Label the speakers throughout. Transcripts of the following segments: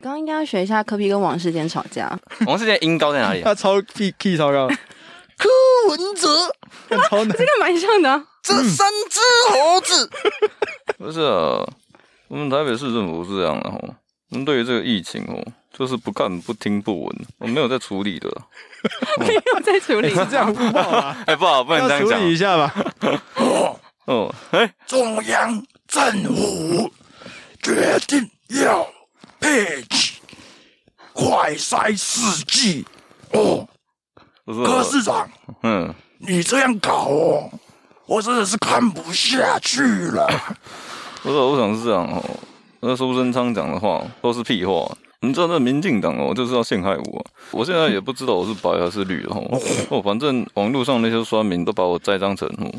Speaker 1: 刚刚应该要学一下科比跟王世坚吵架，
Speaker 2: 王世坚音高在哪里、啊？
Speaker 3: 他超 key key 超高，
Speaker 2: 柯文哲
Speaker 3: 干超难
Speaker 1: 这。个蛮像的啊、
Speaker 2: 这三只猴子。不是啊，我们台北市政府是这样的哦，我们对于这个疫情哦，就是不看、不听、不闻，我没有在处理的。
Speaker 1: 没有在处理。
Speaker 3: 哎这样不好啊，
Speaker 2: 哎、不好，不能
Speaker 3: 要
Speaker 2: 这样
Speaker 3: 处理一
Speaker 2: 讲。
Speaker 3: 下吧。
Speaker 2: 哦，哎、
Speaker 4: 中央政府决定要配置快筛试剂哦，
Speaker 2: 不是、
Speaker 4: 柯
Speaker 2: 啊，
Speaker 4: 市长，
Speaker 2: 嗯，
Speaker 4: 你这样搞哦，我真的是看不下去了。
Speaker 2: 不是啊、我想是这样哦。那苏贞昌讲的话都是屁话。你知道那民进党哦，就是要陷害我。我现在也不知道我是白还是绿哦。哦，反正网络上那些酸民都把我栽赃成哦，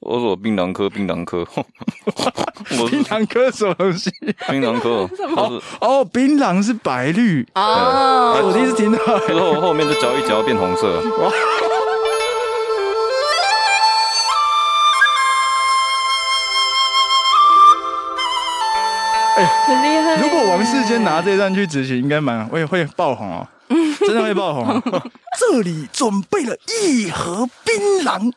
Speaker 2: 我说我槟榔科，槟榔科， 我是
Speaker 3: 槟榔科什么东西？
Speaker 2: 槟榔科，就是
Speaker 3: 哦，槟榔是白绿，
Speaker 2: 啊
Speaker 1: 哦，
Speaker 3: 我第一次听到。
Speaker 2: 之后后面就嚼一嚼变红色。
Speaker 1: 很厉害。
Speaker 3: 如果王世坚拿这一段去执行，应该蛮会会爆红 哦，真的会爆红。哦
Speaker 4: 这里准备了一盒槟榔，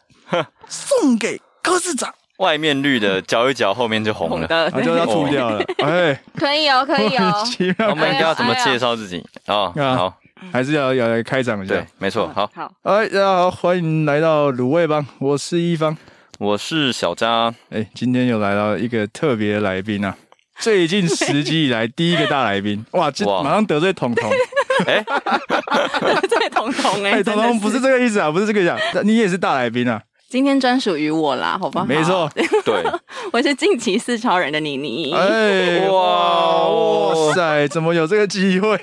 Speaker 4: 送给柯市长。
Speaker 2: 外面绿的嚼一嚼，后面就红
Speaker 1: 红
Speaker 2: 了。
Speaker 1: 的，
Speaker 3: 啊，就要吐掉
Speaker 2: 哦
Speaker 3: 了，哎，
Speaker 1: 可以哦，可
Speaker 3: 莫
Speaker 1: 以哦
Speaker 3: 名。其
Speaker 2: 我
Speaker 3: 妙，
Speaker 2: 们应该要怎么介绍自己啊？
Speaker 3: 啊
Speaker 2: 好，
Speaker 3: 还是要要来开场一
Speaker 2: 对
Speaker 3: 下。，
Speaker 2: 没错，好，
Speaker 1: 好，
Speaker 3: 哎，大家好，欢迎来到卤味帮，我是一方。
Speaker 2: 我是小 扎，
Speaker 3: 哎，今天又来到一个特别来宾啊，最近十集以来第一个大来宾，哇，这
Speaker 2: 哇
Speaker 3: 马上得罪彤彤。
Speaker 2: 哎，
Speaker 1: 对，彤彤哎，
Speaker 3: 哎，
Speaker 1: 真
Speaker 3: 彤
Speaker 1: 的
Speaker 3: 彤不是这个意思啊，不是这个讲，你也是大来宾啊，
Speaker 1: 今天专属于我啦，好不哎好？
Speaker 3: 没错，。
Speaker 2: 对，
Speaker 1: 我是近期四超人的妮妮。
Speaker 3: 哎，
Speaker 2: 哇
Speaker 3: 哇
Speaker 2: 哦
Speaker 3: 哇塞，怎么有这个机会？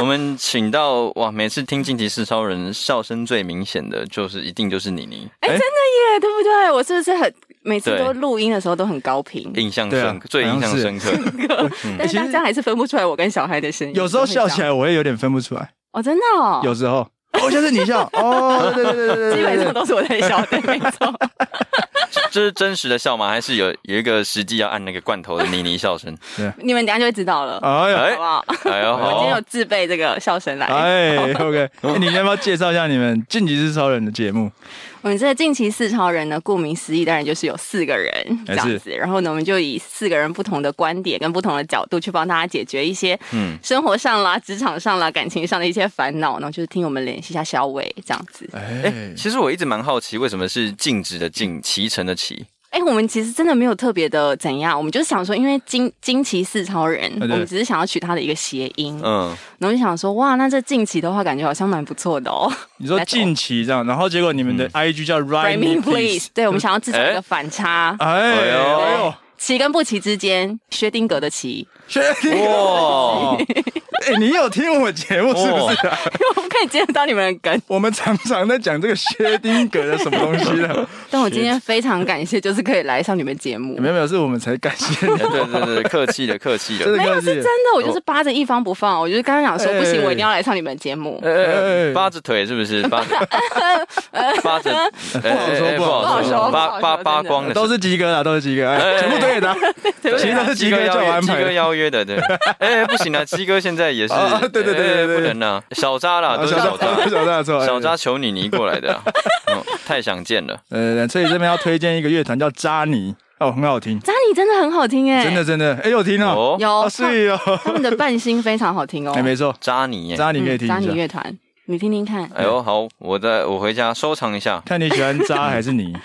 Speaker 2: 我们请到哇，每次听《晋级四超人》，笑声最明显的就是一定就是妮妮，
Speaker 1: 哎，真的耶，对不对？我是不是很每次
Speaker 2: 对
Speaker 1: 都录音的时候都很高频？
Speaker 2: 印象
Speaker 3: 对啊
Speaker 2: 深刻，最印
Speaker 3: 好
Speaker 2: 象
Speaker 3: 像是
Speaker 2: 深刻。
Speaker 1: 但是大
Speaker 3: 其
Speaker 1: 家
Speaker 3: 实
Speaker 1: 还是分不出来我跟小孩的声音。
Speaker 3: 有时候笑起
Speaker 1: 来
Speaker 3: 来我也有点分不出来，
Speaker 1: 哦，真的哦，
Speaker 3: 有时候。哦，就是你笑哦，对对对对对对，
Speaker 1: 基本上
Speaker 3: 对
Speaker 1: 都是我在笑， 对，没错。
Speaker 2: 这是真实的笑吗？还是有有一个实际要按那个罐头的妮妮笑 声？
Speaker 1: 你们等一下就会知道了，
Speaker 3: 哎呀，
Speaker 1: 好
Speaker 2: 哎
Speaker 1: 不，好？
Speaker 2: 哎呦，
Speaker 1: 我今天
Speaker 2: 好
Speaker 1: 有，自备这个笑声来。
Speaker 3: 哎，OK，哎你要不要介绍一下你们《晋级是超人》的节目？
Speaker 1: 我们这个近期四超人呢，顾名思义，当然就是有四个人这
Speaker 3: 哎
Speaker 1: 样子。然后呢，我们就以四个人不同的观点跟不同的角度去帮大家解决一些
Speaker 2: 嗯，
Speaker 1: 生活上啦、职场上啦、感情上的一些烦恼。然后就是听我们联系一下小伟这样子。
Speaker 3: 哎，
Speaker 2: 其实我一直蛮好奇，为什么是静止的静，骑乘的骑？
Speaker 1: 哎、我们其实真的没有特别的怎样，我们就是想说，因为惊惊奇四超人，
Speaker 3: 哎对
Speaker 1: 我们只是想要取他的一个谐音，
Speaker 2: 嗯，
Speaker 1: 然后就想说，哇，那这近期的话，感觉好像蛮不错的哦。
Speaker 3: 你说近期这样，然后结果你们的 IG 叫
Speaker 1: Write
Speaker 3: Rhyme
Speaker 1: me please，
Speaker 3: Me Please，
Speaker 1: 对我们想要制造一
Speaker 2: 哎
Speaker 1: 个反差，
Speaker 3: 嗯哎
Speaker 2: 哎呦
Speaker 3: 哎呦，
Speaker 1: 奇跟不奇之间，薛定谔的奇，
Speaker 3: 学弟，
Speaker 2: 哇，
Speaker 3: 哎，你有听我们节目是不是啊？
Speaker 1: 我们可以接得到你们的梗。
Speaker 3: 我们常常在讲这个薛丁格的什么东西的，
Speaker 1: 但我今天非常感谢，就是可以来上你们节目。
Speaker 3: 没有没有，是我们才感谢 你
Speaker 2: 哎，对对对，客气了，客气了
Speaker 3: 真。的客
Speaker 1: 是真
Speaker 3: 气。
Speaker 1: 的，我就是扒着一方不放。我就是刚刚讲说，
Speaker 3: 哦哎
Speaker 1: 不行，我一定要来上你们节目。
Speaker 2: 哎哎哎
Speaker 3: 哎
Speaker 2: 扒着腿是不是？扒着，扒着，哎不
Speaker 3: 好说不好
Speaker 1: 说不好说
Speaker 2: 扒扒
Speaker 1: 真的
Speaker 2: 扒光了，
Speaker 3: 都是鸡哥啦，都是鸡哥，哎，全部对的啊，其实都是鸡哥
Speaker 2: 邀
Speaker 3: 叫我
Speaker 2: 约，
Speaker 3: 安
Speaker 2: 鸡哎哥
Speaker 3: 排。
Speaker 2: 邀约的，对。哎，不行啊，鸡哥现在也是，
Speaker 3: 啊对对对对
Speaker 2: 哎
Speaker 3: 对对
Speaker 2: 不能啊，小渣啦，都是
Speaker 3: 哦小
Speaker 2: 小
Speaker 3: 扎，
Speaker 2: 渣，
Speaker 3: 小扎错，哎
Speaker 2: 小渣。求你你过来的 啊，嗯太想见了。
Speaker 3: 呃，所以这边要推荐一个乐团叫渣尼，哦，很好听，
Speaker 1: 扎尼真的很好听哎，
Speaker 3: 真的真的，哎，有听哦，
Speaker 2: 哦，
Speaker 1: 有
Speaker 3: 哦，是哦，
Speaker 1: 他们的伴星非常好听哦。
Speaker 3: 哎，没错，
Speaker 2: 渣你耶，
Speaker 3: 渣尼可以
Speaker 1: 嗯
Speaker 3: 听
Speaker 1: 扎
Speaker 3: 一
Speaker 1: 尼
Speaker 3: 下，
Speaker 1: 乐团，你听听看。
Speaker 2: 哎呦，好，我在我回家收藏一下。
Speaker 3: 看你喜欢渣还是 你。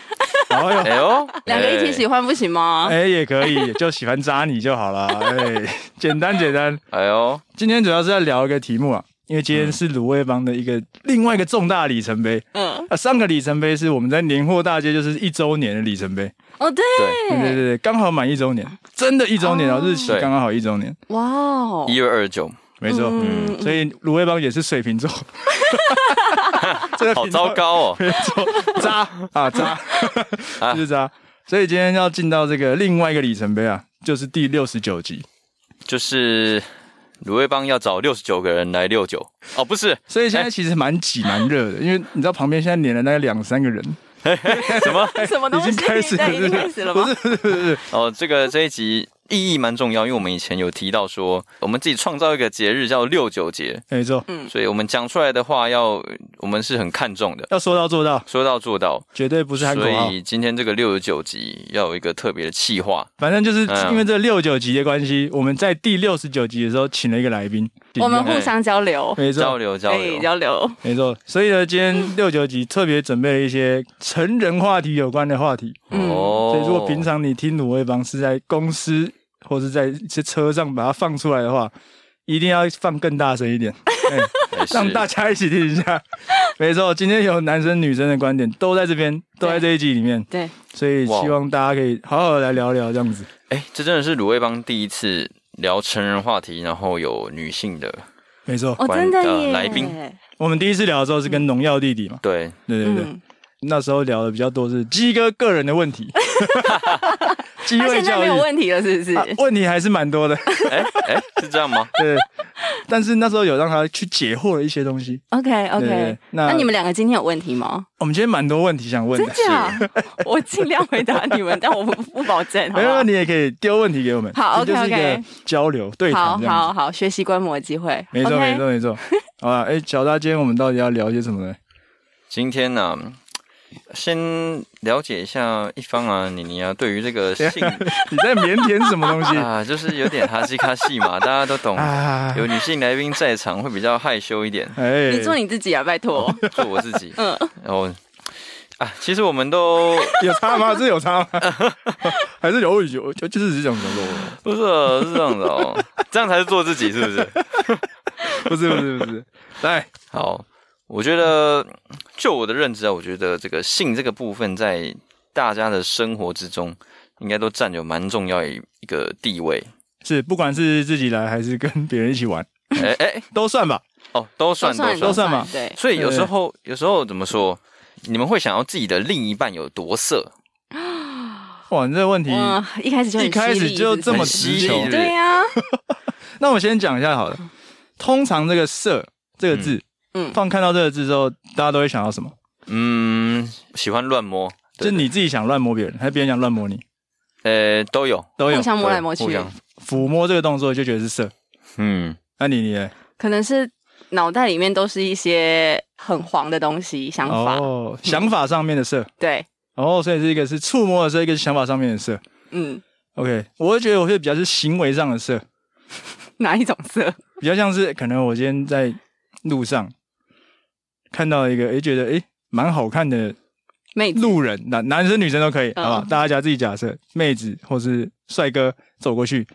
Speaker 3: 哎呦，
Speaker 2: 哎呦，
Speaker 1: 两个一起喜欢不行吗？
Speaker 3: 哎，也可以，就喜欢渣你就好了，哎，简单简单。
Speaker 2: 哎。哎呦，
Speaker 3: 今天主要是要聊一个题目啊，因为今天是卤味帮的一个另外一个重大里程碑。
Speaker 1: 嗯，
Speaker 3: 啊，上个里程碑是我们在年货大街，就是一周年的里程碑。
Speaker 1: 哦对，
Speaker 2: 对
Speaker 3: 对对对对，刚好满一周年，真的一周年哦，日期
Speaker 2: 对
Speaker 3: 刚刚好一周年，
Speaker 1: 哇哦
Speaker 2: 一，月二 十九，
Speaker 3: 没错。
Speaker 1: 嗯
Speaker 3: 所以卤味帮也是水瓶座，这个
Speaker 2: 好
Speaker 3: 频道
Speaker 2: 糟，糕哦。
Speaker 3: 没错，渣啊渣，
Speaker 2: 啊
Speaker 3: 就是渣。所以今天要进到这个另外一个里程碑啊，就是第六十九集。
Speaker 2: 就是卤味帮要找六十九个人来六九哦，不是
Speaker 3: 所以现在其实蛮挤蛮热的，因为你知道旁边现在连了大概两三个人，
Speaker 2: 什么
Speaker 1: 什么东
Speaker 3: 已
Speaker 1: 西？
Speaker 3: 经开始
Speaker 1: 对已经
Speaker 3: 是不是
Speaker 1: 开始了吗？
Speaker 2: 哦，这个这一集意义蛮重要，因为我们以前有提到说，我们自己创造一个节日叫六九节，
Speaker 3: 没错，
Speaker 2: 所以我们讲出来的话要我们是很看重的，
Speaker 3: 要说到做到，
Speaker 2: 说到做到。
Speaker 3: 绝对不是啊喊口
Speaker 2: 所
Speaker 3: 号。
Speaker 2: 以今天这个六十九集要有一个特别的企划，
Speaker 3: 反正就是
Speaker 2: 嗯
Speaker 3: 因为这六九集的关系，我们在第六十九集的时候请了一个哎来宾，
Speaker 1: 我们
Speaker 2: 会
Speaker 1: 互相交流，
Speaker 3: 没
Speaker 2: 交
Speaker 3: 错
Speaker 2: 流交
Speaker 1: 可以
Speaker 2: 流。
Speaker 1: 交流。哦
Speaker 3: 没错。所以呢，今天六九集特别准备了一些成人话题有关的话题。
Speaker 1: 嗯
Speaker 2: 哦
Speaker 3: 所以如 果平常你听卤味帮是在公司或是在一些车上把它放出来的话，一定要放更大声一 点，哎
Speaker 2: 还是
Speaker 3: 让大家一起听一下。没错，今天有男生女生的观点都在这边，都在这一集里面，
Speaker 1: 对，
Speaker 3: 所以
Speaker 2: 哇
Speaker 3: 希望大家可以好好的来聊聊这样子。
Speaker 2: 哎，这真的是卤味帮第一次聊成人话题，然后有女性的，
Speaker 3: 没错，
Speaker 1: 哦，
Speaker 2: 管
Speaker 1: 真的
Speaker 2: 呃
Speaker 1: 耶，
Speaker 2: 来宾
Speaker 3: 我们第一次聊的时候是跟农药弟弟嘛，
Speaker 2: 对，
Speaker 3: 对对对，
Speaker 1: 嗯，
Speaker 3: 那时候聊的比较多是鸡哥个人的问 题，机
Speaker 1: 他
Speaker 3: 会
Speaker 1: 现在
Speaker 3: 教
Speaker 1: 没有
Speaker 3: 育、
Speaker 1: 问题了，是不是？
Speaker 3: 啊问题还是 蛮多的，
Speaker 2: 哎哎，是这样吗？
Speaker 3: 对。但是那时候有让他去解惑了一些东西，
Speaker 1: OK
Speaker 3: 对
Speaker 1: OK，
Speaker 3: 对那
Speaker 1: 那你们两个今天有问题吗？
Speaker 3: 我们今天蛮多问题想问
Speaker 1: 真
Speaker 3: 的，
Speaker 1: 假？ 我尽量回答你们，但我不不保证，好
Speaker 3: 没
Speaker 1: 不
Speaker 3: 有
Speaker 1: 好
Speaker 3: 你也可以丢问题给我们，
Speaker 1: 好
Speaker 3: 这就是一
Speaker 1: OK，OK
Speaker 3: 个交流对
Speaker 1: 好
Speaker 3: 谈这样
Speaker 1: 好
Speaker 3: 子，
Speaker 1: 好，学习观摩的机会。
Speaker 3: 没错
Speaker 1: OK
Speaker 3: 没错没错。好 了，哎，小大，今天我们到底要聊些什么呢？
Speaker 2: 今天呢、先了解一下一方啊，妮妮啊，对于这 个性
Speaker 3: 你在腼腆什么东 西
Speaker 2: 啊，就是有点哈西卡戏 嘛，大家都懂。
Speaker 3: 啊？
Speaker 2: 有女性来宾在场会比较害羞一点，
Speaker 3: 哎，
Speaker 1: 你做你自己啊，拜托。
Speaker 2: 做我自己。 嗯，然后啊，其实我们都
Speaker 3: 有 差吗？这有差吗？还是有有就就是这种的咯？
Speaker 2: 不是呃是这样的 哦，这样才是做自己，是不是？
Speaker 3: 不是不是不是，来，
Speaker 2: 好，我觉得就我的认知啊，我觉得这个性这个部分在大家的生活之中，应该都占有蛮重要一一个地 位。
Speaker 3: 是不管是自己来还是跟别人一起 玩，
Speaker 2: 哎哎
Speaker 3: 都算吧。
Speaker 2: 哦，都算
Speaker 3: 都 算嘛
Speaker 1: 对，
Speaker 2: 所以有时
Speaker 3: 对
Speaker 2: 候，有时候怎么说，你们会想要自己的另一半有多色？
Speaker 3: 哇，你这个问题，
Speaker 1: 嗯，一开始就很
Speaker 3: 一开始
Speaker 1: 犀利
Speaker 3: 就
Speaker 1: 不
Speaker 3: 是
Speaker 1: 是
Speaker 3: 这么
Speaker 2: 很犀利
Speaker 3: 直球
Speaker 2: 是不，是
Speaker 1: 对啊呀，
Speaker 3: 那我先讲一下好了。通常这个“色”这个字，
Speaker 1: 嗯嗯
Speaker 3: 放看到这个字之后，大家都会想到什么？
Speaker 2: 嗯，喜欢乱摸，
Speaker 3: 就是
Speaker 2: 对
Speaker 3: 你自己想乱摸别人，还是别人想乱摸你，
Speaker 2: 呃，都有，
Speaker 3: 都有
Speaker 1: 互。相摸来摸去
Speaker 2: 互，相
Speaker 3: 抚摸这个动作就觉得是色。
Speaker 2: 嗯，
Speaker 3: 那你你嘞
Speaker 1: 可能是脑袋里面都是一些很黄的东西想法。
Speaker 3: 哦，想法上面的色。
Speaker 1: 对，
Speaker 3: 哦，所以是一个是触摸的色，一个是想法上面的色。
Speaker 1: 嗯，
Speaker 3: OK，我会觉得我会比较是行为上的色，
Speaker 1: 哪一种色？
Speaker 3: 比较像是可能我今天在路上看到一个，诶、觉得诶蛮、好看的
Speaker 1: 妹子
Speaker 3: 路人，男男生女生都可以，
Speaker 1: 嗯
Speaker 3: 好不好？大家自己假设，妹子或是帅哥走过去，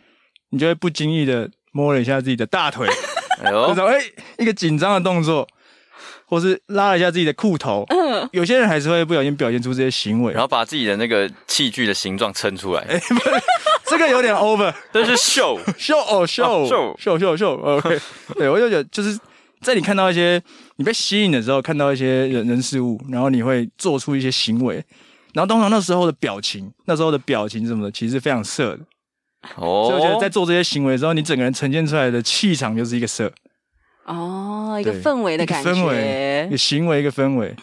Speaker 3: 你就会不经意的摸了一下自己的大腿，
Speaker 2: 哎
Speaker 3: 那
Speaker 2: 呦，
Speaker 3: 种哎、一个紧张的动作，或是拉了一下自己的裤头，
Speaker 1: 嗯，
Speaker 3: 有些人还是会不小心表现出这些行为，
Speaker 2: 然后把自己的那个器具的形状撑出
Speaker 3: 哎
Speaker 2: 来，
Speaker 3: 这个有点 over。
Speaker 2: 这是 秀，
Speaker 3: 秀哦秀
Speaker 2: 啊秀
Speaker 3: 秀秀秀，OK，对哦 我就觉得就是在你看到一些你被吸引的时候，看到一些人人事物，然后你会做出一些行为，然后通常那时候的表情，那时候的表情什么的，其实非常色的。所以我觉得
Speaker 2: 哦
Speaker 3: 在，做这些行为的时候，你整个人呈现出来的气场就是一个色，
Speaker 1: 哦，一个
Speaker 3: 对
Speaker 1: 氛围的
Speaker 3: 一个
Speaker 1: 感
Speaker 3: 氛围，
Speaker 1: 觉
Speaker 3: 一个。行为，一个氛围，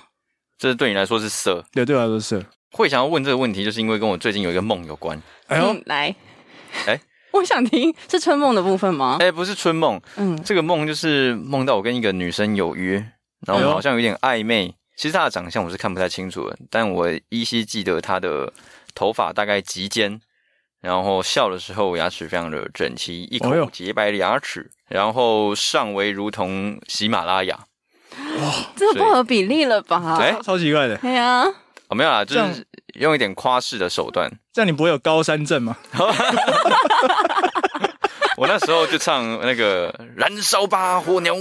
Speaker 2: 这对你来说是色。
Speaker 3: 对，对我来说是色。
Speaker 2: 会想要问这个问题，就是因为跟我最近有一个梦有关。
Speaker 3: 哎呦，
Speaker 1: 嗯，来，
Speaker 2: 哎，
Speaker 1: 我想听是春梦的部分吗？
Speaker 2: 哎，不是春梦，
Speaker 1: 嗯，
Speaker 2: 这个梦就是梦到我跟一个女生有约，然后我
Speaker 3: 哎
Speaker 2: 们
Speaker 3: 呦
Speaker 2: 好像有点暧昧。其实她的长相我是看不太清楚的，但我依稀记得她的头发大概及肩，然后笑的时候牙齿非常的整齐，一
Speaker 3: 哎
Speaker 2: 口
Speaker 3: 呦
Speaker 2: 洁白的牙齿，然后上围如同喜马拉雅。
Speaker 1: 这不合比例了吧？
Speaker 2: 哎
Speaker 3: 超奇怪的，
Speaker 1: 对呀，
Speaker 2: 哦，没有啦，就
Speaker 3: 这
Speaker 2: 是用一点夸饰的手段。
Speaker 3: 这样你不会有高山症吗？
Speaker 2: 我那时候就唱那个《燃烧吧火 牛》，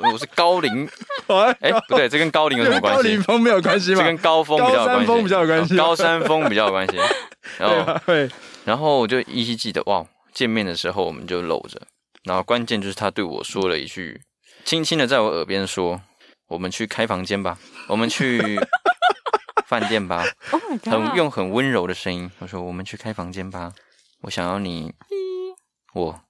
Speaker 2: 我我是高龄，
Speaker 3: 哎
Speaker 2: 哎、不对，这跟高龄有什么
Speaker 3: 跟
Speaker 2: 关
Speaker 3: 高
Speaker 2: 系
Speaker 3: 凌？风没有关系
Speaker 2: 这
Speaker 3: 吗？
Speaker 2: 跟高峰比较有关系，
Speaker 3: 高山峰比较有关系
Speaker 2: 哦高山峰比较有关系。然
Speaker 3: 对啊
Speaker 2: 后，
Speaker 3: 吧？对，
Speaker 2: 然后我就依稀记得，哇，见面的时候我们就搂着，然后关键就是他对我说了一句，轻轻的在我耳边说：“我们去开房间吧，我们去饭店吧。
Speaker 1: ，Oh my ”god，
Speaker 2: 很用很温柔的声音，我说：“我们去开房间吧，我想要你，我。”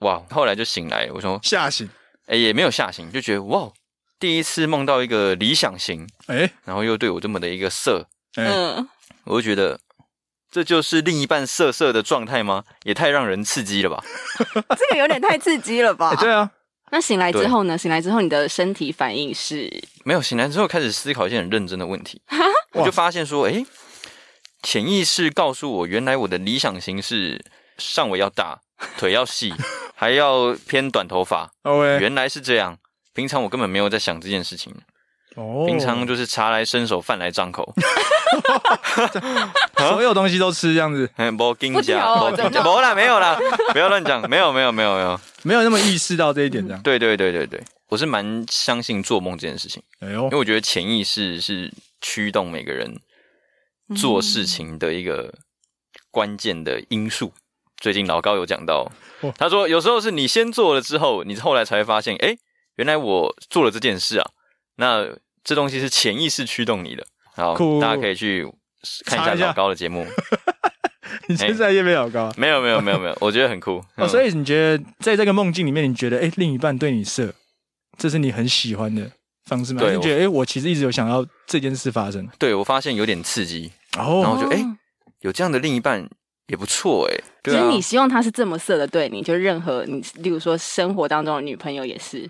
Speaker 2: 哇！后来就醒来，我说
Speaker 3: 吓醒，：“
Speaker 2: 哎、也没有吓醒，就觉得哇，第一次梦到一个理想型，
Speaker 3: 哎
Speaker 2: 然后又对我这么的一个色，
Speaker 3: 哎，
Speaker 1: 嗯，
Speaker 2: 我就觉得这就是另一半色色的状态吗？也太让人刺激了吧！
Speaker 1: 这个有点太刺激了吧
Speaker 3: 哎，？对啊，
Speaker 1: 那醒来之
Speaker 2: 对
Speaker 1: 后呢？醒来之后，你的身体反应是
Speaker 2: 没有，醒来之后开始思考一些很认真的问题，我就发现说，诶，潜意识告诉我，原来我的理想型是上围 要大，腿要细，还要偏短头发，
Speaker 3: ，OK，
Speaker 2: 原来是这样。平常我根本没有在想这件事情，
Speaker 3: 哦
Speaker 2: 平常就是茶来伸手，饭来 张口， 啊
Speaker 3: 所有东西都吃这样子，
Speaker 2: 嗯，无
Speaker 1: 不
Speaker 2: 惊
Speaker 1: 挑
Speaker 2: 吓，
Speaker 1: 哦
Speaker 2: 无
Speaker 1: 真
Speaker 2: 惊
Speaker 1: 的
Speaker 2: 吓，无 啦，没有啦，不要乱讲，没有，没有，没有，没有。
Speaker 3: 没有那么意识到这一点，这样。
Speaker 2: 对对对对对，我是蛮相信做梦这件事情，
Speaker 3: 哎呦
Speaker 2: 因为，我觉得潜意识是驱动每个人
Speaker 3: 嗯
Speaker 2: 做事情的一个关键的因素。最近老高有讲到
Speaker 3: 哦，
Speaker 2: 他说有时候是你先做了之后，你后来才会发现，哎，原来我做了这件事啊，那这东西是潜意识驱动你的。好
Speaker 3: 酷，
Speaker 2: 大家可以去看一
Speaker 3: 查
Speaker 2: 下
Speaker 3: 一下
Speaker 2: 老高的节目。
Speaker 3: 你现在也没有高啊。
Speaker 2: 没有没有没有没有，我觉得很酷。嗯
Speaker 3: 哦，所
Speaker 2: 以
Speaker 3: 以你觉得在这个梦境里面，你觉得哎、另一半对你射，这是你很喜欢的方式吗？
Speaker 2: 对
Speaker 3: 你觉得哎、我其实一直有想要这件事发生。
Speaker 2: 对我发现有点刺激，然后
Speaker 3: 哦，
Speaker 2: 我就哎、
Speaker 1: 哦
Speaker 2: 有这样的另一半也不错哎、
Speaker 1: 其
Speaker 2: 对啊
Speaker 1: 实你希望他是这么色的对你，就任何你，例如说生活当中的女朋友也是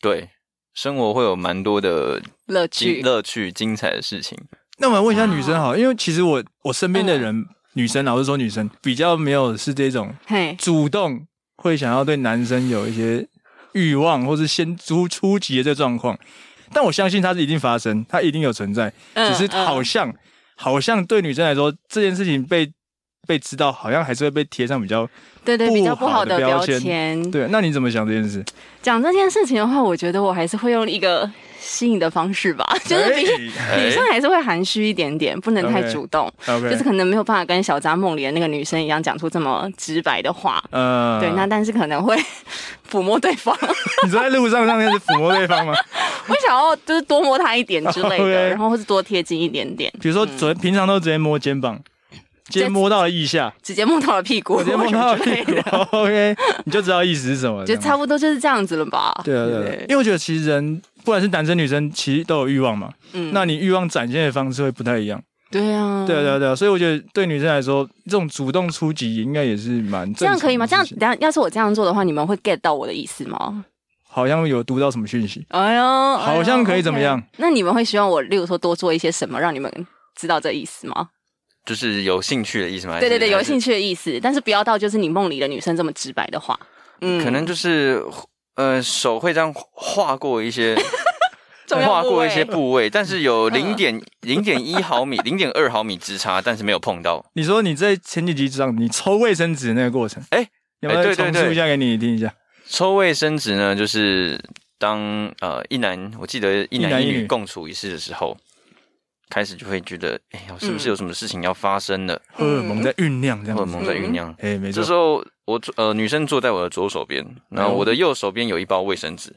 Speaker 2: 对生活会有蛮多的
Speaker 1: 乐
Speaker 2: 精
Speaker 1: 趣。
Speaker 2: 乐趣、精彩的事情。
Speaker 3: 那我来问一下女生好了，因为其实我我身边的人，女生老是说女生比较没有是这种
Speaker 1: 嘿，
Speaker 3: 主动会想要对男生有一些欲望，或是先初初级的这状况。但我相信它是一定发生，它一定有存在，
Speaker 1: 嗯
Speaker 3: 只是好像、好像对女生来说这件事情被被知道，好像还是会被贴上比较
Speaker 1: 对对，
Speaker 3: 不
Speaker 1: 比较不好
Speaker 3: 好的
Speaker 1: 的标
Speaker 3: 标签
Speaker 1: 签。
Speaker 3: 对，那你怎么想这件事？
Speaker 1: 讲这件事情的话，我觉得我还是会用一个吸引的方式吧， 就是比
Speaker 2: 哎
Speaker 1: 女生还是会含蓄一点点，不能太
Speaker 3: OK
Speaker 1: 主动，
Speaker 3: OK，
Speaker 1: 就是可能没有办法跟小扎梦里的那个女生一样讲出这么直白的话。
Speaker 3: 呃，
Speaker 1: 对，那但是可能会 抚摸对方，
Speaker 3: 你说在路上上面是抚摸对方 吗？
Speaker 1: 我想要就是多摸她一点之类
Speaker 3: OK
Speaker 1: 的，然后或是多贴近一点点，
Speaker 3: 比如说，昨平常都直接摸肩膀，直接摸到了腋下，
Speaker 1: 直接摸到了屁股，
Speaker 3: 直接摸到了
Speaker 1: 什么
Speaker 3: 屁
Speaker 1: 之类的
Speaker 3: 股 ，OK，你就知道意思是什么。
Speaker 1: 就
Speaker 3: 这样
Speaker 1: 差不多就是这样子了吧？
Speaker 3: 对啊，
Speaker 1: 不
Speaker 3: 对啊，因为我觉得其实人不管是男生女生，其实都有欲望嘛。
Speaker 1: 嗯
Speaker 3: 那你欲望展现的方式会不太一样。
Speaker 1: 对啊，
Speaker 3: 对啊，对啊，对啊。所以我觉得对女生来说，这种主动出击应该也是蛮
Speaker 1: 这
Speaker 3: 正常
Speaker 1: 样
Speaker 3: 的
Speaker 1: 可以吗？这样
Speaker 3: 事情
Speaker 1: 等下要是我这样做的话，你们会 get 到我的意思吗？
Speaker 3: 好像有读到什么讯息。
Speaker 1: 哎呦，哎呦
Speaker 3: 好像可以怎么样
Speaker 1: OK 那你们会希望我，例如说多做一些什么，让你们知道这意思吗？
Speaker 2: 就是有兴趣的意思吗？
Speaker 1: 对对对，有兴
Speaker 2: 趣，
Speaker 1: 趣的意思，但是不要到就是你梦里的女生这么直白的话。嗯
Speaker 2: 可能就是呃手会这样划过一些
Speaker 1: 重要部位嗯
Speaker 2: 划过一些部位，但是有零点零点一毫米、零点二毫米之差，但是没有碰到。
Speaker 3: 你说你在前几集上你抽卫生纸的那个过程，
Speaker 2: 哎
Speaker 3: 要不要
Speaker 2: 哎
Speaker 3: 再
Speaker 2: 对对
Speaker 3: 重
Speaker 2: 对
Speaker 3: 述一下给你听一下？
Speaker 2: 抽卫生纸呢，就是当呃一男，我记得一
Speaker 3: 一男
Speaker 2: 男
Speaker 3: 一
Speaker 2: 一
Speaker 3: 女
Speaker 2: 女共处一室的时候，开始就会觉得，哎、呀，是
Speaker 1: 嗯
Speaker 2: 不是有什么事情要发生了？
Speaker 3: 荷尔蒙在酝酿这样
Speaker 2: 荷
Speaker 3: 子，
Speaker 2: 尔蒙在酝酿。
Speaker 3: 哎，没
Speaker 2: 这
Speaker 3: 错哎
Speaker 2: 时，候我坐呃女生坐在我的左手边，然后我的右手边有一包卫生纸。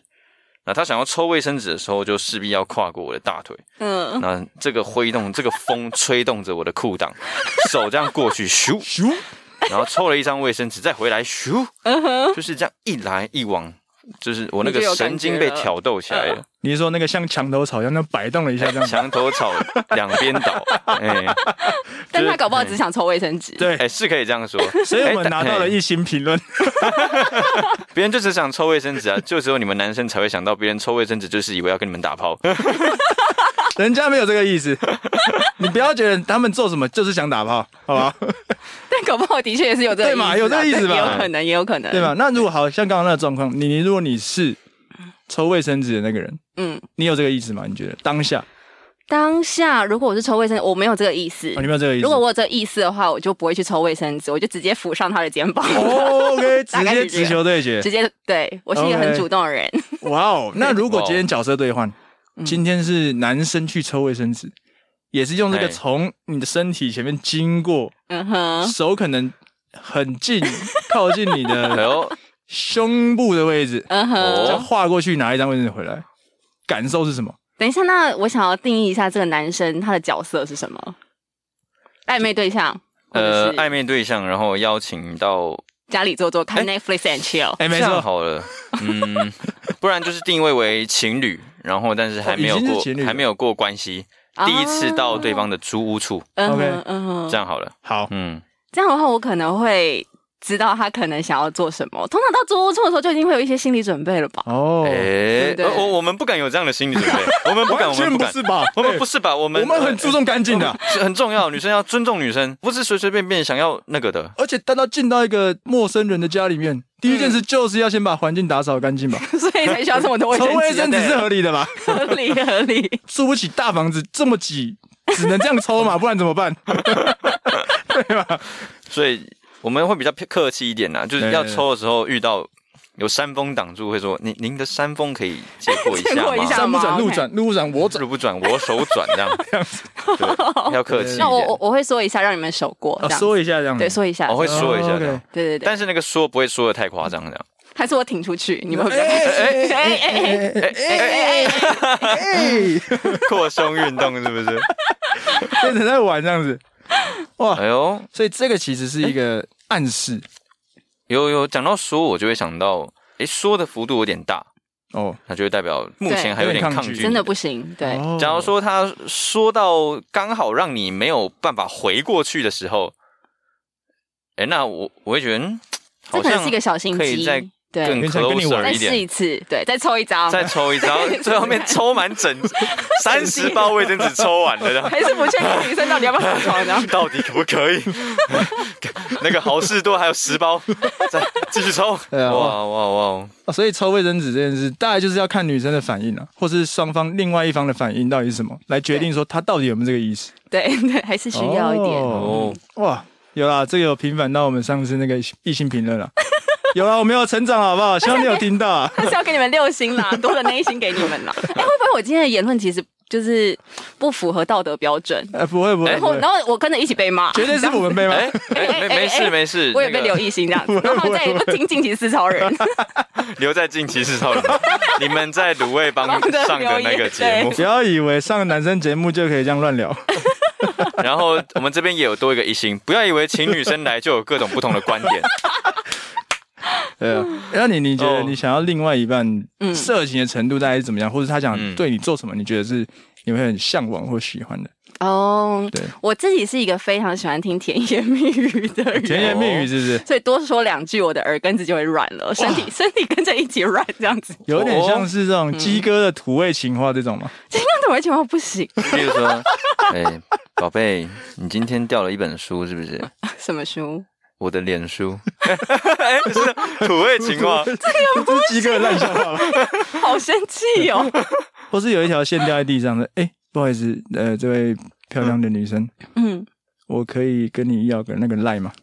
Speaker 2: 那她想要抽卫生纸的时候，就势必要跨过我的大腿。
Speaker 1: 嗯，
Speaker 2: 那这个挥动，这个风吹动着我的裤裆，手这样过去，咻，
Speaker 3: 咻，
Speaker 2: 然后抽了一张卫生纸，再回来，咻，
Speaker 3: 嗯
Speaker 2: 就是这样一来一往，就是我那
Speaker 1: 你
Speaker 2: 个
Speaker 1: 就有感觉
Speaker 2: 神经被
Speaker 1: 了
Speaker 2: 挑逗起来了。
Speaker 3: 你是说那个像墙头草一样，那摆动了一下这样子，
Speaker 2: 墙头草两边倒，哎、
Speaker 1: 但他搞不好只想抽卫生纸。
Speaker 3: 对
Speaker 2: 哎、，是可以这样说。
Speaker 3: 所以我们
Speaker 2: 哎
Speaker 3: 拿到了一星评论。
Speaker 2: 别人就只想抽卫生纸啊， 就只有你们男生才会想到，别人抽卫生纸就是以为要跟你们打 炮。
Speaker 3: 人家没有这个意思， 你不要觉得他们做什么就是想打炮，好吧？
Speaker 1: 但搞不好的确也是有这个啊
Speaker 3: 对嘛有这个意思
Speaker 1: 吧？
Speaker 3: 吧
Speaker 1: 也有可能，也有可能，
Speaker 3: 对吧？？那如果好像刚刚那个状况，你你如果你是抽卫生纸的那个人，
Speaker 1: 嗯，
Speaker 3: 你有这个意思吗？你觉得当下
Speaker 1: 当下如果我是抽卫生，我没有这个意思
Speaker 3: 哦，。你没有这个意思？
Speaker 1: 如果我有这个意思的话，我就不会去抽卫生纸，我就直接扶上他的肩膀，
Speaker 3: 哦 OK，直
Speaker 1: 大概
Speaker 3: 接
Speaker 1: 是这
Speaker 3: 直
Speaker 1: 样
Speaker 3: 球对决，
Speaker 1: 直接对我是一个很
Speaker 3: OK
Speaker 1: 主动的人。
Speaker 3: 哇哦！那如果今天角色兑换，
Speaker 1: 嗯
Speaker 3: 今天是男生去抽卫生纸，也是用这个
Speaker 2: 哎
Speaker 3: 从你的身体前面经过，
Speaker 1: 嗯哼，
Speaker 3: 手可能很近靠近你
Speaker 2: 哎
Speaker 3: 的
Speaker 2: 呦，
Speaker 3: 胸部的位置，
Speaker 1: 嗯哼。
Speaker 2: 哦
Speaker 3: 这样划过去拿一张卫生纸回来，感受是什么？
Speaker 1: 等一下，那我想要定义一下这个男生他的角色是什么？暧昧对象，
Speaker 2: 呃，
Speaker 1: 暧
Speaker 2: 暧
Speaker 1: 昧
Speaker 2: 昧对象，然后邀请到，
Speaker 1: 家里坐坐看
Speaker 2: 哎
Speaker 1: Netflix and chill。
Speaker 3: 哎，没
Speaker 2: 这样
Speaker 3: 错，
Speaker 2: 好 了，嗯，不然就是定位为情侣，然后但是还没有
Speaker 3: 哦已经
Speaker 2: 过
Speaker 3: 是情侣，了啊
Speaker 2: 还没有过关系，第一
Speaker 1: 啊
Speaker 2: 次到对方的租屋处，
Speaker 1: 嗯哼
Speaker 3: OK
Speaker 1: 嗯哼
Speaker 2: 这样好了。
Speaker 3: 好，
Speaker 2: 嗯，
Speaker 1: 这样的话，我可能会知道他可能想要做什么。通常到租屋处的时候，就已经会有一些心理准备了吧？
Speaker 3: 哦，
Speaker 2: 哎
Speaker 1: 对，对
Speaker 2: 呃我我们不敢有这样的心理准 备，我们不敢，我
Speaker 3: 完全
Speaker 2: 们不
Speaker 3: 不
Speaker 2: 敢，
Speaker 3: 是吧？
Speaker 2: 我们不是吧？我
Speaker 3: 哎，
Speaker 2: 们呃
Speaker 3: 我们很注重干净
Speaker 1: 呃
Speaker 3: 的，
Speaker 2: 是很重要，女生要尊重女生，不是随随便便想要那个的。
Speaker 3: 而且当到进到一个陌生人的家里面，第
Speaker 1: 嗯
Speaker 3: 一件事就是要先把环境打扫 干净吧。
Speaker 1: 所以才需要这么多卫生
Speaker 3: 成卫
Speaker 1: 纸
Speaker 3: 生纸是合理 的吧？
Speaker 1: 合理合理。
Speaker 3: 住不起大房子这么挤，只能这样抽嘛，不然怎么办？
Speaker 2: 所以我们会比较客气一点呐、就是要
Speaker 3: 对对
Speaker 2: 抽的时候遇到有山峰挡住，会说您您的山峰可以借过一
Speaker 1: 借
Speaker 2: 下
Speaker 1: 过一
Speaker 2: 吗？
Speaker 1: 下
Speaker 3: 山不转
Speaker 1: 干嘛
Speaker 3: 路转，路转我转。
Speaker 2: 路不转我手转 这样，对，要客气一
Speaker 1: 那我我
Speaker 2: 点。
Speaker 1: 我会说一下，让你们手过
Speaker 3: 哦
Speaker 1: 这样。
Speaker 3: 说一下这样子，
Speaker 1: 对，说一下。
Speaker 2: 我会说一下这
Speaker 3: 哦
Speaker 2: 样
Speaker 3: ，OK，
Speaker 1: 对对对，
Speaker 2: 但是那个说不会说的太夸张这样。
Speaker 1: 还是我挺出去，你们会比较开心。哎
Speaker 3: 哎
Speaker 1: 哎哎哎
Speaker 3: 哎，
Speaker 2: 扩胸运动是不是？
Speaker 3: 变成在玩这样子，哇！
Speaker 2: 哎呦，
Speaker 3: 所以这个其实是一个暗示
Speaker 2: 有有讲到说，我就会想到，哎，说的幅度有点大，
Speaker 3: 哦，
Speaker 2: 那就会代表目
Speaker 1: 对
Speaker 2: 前还有点
Speaker 3: 有点
Speaker 2: 抗
Speaker 3: 抗
Speaker 2: 拒
Speaker 3: 拒
Speaker 2: 你，
Speaker 1: 真的不行，对，
Speaker 3: 哦
Speaker 2: 假如说他说到刚好让你没有办法回过去的时候，哎、那我我会觉得，嗯
Speaker 1: 这
Speaker 2: 好
Speaker 1: 可
Speaker 2: 像
Speaker 1: 能是一个小心
Speaker 2: 可以
Speaker 1: 机
Speaker 2: 再。
Speaker 1: 对，
Speaker 2: 更
Speaker 3: 原本跟你玩
Speaker 2: closer
Speaker 1: 再
Speaker 2: 一
Speaker 1: 试
Speaker 2: 点，
Speaker 1: 一次，对，再抽一张，
Speaker 2: 再抽 一张，最后面抽满整三十包卫生纸，抽完了，然后
Speaker 1: 还是不确定女生到底要不要上床，然后
Speaker 2: 到底可不可以？ 那个好事多还有十包，再继续抽，
Speaker 3: 对啊
Speaker 2: 哇哇哇！
Speaker 3: 哦所以抽卫生纸这件事，大概就是要看女生的反应啊，或是双方另外一方的反应到底是什么，来决定说她到底有没有这个意思。
Speaker 1: 对对，还是需要一点。
Speaker 3: 哦
Speaker 2: 哦，
Speaker 3: 哇，有啦，这个有平反到我们上次那个异性评论了， 有啦，我们有成长好 不好？希望你有听到啊。
Speaker 1: 他是要给你们六星 啦，多的那一星给你们啦。哎、会不会我今天的言论其实就是不符合道德标准？
Speaker 3: 呃，不会不会
Speaker 1: 然
Speaker 3: 不
Speaker 1: 后，
Speaker 3: 会
Speaker 1: 然，后我跟着一起被骂，
Speaker 3: 绝对是我们被骂
Speaker 2: 哦哎、。哎没没事没 事，
Speaker 1: 我也被
Speaker 2: 那个
Speaker 1: 刘一星这 样子，然后再不听晋级是超人，
Speaker 2: 留在近期是超人，你们在卤味帮上的那个节目，
Speaker 3: 不要以为上男生节目就可以这 样乱聊，
Speaker 2: 然后我们这边也有多一个一星，不要以为请女生来就有各种不同的观点，
Speaker 3: 对啊。那你你觉得
Speaker 2: 哦
Speaker 3: 你想要另外一半
Speaker 1: 嗯
Speaker 3: 色情的程度大概是怎么样，或者他想
Speaker 2: 嗯
Speaker 3: 对你做什么，你觉得是你会很向往或喜欢的？
Speaker 1: 哦
Speaker 3: 对，
Speaker 1: 我自己是一个非常喜欢听甜言蜜语的
Speaker 3: 甜
Speaker 1: 人。哦
Speaker 3: 言蜜语是不是
Speaker 1: 所以多说两句，我的耳根子就会软了，身体 身体跟着一起软，这样子。
Speaker 3: 有点像是这
Speaker 2: 哦嗯
Speaker 3: 种鸡哥的土味情话这种吗？
Speaker 1: 这样子我情况不行。
Speaker 2: 比如说，哎、宝贝，你今天掉了一本书是不是？
Speaker 1: 什么书？
Speaker 2: 我的脸书， 哎、是土味情话，
Speaker 3: 这是鸡哥的烂笑话吗？
Speaker 1: 好生气 哦！
Speaker 3: 或是有一条线掉在地 上的，哎、不好意思，呃，这位漂亮的女生，
Speaker 1: 嗯，
Speaker 3: 我可以跟你要个那个赖吗？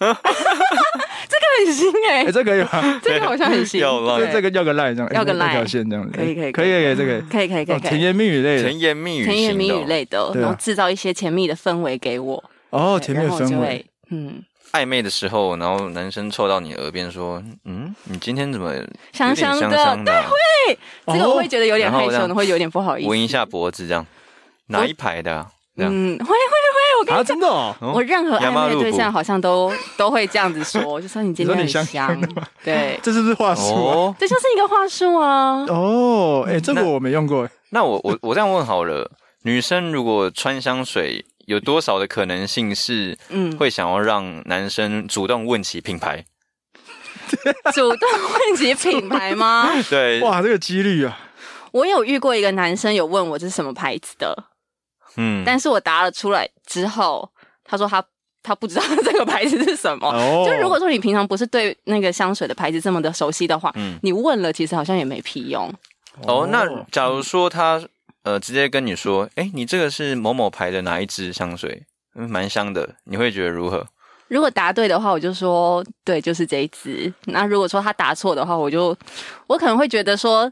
Speaker 1: 很新哎
Speaker 3: 哎、、这可以 吗？
Speaker 1: 这个好像很新。
Speaker 2: 要浪
Speaker 3: 这这个要个赖这样，哎
Speaker 1: 要个
Speaker 3: 那那条
Speaker 1: line
Speaker 3: 线这样子，
Speaker 1: 可以可以
Speaker 3: 可以可以，这个
Speaker 1: 可以可以可以
Speaker 3: 哦，
Speaker 1: 可
Speaker 3: 甜
Speaker 1: 以，
Speaker 3: 言蜜语类的
Speaker 2: 甜言蜜语型的哦，
Speaker 1: 甜言蜜语类的，
Speaker 3: 对啊
Speaker 1: 然后制造一些甜蜜的氛围给我。
Speaker 3: 哦，
Speaker 1: 对
Speaker 3: 甜蜜的
Speaker 1: 然后我就
Speaker 3: 氛围，
Speaker 1: 会。嗯，
Speaker 2: 暧昧的时候，然后男生凑到你耳边说，嗯，你今天怎么有点
Speaker 1: 香香的
Speaker 2: 香香的啊，
Speaker 3: 哦
Speaker 1: 这个我会觉得有点
Speaker 2: 然后
Speaker 1: 害羞，
Speaker 2: 让
Speaker 1: 你会有点不好意思。
Speaker 2: 闻一下脖子这样，哪一排的、啊？这样。
Speaker 1: 嗯，会会会，我跟
Speaker 3: 啊，
Speaker 1: 你讲，
Speaker 3: 真的哦，
Speaker 2: 哦
Speaker 1: 我任何暧
Speaker 2: 亚麻
Speaker 1: 昧
Speaker 2: 入
Speaker 1: 的对
Speaker 2: 股
Speaker 1: 象好像都都会这样子 说，就说你今天
Speaker 3: 你说
Speaker 1: 很
Speaker 3: 你香
Speaker 1: 香，对，
Speaker 3: 这是不是话术啊？
Speaker 2: 哦，
Speaker 1: 这就是一个话术 啊。
Speaker 3: 哦，哎、这个
Speaker 2: 那
Speaker 3: 我没用过，
Speaker 2: 那我我我这样问好了，女生如果穿香水，有多少的可能性是
Speaker 1: 嗯，
Speaker 2: 会想要让男生主动问起品牌？
Speaker 1: 主动问及品牌吗？
Speaker 2: 对，
Speaker 3: 哇，这个几率啊，
Speaker 1: 我有遇过一个男生有问我这是什么牌子的，
Speaker 2: 嗯，
Speaker 1: 但是我答了出来之后，他说他他不知道这个牌子是什么。
Speaker 3: 哦，
Speaker 1: 就如果说你平常不是对那个香水的牌子这么的熟悉的话，
Speaker 2: 嗯
Speaker 1: 你问了其实好像也没屁用。
Speaker 2: 哦，那假如说他呃直接跟你说，哎、你这个是某某牌的哪一支香水？嗯，蛮香的，你会觉得如何？
Speaker 1: 如果答对的话，我就说对，就是这一支。那如果说他答错的话，我就我可能会觉得说，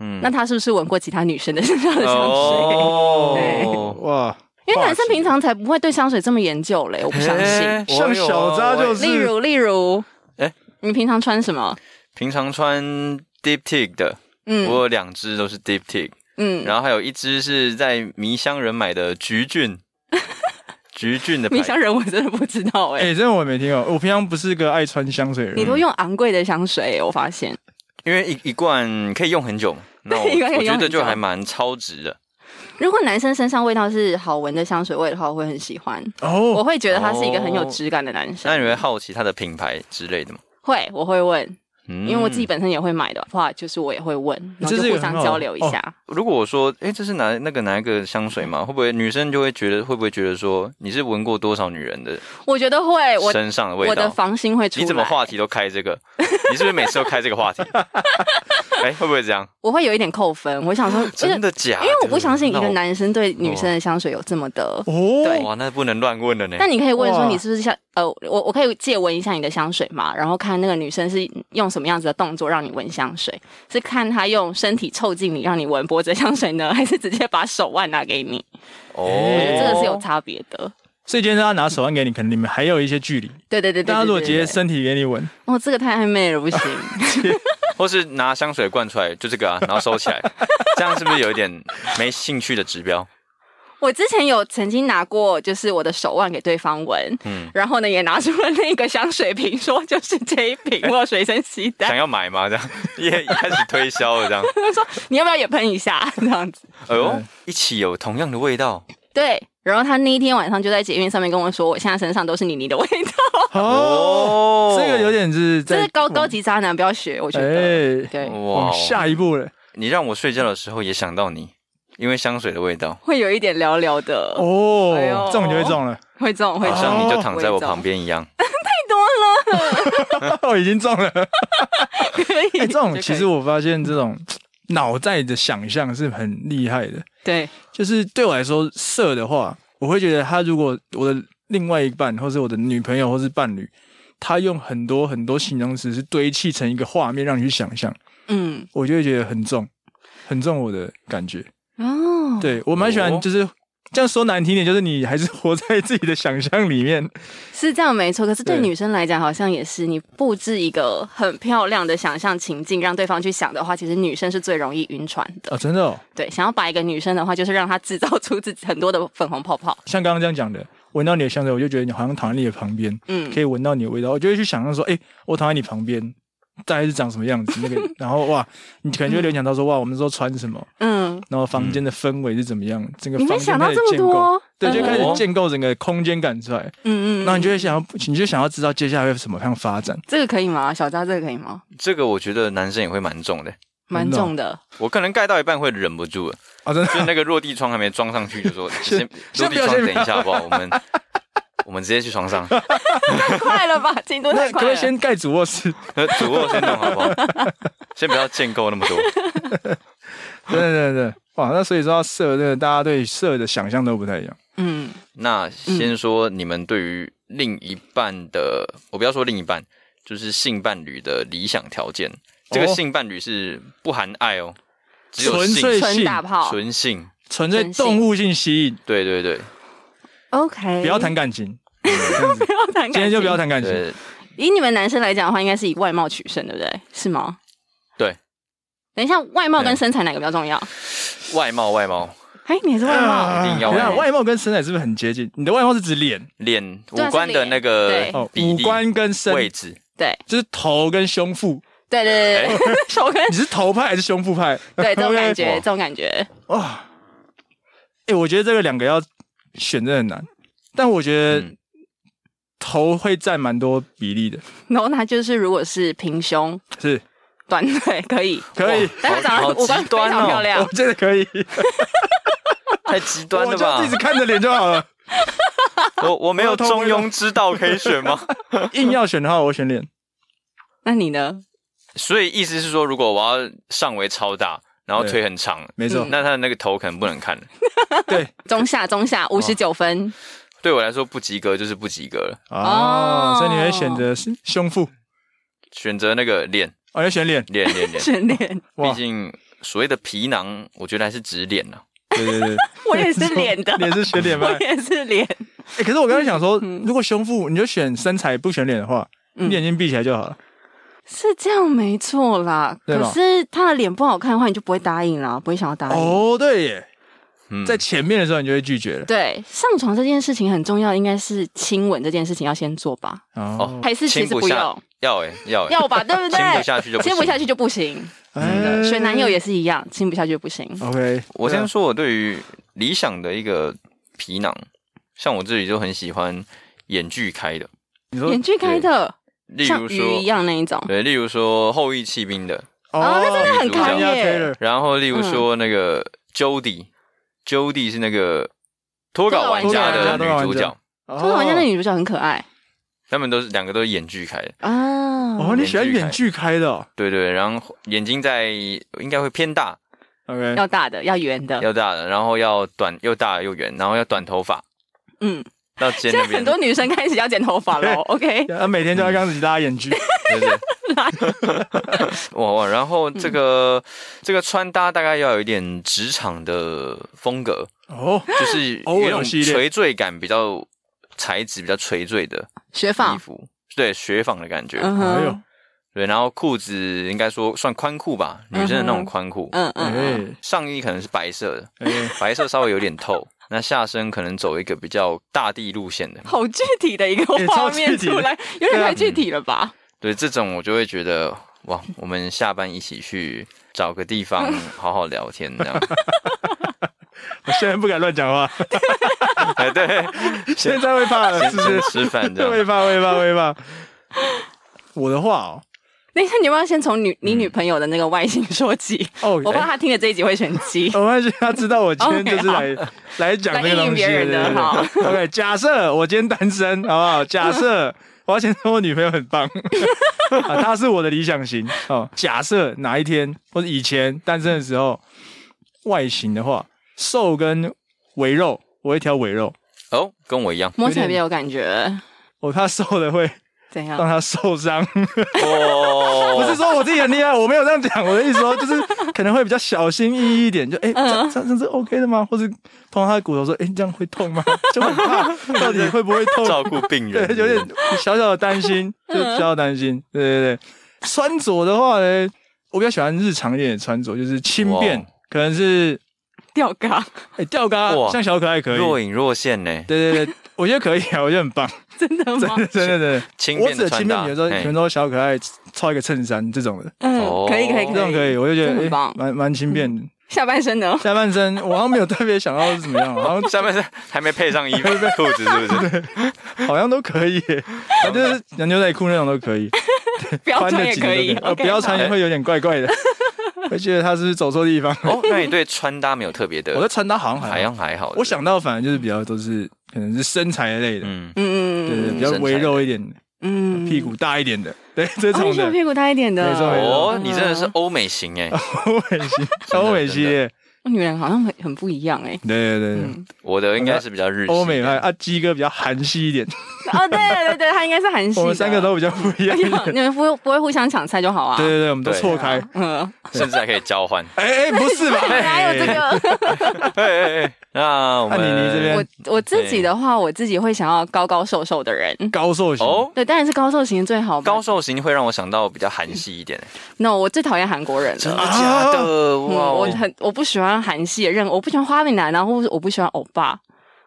Speaker 2: 嗯，
Speaker 1: 那他是不是闻过其他女生的身上的香水？
Speaker 2: 哦，
Speaker 3: 哇，
Speaker 1: 因为男生
Speaker 3: 话题
Speaker 1: 平常才不会对香水这么研究嘞，我不相信。
Speaker 2: 诶
Speaker 3: 像小渣就，是
Speaker 1: 例如，例如，
Speaker 2: 诶
Speaker 1: 你平常穿什么？
Speaker 2: 平常穿 Deep Tig 的，我
Speaker 1: 嗯
Speaker 2: 有两支都是 Deep Tig，
Speaker 1: 嗯，
Speaker 2: 然后还有一只是在迷香人买的橘郡，橘郡的牌
Speaker 1: 迷香人我真的不知道哎、
Speaker 3: 哎、这个我没听过，我平常不是个爱穿香水的人，
Speaker 1: 你都用昂贵的香水、我发现。
Speaker 2: 因为一一罐可以用很久嘛，那我
Speaker 1: 一罐可以
Speaker 2: 我
Speaker 1: 用
Speaker 2: 觉
Speaker 1: 很久
Speaker 2: 得就还蛮超值的。
Speaker 1: 如果男生身上味道是好闻的香水味的话，我会很喜欢，我
Speaker 3: 哦，
Speaker 1: 会觉得他是一个很有质感的男生。
Speaker 2: 哦那你会好奇它的品牌之类的吗？
Speaker 1: 会，我会问，
Speaker 2: 嗯
Speaker 1: 因为我自己本身也会买的话，就是我也会问，然后
Speaker 3: 这
Speaker 1: 就是
Speaker 3: 一个
Speaker 1: 互
Speaker 3: 很
Speaker 1: 相
Speaker 3: 好
Speaker 1: 交流一
Speaker 3: 哦
Speaker 1: 下。
Speaker 2: 如果我说，哎、这是哪那个哪一个香水吗？会不会女生就会觉得，会不会觉得说你是闻过多少女人的
Speaker 1: 我觉得会，我
Speaker 2: 身上的味
Speaker 1: 我的
Speaker 2: 道？
Speaker 1: 防心会出来。
Speaker 2: 你怎么话题都开这个？你是不是每次都开这个话题？ 哎、会不会这样？
Speaker 1: 我会有一点扣分。我想 说，就是
Speaker 2: 真的假的？
Speaker 1: 因为我不相信一
Speaker 2: 那
Speaker 1: 个
Speaker 2: 我哦
Speaker 1: 男生对女生的香水有这么的。
Speaker 3: 哦
Speaker 1: 对
Speaker 2: 哇，那不能乱问了呢。
Speaker 1: 那你可以问说
Speaker 3: 哇
Speaker 1: 你是不是像呃，我我可以借闻一下你的香水嘛？然后看那个女生是用什么样子的动作让你闻香水，是看她用身体凑近你让你闻脖子的香水呢， 还是直接把手腕拿给你？
Speaker 2: 哦，
Speaker 1: 我觉得这个是有差别的。
Speaker 3: 所以今天让他拿手腕给你，可能你们还有一些距离。
Speaker 1: 对对对对对对
Speaker 3: 但他如果
Speaker 1: 对
Speaker 3: 直接
Speaker 1: 对
Speaker 3: 身体给你吻，
Speaker 1: 哦，这个太暧昧了， 不行。
Speaker 2: 或是拿香水灌出来，就这 个啊，然后收起来，这样是不是有一点没兴趣的指标？
Speaker 1: 我之前有曾经拿过，就是我的手腕给对方闻，
Speaker 2: 嗯
Speaker 1: 然后呢也拿出了那个香水瓶，说就是这一瓶，我有随身携
Speaker 2: 想
Speaker 1: 带。
Speaker 2: 要买吗？这 样也开始推销了，这样。
Speaker 1: 他说你要不要也喷一下 这样子？
Speaker 2: 哎
Speaker 3: 嗯
Speaker 2: 呦，一起有同样的味道
Speaker 1: 对，然后他那一天晚上就在捷运上面跟我说，我现在身上都是你你的味道，
Speaker 3: 哦，
Speaker 2: 哦
Speaker 3: 这个有点是
Speaker 1: 这
Speaker 3: 在嗯
Speaker 1: 是高高级渣男，不要学，我觉得。
Speaker 3: 哎，
Speaker 1: 对，
Speaker 2: 哇
Speaker 3: 往
Speaker 2: 哦，
Speaker 3: 下一步了。
Speaker 2: 你让我睡觉的时候也想到你，因为香水的味道，
Speaker 1: 会有一点聊聊的，哎
Speaker 3: 哦
Speaker 1: 呦，
Speaker 3: 中就会中了，
Speaker 1: 会中会中，
Speaker 2: 好像你就躺在我旁
Speaker 1: 边，
Speaker 2: 边一样。
Speaker 3: 哦，已经中 了。
Speaker 1: 可以。
Speaker 3: 哎，这
Speaker 1: 就可
Speaker 3: 种
Speaker 1: 以
Speaker 3: 其实我发现这种脑袋的想象是很厉害的。
Speaker 1: 对
Speaker 3: 就是对我来说，色的话，我会觉得他如果我的另外一半，或是我的女朋友，或是伴侣，他用很多很多形容词是堆砌成一个画面让你去想象，
Speaker 1: 嗯
Speaker 3: 我就会觉得很重，很重我的感觉。
Speaker 1: 哦，
Speaker 3: 对我蛮喜欢，
Speaker 2: 哦
Speaker 3: 就是、这样说难听点，就是你还是活在自己的想象里面。
Speaker 1: 是这样没错，可是对
Speaker 3: 对
Speaker 1: 女生来讲，好像也是你布置一个很漂亮的想象情境，让对方去想的话，其实女生是最容易晕船的。
Speaker 3: 哦，真的、哦，
Speaker 1: 对，想要把一个女生的话，就是让她制造出自己很多的粉红泡泡。
Speaker 3: 像刚刚这样讲的，闻到你的香水，我就觉得你好像躺在你的旁边，
Speaker 1: 嗯
Speaker 3: 可，以闻到你的味道，我就会去想象说，哎、我躺在你旁边，大概是长什么样子？那个，然后哇，你可能就会联想到说，哇，我们那时候穿什么，
Speaker 1: 嗯，
Speaker 3: 然后房间的氛围是怎么样，整个
Speaker 1: 你
Speaker 3: 房
Speaker 1: 会
Speaker 3: 间
Speaker 1: 想
Speaker 3: 开
Speaker 1: 到
Speaker 3: 始
Speaker 1: 这么
Speaker 3: 建构，
Speaker 1: 多，
Speaker 3: 对，就开
Speaker 2: 哦
Speaker 3: 始建构整个空间感出来，
Speaker 1: 嗯嗯，
Speaker 3: 那你就
Speaker 1: 得
Speaker 3: 会想要，你就想要知道接下来会什么样发展。
Speaker 1: 这个可以吗？小扎这个可以吗？
Speaker 2: 这个我觉得男生也会蛮重的，
Speaker 1: 蛮
Speaker 3: 真的哦
Speaker 1: 重的，
Speaker 2: 我可能盖到一半会忍不住了，
Speaker 3: 啊，真
Speaker 2: 就是
Speaker 3: 的，
Speaker 2: 那个落地窗还没装上去，就说先落
Speaker 3: 先
Speaker 2: 地
Speaker 3: 不要
Speaker 2: 窗
Speaker 3: 先
Speaker 2: 等
Speaker 3: 不
Speaker 2: 一下好不好？我们我们直接去床上，
Speaker 1: 太快了 吧，进度
Speaker 3: 那
Speaker 1: 太
Speaker 3: 可不可
Speaker 1: 快
Speaker 3: 以
Speaker 1: 了。
Speaker 3: 先盖主卧室？
Speaker 2: 呃主卧先弄好不好？ 先不要建构那 么多。
Speaker 3: 对对对对，哇，那所以说到色，这个大家对色的想象都不太一样。
Speaker 1: 嗯，
Speaker 2: 那先说你们对于另一半的，我不要说另一半，就是性伴侣的理想条件。这个
Speaker 3: 哦
Speaker 2: 性伴侣是不含爱哦，只有
Speaker 3: 纯
Speaker 2: 性
Speaker 3: 粹
Speaker 1: 纯
Speaker 3: 性
Speaker 1: 打炮
Speaker 2: 纯性。
Speaker 3: 纯粹动物性吸引，
Speaker 2: 对对对
Speaker 1: ，OK，
Speaker 3: 不要，谈感情，这样子
Speaker 1: 不要谈，
Speaker 3: 今天就不要
Speaker 1: 谈。
Speaker 3: 谈感情。
Speaker 2: 对，
Speaker 1: 以你们男生来讲的话，应该是以外貌取胜，对不对？是吗？
Speaker 2: 对。
Speaker 1: 等一下，外貌跟
Speaker 2: 对
Speaker 1: 身材哪个比较重要？
Speaker 2: 外貌外貌
Speaker 1: 哎，你也是外貌，
Speaker 3: 啊
Speaker 2: 一定要哎
Speaker 3: 等一下
Speaker 2: 外貌
Speaker 3: 外貌跟身材是不是很接近？你的外貌是指脸
Speaker 2: 脸五
Speaker 1: 对啊
Speaker 2: 官的那个
Speaker 1: 是脸
Speaker 3: 哦，
Speaker 2: 比
Speaker 3: 五
Speaker 2: 例、
Speaker 3: 官跟身
Speaker 2: 位置，
Speaker 1: 对
Speaker 3: 就是头跟胸腹，
Speaker 1: 对对
Speaker 3: 哎
Speaker 1: 对对，手 跟
Speaker 3: 你是头派还是胸腹 派？
Speaker 1: 对这种感觉，
Speaker 2: 哇
Speaker 1: 这种感觉，
Speaker 3: 哇，哎，我觉得这个两个要选真的很难，但我觉得
Speaker 2: 嗯
Speaker 3: 头会占蛮多比例的，
Speaker 1: 然后他就是如果是平胸
Speaker 3: 是
Speaker 1: 短腿可以，
Speaker 3: 可以，
Speaker 1: 但他长
Speaker 2: 好
Speaker 1: 得五官
Speaker 2: 极
Speaker 1: 非
Speaker 2: 端哦
Speaker 1: 常漂亮
Speaker 3: 我，觉得可以，
Speaker 2: 太极端
Speaker 3: 我
Speaker 2: 了
Speaker 3: 就
Speaker 2: 吧
Speaker 3: 一？直看着脸就好 了。
Speaker 2: 我我没有
Speaker 3: 我头
Speaker 2: 中
Speaker 3: 没有
Speaker 2: 庸之道可以选吗？
Speaker 3: 硬要选的话，我选脸。
Speaker 1: 那你呢？
Speaker 2: 所以意思是说，如果我要上围超大，然后
Speaker 3: 对
Speaker 2: 腿很长，
Speaker 3: 没错，
Speaker 2: 那他的那个头可能不能看了。
Speaker 3: 对
Speaker 1: 中下中下五十九分，
Speaker 2: 对我来说，不及格就是不及格了。
Speaker 3: 哦，所以你会选择是胸腹，
Speaker 2: 选择那个脸，
Speaker 3: 哦，要选脸，
Speaker 2: 脸，脸， 脸。
Speaker 1: 训练，
Speaker 3: 哇
Speaker 2: 毕竟所谓的皮囊，我觉得还是指脸啊呐、
Speaker 3: 对对对，，
Speaker 1: 我也是脸的
Speaker 3: 脸是选脸
Speaker 1: 我
Speaker 3: 派。
Speaker 1: 也是脸，
Speaker 3: 哎，可是我刚才想说，
Speaker 1: 嗯
Speaker 3: 如果胸腹你就选身材不选脸的话，
Speaker 1: 嗯
Speaker 3: 你眼睛闭起来就好了。
Speaker 1: 是这样没错啦。
Speaker 3: 对吧
Speaker 1: 哎
Speaker 3: 哦
Speaker 1: 可是他的脸不好看的话，你就不会答应啦，不会想要答应。
Speaker 3: 哦，对耶，
Speaker 2: 嗯
Speaker 3: 在前面的时候你就会拒绝了。
Speaker 1: 对，上床这件事情很重要，应该是亲吻这件事情要先做吧？
Speaker 3: 哦，
Speaker 1: 还是其
Speaker 2: 亲
Speaker 1: 实
Speaker 2: 不
Speaker 1: 不
Speaker 2: 下
Speaker 1: 用？
Speaker 2: 要哎、要、欸、
Speaker 1: 要吧，对不对？
Speaker 2: 亲不下去就不
Speaker 1: 亲不
Speaker 2: 行
Speaker 1: 下去就不行。
Speaker 3: 哎
Speaker 1: 选男友也是一样，亲不下去就不行。
Speaker 3: OK，
Speaker 2: 我
Speaker 3: 对啊
Speaker 2: 先说我对于理想的一个皮囊，像我自己就很喜欢眼距开的，
Speaker 3: 你说
Speaker 1: 眼距开的，
Speaker 2: 例
Speaker 1: 像
Speaker 2: 如
Speaker 1: 鱼一
Speaker 2: 说，
Speaker 1: 样那一种。
Speaker 2: 对，例如说后羿弃兵的，
Speaker 3: 啊
Speaker 1: 哦，那真的很开
Speaker 2: 看
Speaker 3: 人家
Speaker 1: 耶。
Speaker 3: Taylor
Speaker 2: 然后例
Speaker 3: 嗯
Speaker 2: 如说那个 Jody，Jody、Jody 是那个脱稿玩家的
Speaker 3: 脱稿玩
Speaker 2: 女
Speaker 3: 家
Speaker 2: 主角，
Speaker 3: 哦
Speaker 1: 通常玩家那女主角很可爱
Speaker 2: 他们都是两个都是眼距开的，
Speaker 1: 啊。
Speaker 3: 哦，你喜欢远
Speaker 2: 远
Speaker 3: 距开的哦
Speaker 2: 对对，然后眼睛在应该会偏大，
Speaker 3: ？OK，
Speaker 1: 要大的，要圆的，
Speaker 2: 要大的，然后要短又大又圆，然后要短头发
Speaker 1: 嗯。
Speaker 2: 到
Speaker 1: 现
Speaker 2: 肩
Speaker 1: 在
Speaker 2: 那边，
Speaker 1: 很多女生开始要剪头发喽。OK，
Speaker 3: 他每天都要跟自己拉眼距，
Speaker 2: 对对对，哇哇！然后这
Speaker 3: 嗯
Speaker 2: 个、这个穿搭大概要有一点职场的风格，
Speaker 3: 哦，
Speaker 2: 就是
Speaker 3: 偶尔
Speaker 2: 有一种
Speaker 3: 系列
Speaker 2: 垂坠感比较材质比较垂坠的
Speaker 1: 学
Speaker 2: 衣
Speaker 1: 坊，
Speaker 2: 服，对雪纺的感觉。
Speaker 1: 嗯
Speaker 3: 哎
Speaker 1: 哼
Speaker 3: 呦，，
Speaker 2: 对，然后裤子应该说算宽裤吧，女生的那种宽裤。
Speaker 1: 嗯嗯，
Speaker 3: 哎
Speaker 2: 上衣可能是白色的，
Speaker 3: 哎，
Speaker 2: 白色稍微有点透。那下身可能走一个比较大地路线 的，
Speaker 1: 好具体的一个
Speaker 3: 哎超
Speaker 1: 画
Speaker 3: 具
Speaker 1: 面
Speaker 3: 体的
Speaker 1: 出来，有点太具体了吧？
Speaker 2: 对这种我就会觉得哇，我们下班一起去找个 地方好好聊天这样。
Speaker 3: 我现在不敢乱讲 话，
Speaker 2: 哎， 对，
Speaker 3: 现在会怕了，是不是
Speaker 2: 先？吃饭这
Speaker 3: 会
Speaker 2: 样。
Speaker 3: 怕，会怕，会怕。我的话哦，
Speaker 1: 等一下，你要不要先从女你女朋友的那个外形说起？
Speaker 3: 嗯哦，
Speaker 1: 我怕她听了这一集会选鸡。
Speaker 3: 我发现他知道我今天就是 来来讲
Speaker 1: 哦
Speaker 3: 这个
Speaker 1: 来应
Speaker 3: 东
Speaker 1: 应
Speaker 3: 西
Speaker 1: 别人的哈。
Speaker 3: 对对对 OK，假设我今天单身，好不 好？假设我要先说我女朋友很棒， 啊，她是我的理想型哦。假设哪一天或者以前单身的时候，外形的话，瘦跟围肉，我会挑围肉，
Speaker 2: 哦，跟我一 样。
Speaker 1: 摸起来比较有感觉，
Speaker 3: 我怕瘦的会
Speaker 1: 怎
Speaker 3: 让
Speaker 1: 样？
Speaker 3: 她受伤。
Speaker 2: 哦，
Speaker 3: 不是说我自己很厉害，我没有这样讲，我的意思说就是可能会比较小心翼翼一点，就哎、
Speaker 2: 嗯
Speaker 3: 诶这这样是 OK 的吗？或是碰到他的骨头说，哎、这样会痛 吗？就很怕到底会不会痛，
Speaker 2: 照顾病
Speaker 3: 对
Speaker 2: 人，，
Speaker 3: 有点小小的担心，就小小的担心，对对对。穿着的话呢，我比较喜欢日常一点的穿着，就是轻便
Speaker 2: 哇，
Speaker 3: 可能是
Speaker 1: 吊嘎，
Speaker 3: 哎、吊嘎，
Speaker 2: 哇
Speaker 3: 像小可爱可以，
Speaker 2: 若隐若现呢，
Speaker 3: 对对对，我觉得可以啊，我觉得很棒，
Speaker 1: 真的吗？
Speaker 3: 真的真的。
Speaker 2: 轻
Speaker 3: 我
Speaker 2: 便
Speaker 3: 指的
Speaker 2: 的穿
Speaker 3: 轻便，
Speaker 2: 搭
Speaker 3: 比如。说，
Speaker 2: 嘿
Speaker 3: 比如说小可爱穿一个衬衫这种的，
Speaker 1: 嗯，
Speaker 2: 哦
Speaker 1: 可以可以
Speaker 3: 这种可以，我就觉
Speaker 1: 真的
Speaker 3: 得
Speaker 1: 很
Speaker 3: 哎
Speaker 1: 棒嗯
Speaker 3: 蛮蛮轻便的。
Speaker 1: 下半身 呢？
Speaker 3: 下半身我好像没有特别想到是怎么样，好像
Speaker 2: 下半身还没配上衣服裤子，是不 是？
Speaker 3: 好像都可以 耶，就是像牛仔裤那种都 可以，
Speaker 1: 不要
Speaker 3: 穿
Speaker 1: 穿
Speaker 3: 的
Speaker 1: 也
Speaker 3: 紧的
Speaker 1: 可以
Speaker 3: 都，呃，
Speaker 1: OK，
Speaker 3: 不要穿
Speaker 1: 好
Speaker 3: 也会有点怪 怪的，会觉得他是不是走错地方。
Speaker 2: 哦，那你对穿搭没有特别
Speaker 3: 我的
Speaker 2: 的，
Speaker 3: 穿搭好像
Speaker 2: 好
Speaker 3: 还好，
Speaker 2: 像还好。
Speaker 3: 我，想到反正就是比较都是可能是身材类的，
Speaker 2: 嗯，
Speaker 3: 对对，对比
Speaker 1: 嗯
Speaker 3: 较
Speaker 2: 身材
Speaker 3: 微肉一点的，
Speaker 1: 嗯
Speaker 3: 屁股大一点的，对这
Speaker 1: 哦，你
Speaker 3: 种
Speaker 1: 喜欢
Speaker 3: 的
Speaker 1: 屁股大一点的嗯
Speaker 3: 没错没错
Speaker 2: 哦，你真的是欧美型
Speaker 1: 哦
Speaker 2: 哎。
Speaker 3: 欧美系，欧美系列，
Speaker 1: 女人好像很很不一样 哎、
Speaker 3: 对对对
Speaker 1: 嗯，
Speaker 2: 我的应该是比较日系
Speaker 3: 对，欧美派啊，鸡哥比较韩系一点，
Speaker 1: 哦，对对对，她应该是韩系的。
Speaker 3: 我们三 个都比较不一样一点，
Speaker 1: 你们不不会互相抢菜就好啊。
Speaker 3: 对对对，我们都
Speaker 2: 对
Speaker 3: 错开，
Speaker 1: 嗯，
Speaker 2: 甚至还可以 交换。
Speaker 3: 哎哎，不是吧？
Speaker 1: 哪有这 个？
Speaker 2: 哎哎哎，那我
Speaker 3: 那
Speaker 2: 们
Speaker 3: 妮妮这边
Speaker 1: 我我自己的话，我自己会想要高高瘦瘦的人。
Speaker 3: 高瘦型？
Speaker 2: 哦，
Speaker 1: 对，当然是高瘦型最好吧。
Speaker 2: 高瘦型会让我想到比较韩系一点，欸
Speaker 1: no，我最讨厌韩国人
Speaker 2: 真
Speaker 1: 了。
Speaker 2: 的假
Speaker 1: 啊
Speaker 2: 的？
Speaker 1: 嗯，
Speaker 2: 哇，哦
Speaker 1: 我很我不喜欢韩系的任，我不喜欢花美男啊，或者是我不喜欢欧巴，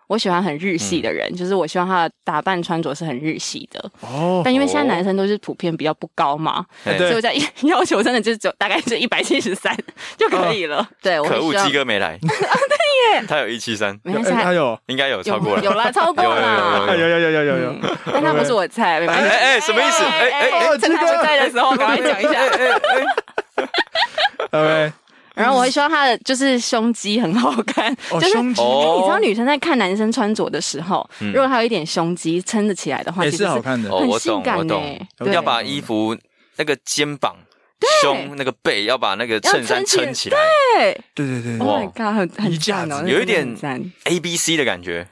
Speaker 1: 我喜欢很日
Speaker 2: 嗯
Speaker 1: 系的人，就是我希望他的打扮穿着是很日系的。
Speaker 3: 哦，
Speaker 1: 但因为现在男生都是普遍比较不高嘛，
Speaker 2: 嘿
Speaker 3: 对
Speaker 1: 所以我在 要求真的就只有大概是一百七十 三就可以了。对，我
Speaker 2: 嗯可恶，
Speaker 1: 会希望
Speaker 2: 鸡，哥 没来。他有一七三，
Speaker 1: 啊没关系
Speaker 3: 哎，他有，
Speaker 2: 应该有超过
Speaker 1: 有
Speaker 2: 了。
Speaker 1: 有啦，超过
Speaker 2: 有有有
Speaker 1: 啦。
Speaker 3: 哎有有有有有有，
Speaker 1: 嗯 但他不是我菜，没关系。
Speaker 2: 哎哎什么意思哎哎
Speaker 3: 哎
Speaker 1: 趁他
Speaker 3: 这个
Speaker 1: 不在的时候，赶快讲一下。嗯
Speaker 3: OK，
Speaker 1: 然后我会希望他的就是胸肌很好看，
Speaker 3: 哦
Speaker 1: 就是
Speaker 3: 胸肌
Speaker 1: 哎你知道女生在看男生穿着的时候，
Speaker 2: 嗯
Speaker 1: 如果他有一点胸肌撑得起来的话，
Speaker 3: 也
Speaker 1: 其实
Speaker 3: 哎是好看的
Speaker 2: 哦，
Speaker 1: 很
Speaker 2: 我
Speaker 1: 性
Speaker 2: 懂，
Speaker 1: 感
Speaker 2: 我
Speaker 1: 呢
Speaker 2: 懂，
Speaker 1: 对
Speaker 2: 要把衣服那个肩膀、胸、那个背，要把那个
Speaker 1: 要
Speaker 2: 衬衫
Speaker 1: 撑起
Speaker 2: 撑起来
Speaker 1: 对
Speaker 3: 对对对，
Speaker 1: ，Oh
Speaker 3: 对
Speaker 2: 哇
Speaker 1: my god，很很
Speaker 3: 衣架
Speaker 1: 赞哦
Speaker 3: 子
Speaker 1: 那
Speaker 2: 有一
Speaker 1: 真的很
Speaker 2: 点
Speaker 1: 赞
Speaker 2: ，A B C 的感觉。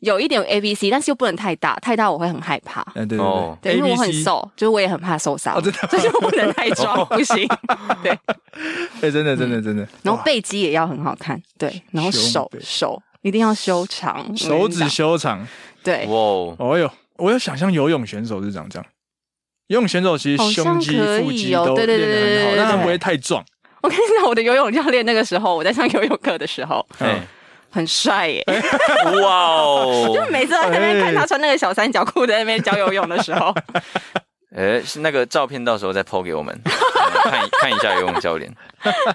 Speaker 1: 有一点 A B C，但是又不能太大，太大我会很害怕。
Speaker 3: 哎对对
Speaker 2: 哦
Speaker 1: 对，
Speaker 3: 对，
Speaker 1: 因为我
Speaker 3: ABC
Speaker 1: 很，瘦，就是我也很怕受伤，
Speaker 3: 哦真的 吗
Speaker 1: 所
Speaker 3: 哦
Speaker 1: 以就不能太壮，不 行。对，
Speaker 3: 哎真的真的真的，
Speaker 1: 嗯然后
Speaker 3: 哇
Speaker 1: 背肌也要很好看，对，然后
Speaker 3: 胸
Speaker 1: 手
Speaker 3: 背
Speaker 1: 手一定要修长，
Speaker 3: 手
Speaker 1: 我跟
Speaker 3: 指
Speaker 1: 你讲
Speaker 3: 修长，
Speaker 1: 对，
Speaker 2: 哇哦，
Speaker 3: 哦哟，我有想象游泳选手是长这样。游泳选手其
Speaker 1: 好
Speaker 3: 实
Speaker 1: 像
Speaker 3: 胸肌、
Speaker 1: 可以
Speaker 3: 腹肌
Speaker 1: 哦
Speaker 3: 都
Speaker 1: 对对
Speaker 3: 练
Speaker 1: 对对
Speaker 3: 得很好，
Speaker 1: 对
Speaker 3: 但他
Speaker 1: 对
Speaker 3: 不会太壮。
Speaker 1: 我跟你讲，我的游泳教练那个时候我在上游泳课的时候，
Speaker 2: 哎，
Speaker 1: 很帅 耶！
Speaker 2: 哇哦！
Speaker 1: 就每次在那
Speaker 3: 哎
Speaker 1: 边看他穿那个小三角裤在那边教游泳的时候，
Speaker 2: 哎，是那个照片，到时候再 PO 给 我们看一看一下游泳教练。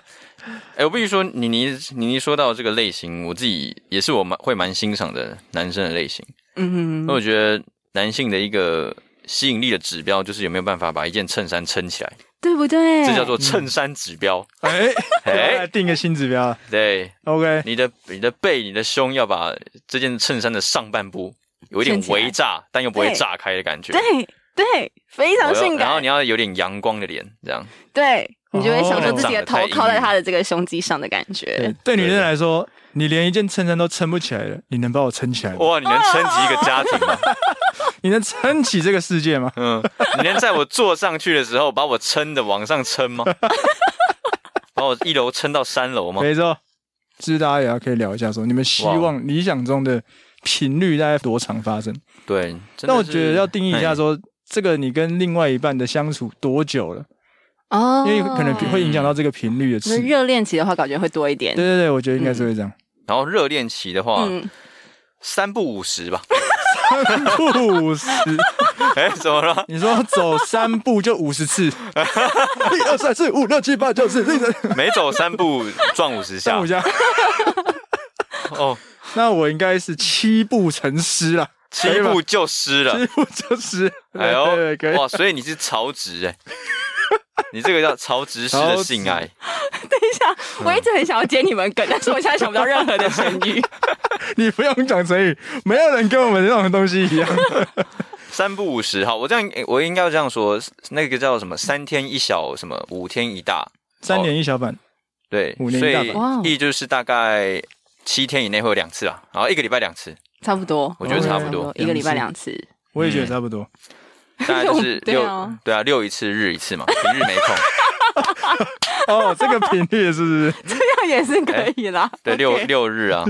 Speaker 2: 哎，我必须说，妮妮妮妮说到这个类型，我自己也是我蛮会蛮欣赏的男生的类型。
Speaker 1: 嗯
Speaker 2: 因为，我觉得男性的一个吸引力的指标，就是有没有办法把一件衬衫撑起来，
Speaker 1: 对不对？嗯
Speaker 2: 这叫做衬衫指标。
Speaker 3: 哎，
Speaker 2: 哎，
Speaker 3: 定个新指标
Speaker 2: 对，
Speaker 3: ，OK，
Speaker 2: 你的你的背、你的胸要把这件衬衫的上半部有一点
Speaker 1: 撑起来
Speaker 2: 微炸，但又不会
Speaker 1: 对
Speaker 2: 炸开的感觉。
Speaker 1: 对对，非常性
Speaker 2: 然后
Speaker 1: 感
Speaker 2: 你。要有点阳光的脸，这样。
Speaker 1: 对你就会享受自己的头
Speaker 2: 哦
Speaker 1: 靠在他的这个胸肌上的感觉
Speaker 3: 对。，对女
Speaker 2: 对
Speaker 3: 生来说，你连一件衬衫都撑不起来了，你能把我撑起来吗？
Speaker 2: 哇，你能撑起一个家庭吗？
Speaker 3: 你能撑起这个世界吗？
Speaker 2: 嗯，你能在我坐上去的时候把我撑的往上撑吗？把我一楼撑到三楼吗？
Speaker 3: 没错，其实哦大家也要可以聊一下说，你们希望理想中的频率大概多长发生？
Speaker 2: 对，真的
Speaker 3: 那我
Speaker 2: 是
Speaker 3: 觉得要定义一下
Speaker 2: 哎
Speaker 3: 说，这个你跟另外一半的相处多久了？
Speaker 1: 哦
Speaker 3: 因为可能会影响到这个频率的
Speaker 1: 就是
Speaker 3: 次。
Speaker 1: 热恋期的话，感觉会多一点
Speaker 3: 对。对对，我觉得应该是会这样。
Speaker 2: 然后热恋期的话，
Speaker 1: 嗯，
Speaker 2: 三不五十吧。 嗯
Speaker 3: 五十，
Speaker 2: 哎，怎么了？
Speaker 3: 你说走三步就五十次，一二三四五六七八九十，一直
Speaker 2: 每走三步撞五十下
Speaker 3: 上五下。
Speaker 2: 哦，
Speaker 3: 那我应该是七步成诗 了，
Speaker 2: 七
Speaker 3: 可以
Speaker 2: 步
Speaker 3: 吧
Speaker 2: 就湿了
Speaker 3: 七。步成诗。
Speaker 2: 哎
Speaker 3: 对对
Speaker 2: 呦
Speaker 3: 对，可以。
Speaker 2: 哇，所以你是潮直 哎，你这个叫潮直式的性爱。嗯
Speaker 1: 我一直很想要接你们梗，但是我现在想不到任何 的成语。
Speaker 3: 你不用讲成语，没有人跟我们这种东西一样。
Speaker 2: 三不五十，好，我这样诶我应该要这样说，那个叫什么？三天一小，什么五天一大，
Speaker 3: 三年一小版，
Speaker 2: 对，
Speaker 3: 五年
Speaker 2: 所
Speaker 3: 一大
Speaker 2: 以
Speaker 1: 哇哦
Speaker 2: 意就是大概七天以内会有两次啊，然后一个礼拜两 次，
Speaker 1: 差不多，
Speaker 2: 我觉得差不多嗯
Speaker 1: 一个礼拜两次。
Speaker 3: 我也觉得差不多。
Speaker 2: 大概就是
Speaker 1: 对
Speaker 2: 六
Speaker 1: 啊
Speaker 2: 对啊六一次日一次嘛，平日没 空，
Speaker 3: 哦，这个频率是不
Speaker 1: 这样也是可以啦。
Speaker 2: 对
Speaker 1: OK
Speaker 2: 六六日啊，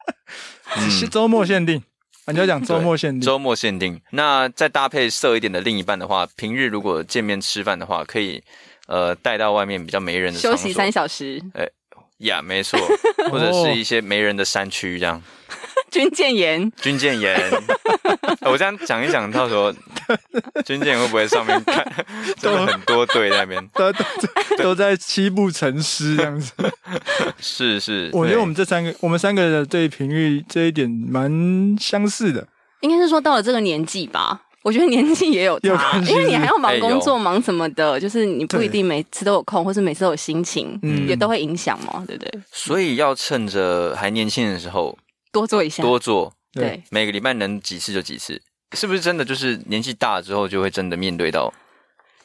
Speaker 3: 嗯是？是周末限定啊？你要讲周末限定
Speaker 2: 周末限定。那再搭配色一点的另一半的话，平日如果见面吃饭的话，可以呃带到外面比较没人的
Speaker 1: 休息三
Speaker 2: 呀
Speaker 1: 小时，
Speaker 2: 没 错，或者是一些没人的山区这
Speaker 3: 哦
Speaker 2: 样。
Speaker 1: 军舰岩
Speaker 2: 军舰 岩，我这样讲一讲，到时候军舰岩会不会上面看 真的很多队在那边？
Speaker 3: 都 都都在七步成诗这样子。
Speaker 2: 是是，
Speaker 3: 我觉
Speaker 2: 对
Speaker 3: 得我们这三个，我们三个的对频率这一点蛮相似的。
Speaker 1: 应该是说到了这个年纪吧。我觉得年纪也有
Speaker 3: 有
Speaker 1: 差
Speaker 3: 关，系
Speaker 1: 因为你还要忙
Speaker 2: 哎
Speaker 1: 工作、
Speaker 2: 有
Speaker 1: 忙什么的，就是你不一
Speaker 3: 对
Speaker 1: 定每次都有空，或是每次都有心情，
Speaker 3: 嗯
Speaker 1: 也都会影响嘛，对不对？
Speaker 2: 所以要趁着还年轻的时候
Speaker 1: 多做一下，
Speaker 2: 多做，
Speaker 1: 啊对，
Speaker 2: 每个礼拜能几次就几次。是不是真的就是年纪大之后就会真的面对到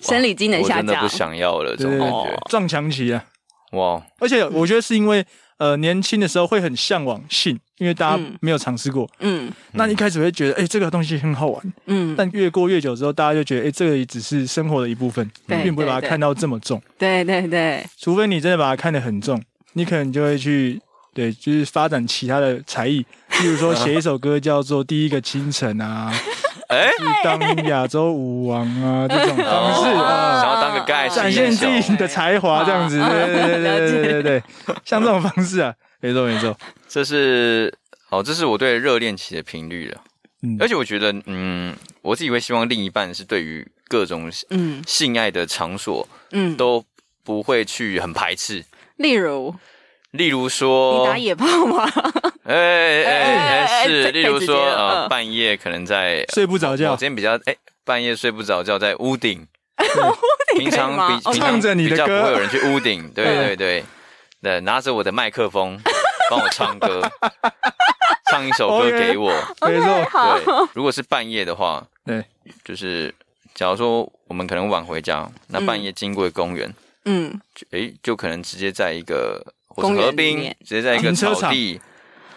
Speaker 1: 生理机能
Speaker 2: 我
Speaker 1: 下
Speaker 2: 真的
Speaker 1: 降哦
Speaker 2: 不，想要了这
Speaker 3: 对
Speaker 2: 种
Speaker 3: 对
Speaker 2: 感
Speaker 3: 对
Speaker 2: 觉？，
Speaker 3: 撞墙期啊！
Speaker 2: 哇，
Speaker 3: 而且我觉得是因为呃年轻的时候会很向往性，因为大家
Speaker 1: 嗯
Speaker 3: 没有尝试过。
Speaker 1: 嗯
Speaker 3: 那你一开始会觉得，哎、这个东西很好玩，
Speaker 1: 嗯，
Speaker 3: 但越过越久之后，大家就觉得，哎、这个也只是生活的一部分，
Speaker 1: 对
Speaker 3: 并不会把
Speaker 1: 对
Speaker 3: 它
Speaker 1: 对
Speaker 3: 看到这么重。
Speaker 1: 对对对，
Speaker 3: 除非你真的把它看得很重，你可能就会去对，就是发展其他的才艺，例如说写一首歌叫做《第一个清晨》啊，
Speaker 2: 哎，
Speaker 3: 去当亚洲舞王啊这种方式
Speaker 2: 哦
Speaker 3: 啊。
Speaker 2: 想要当个盖世
Speaker 3: 展
Speaker 2: 英
Speaker 3: 现自己
Speaker 2: 雄，
Speaker 3: 的才华，这样子，
Speaker 1: 啊
Speaker 3: 对对对对对
Speaker 1: 了解
Speaker 3: 对对，对像这种方式啊，没错没错，
Speaker 2: 这是哦，这是我对热恋期的频率了。
Speaker 3: 嗯
Speaker 2: 而且我觉得，嗯，我自己会希望另一半是对于各种
Speaker 1: 嗯
Speaker 2: 性爱的场所
Speaker 1: 嗯，
Speaker 2: 都不会去很排斥。
Speaker 1: 例如
Speaker 2: 例如说
Speaker 1: 你，打野炮吗？
Speaker 2: 哎哎哎哎，
Speaker 1: 哎
Speaker 2: 是，
Speaker 1: 哎
Speaker 2: 例如
Speaker 1: 太直接
Speaker 2: 说
Speaker 1: 了
Speaker 2: 呃，
Speaker 1: 嗯
Speaker 2: 半夜可能在呃
Speaker 3: 睡不着
Speaker 1: 啊
Speaker 2: 我
Speaker 3: 觉
Speaker 2: 今，天比较哎，半夜睡不着觉，在屋顶，
Speaker 1: 你
Speaker 2: 平
Speaker 1: 可以
Speaker 2: 常
Speaker 1: 吗哦
Speaker 2: 比？平常
Speaker 3: 唱着你的
Speaker 2: 比较
Speaker 3: 歌
Speaker 2: 不会有人去屋 顶，对对对，对，拿着我的麦克风帮我唱歌， 唱一首歌
Speaker 3: OK
Speaker 2: 给我。
Speaker 3: 没错，
Speaker 1: 好，
Speaker 2: 对，如果是半夜的话，
Speaker 3: 对，
Speaker 2: 就是假如说我们可能晚回家，那半夜经过公园，
Speaker 1: 嗯，
Speaker 2: 就诶、就可能直接在一个或
Speaker 1: 公
Speaker 2: 是
Speaker 1: 园
Speaker 2: 河
Speaker 1: 里
Speaker 2: 滨
Speaker 1: 面，嗯
Speaker 2: 直接在一个
Speaker 3: 停车
Speaker 2: 草地，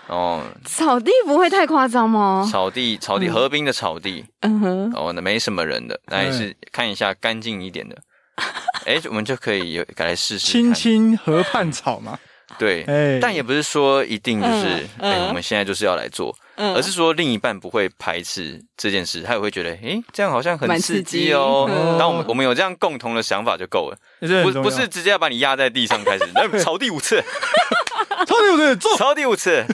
Speaker 2: 哦，
Speaker 1: 草地不会太夸张吗？
Speaker 2: 草地，草
Speaker 1: 哦
Speaker 2: 地，河滨的草地，
Speaker 1: 嗯哼，
Speaker 2: 哦，那没什么人的，那也
Speaker 3: 哎
Speaker 2: 是看一哎下干净一点的。诶，我们就可以有来试试看。
Speaker 3: 青青河畔草嘛，
Speaker 2: 对，
Speaker 3: 哎
Speaker 2: 但也不是说一定就是，哎、
Speaker 1: 嗯嗯
Speaker 2: 我们现在就是要来做，
Speaker 1: 嗯
Speaker 2: 而是说另一半不会排斥这件事，他也会觉得，哎、这样好像很
Speaker 1: 蛮
Speaker 2: 刺
Speaker 1: 刺
Speaker 2: 激
Speaker 1: 激
Speaker 2: 哦。
Speaker 1: 嗯
Speaker 2: 当我们我们有这样共同的想法就够了，
Speaker 3: 这
Speaker 2: 不
Speaker 3: 很
Speaker 2: 是
Speaker 3: 重要
Speaker 2: 不是直接要把你压在地上开始， 那朝地五次，
Speaker 3: 超对不对？重
Speaker 2: 朝地五 次，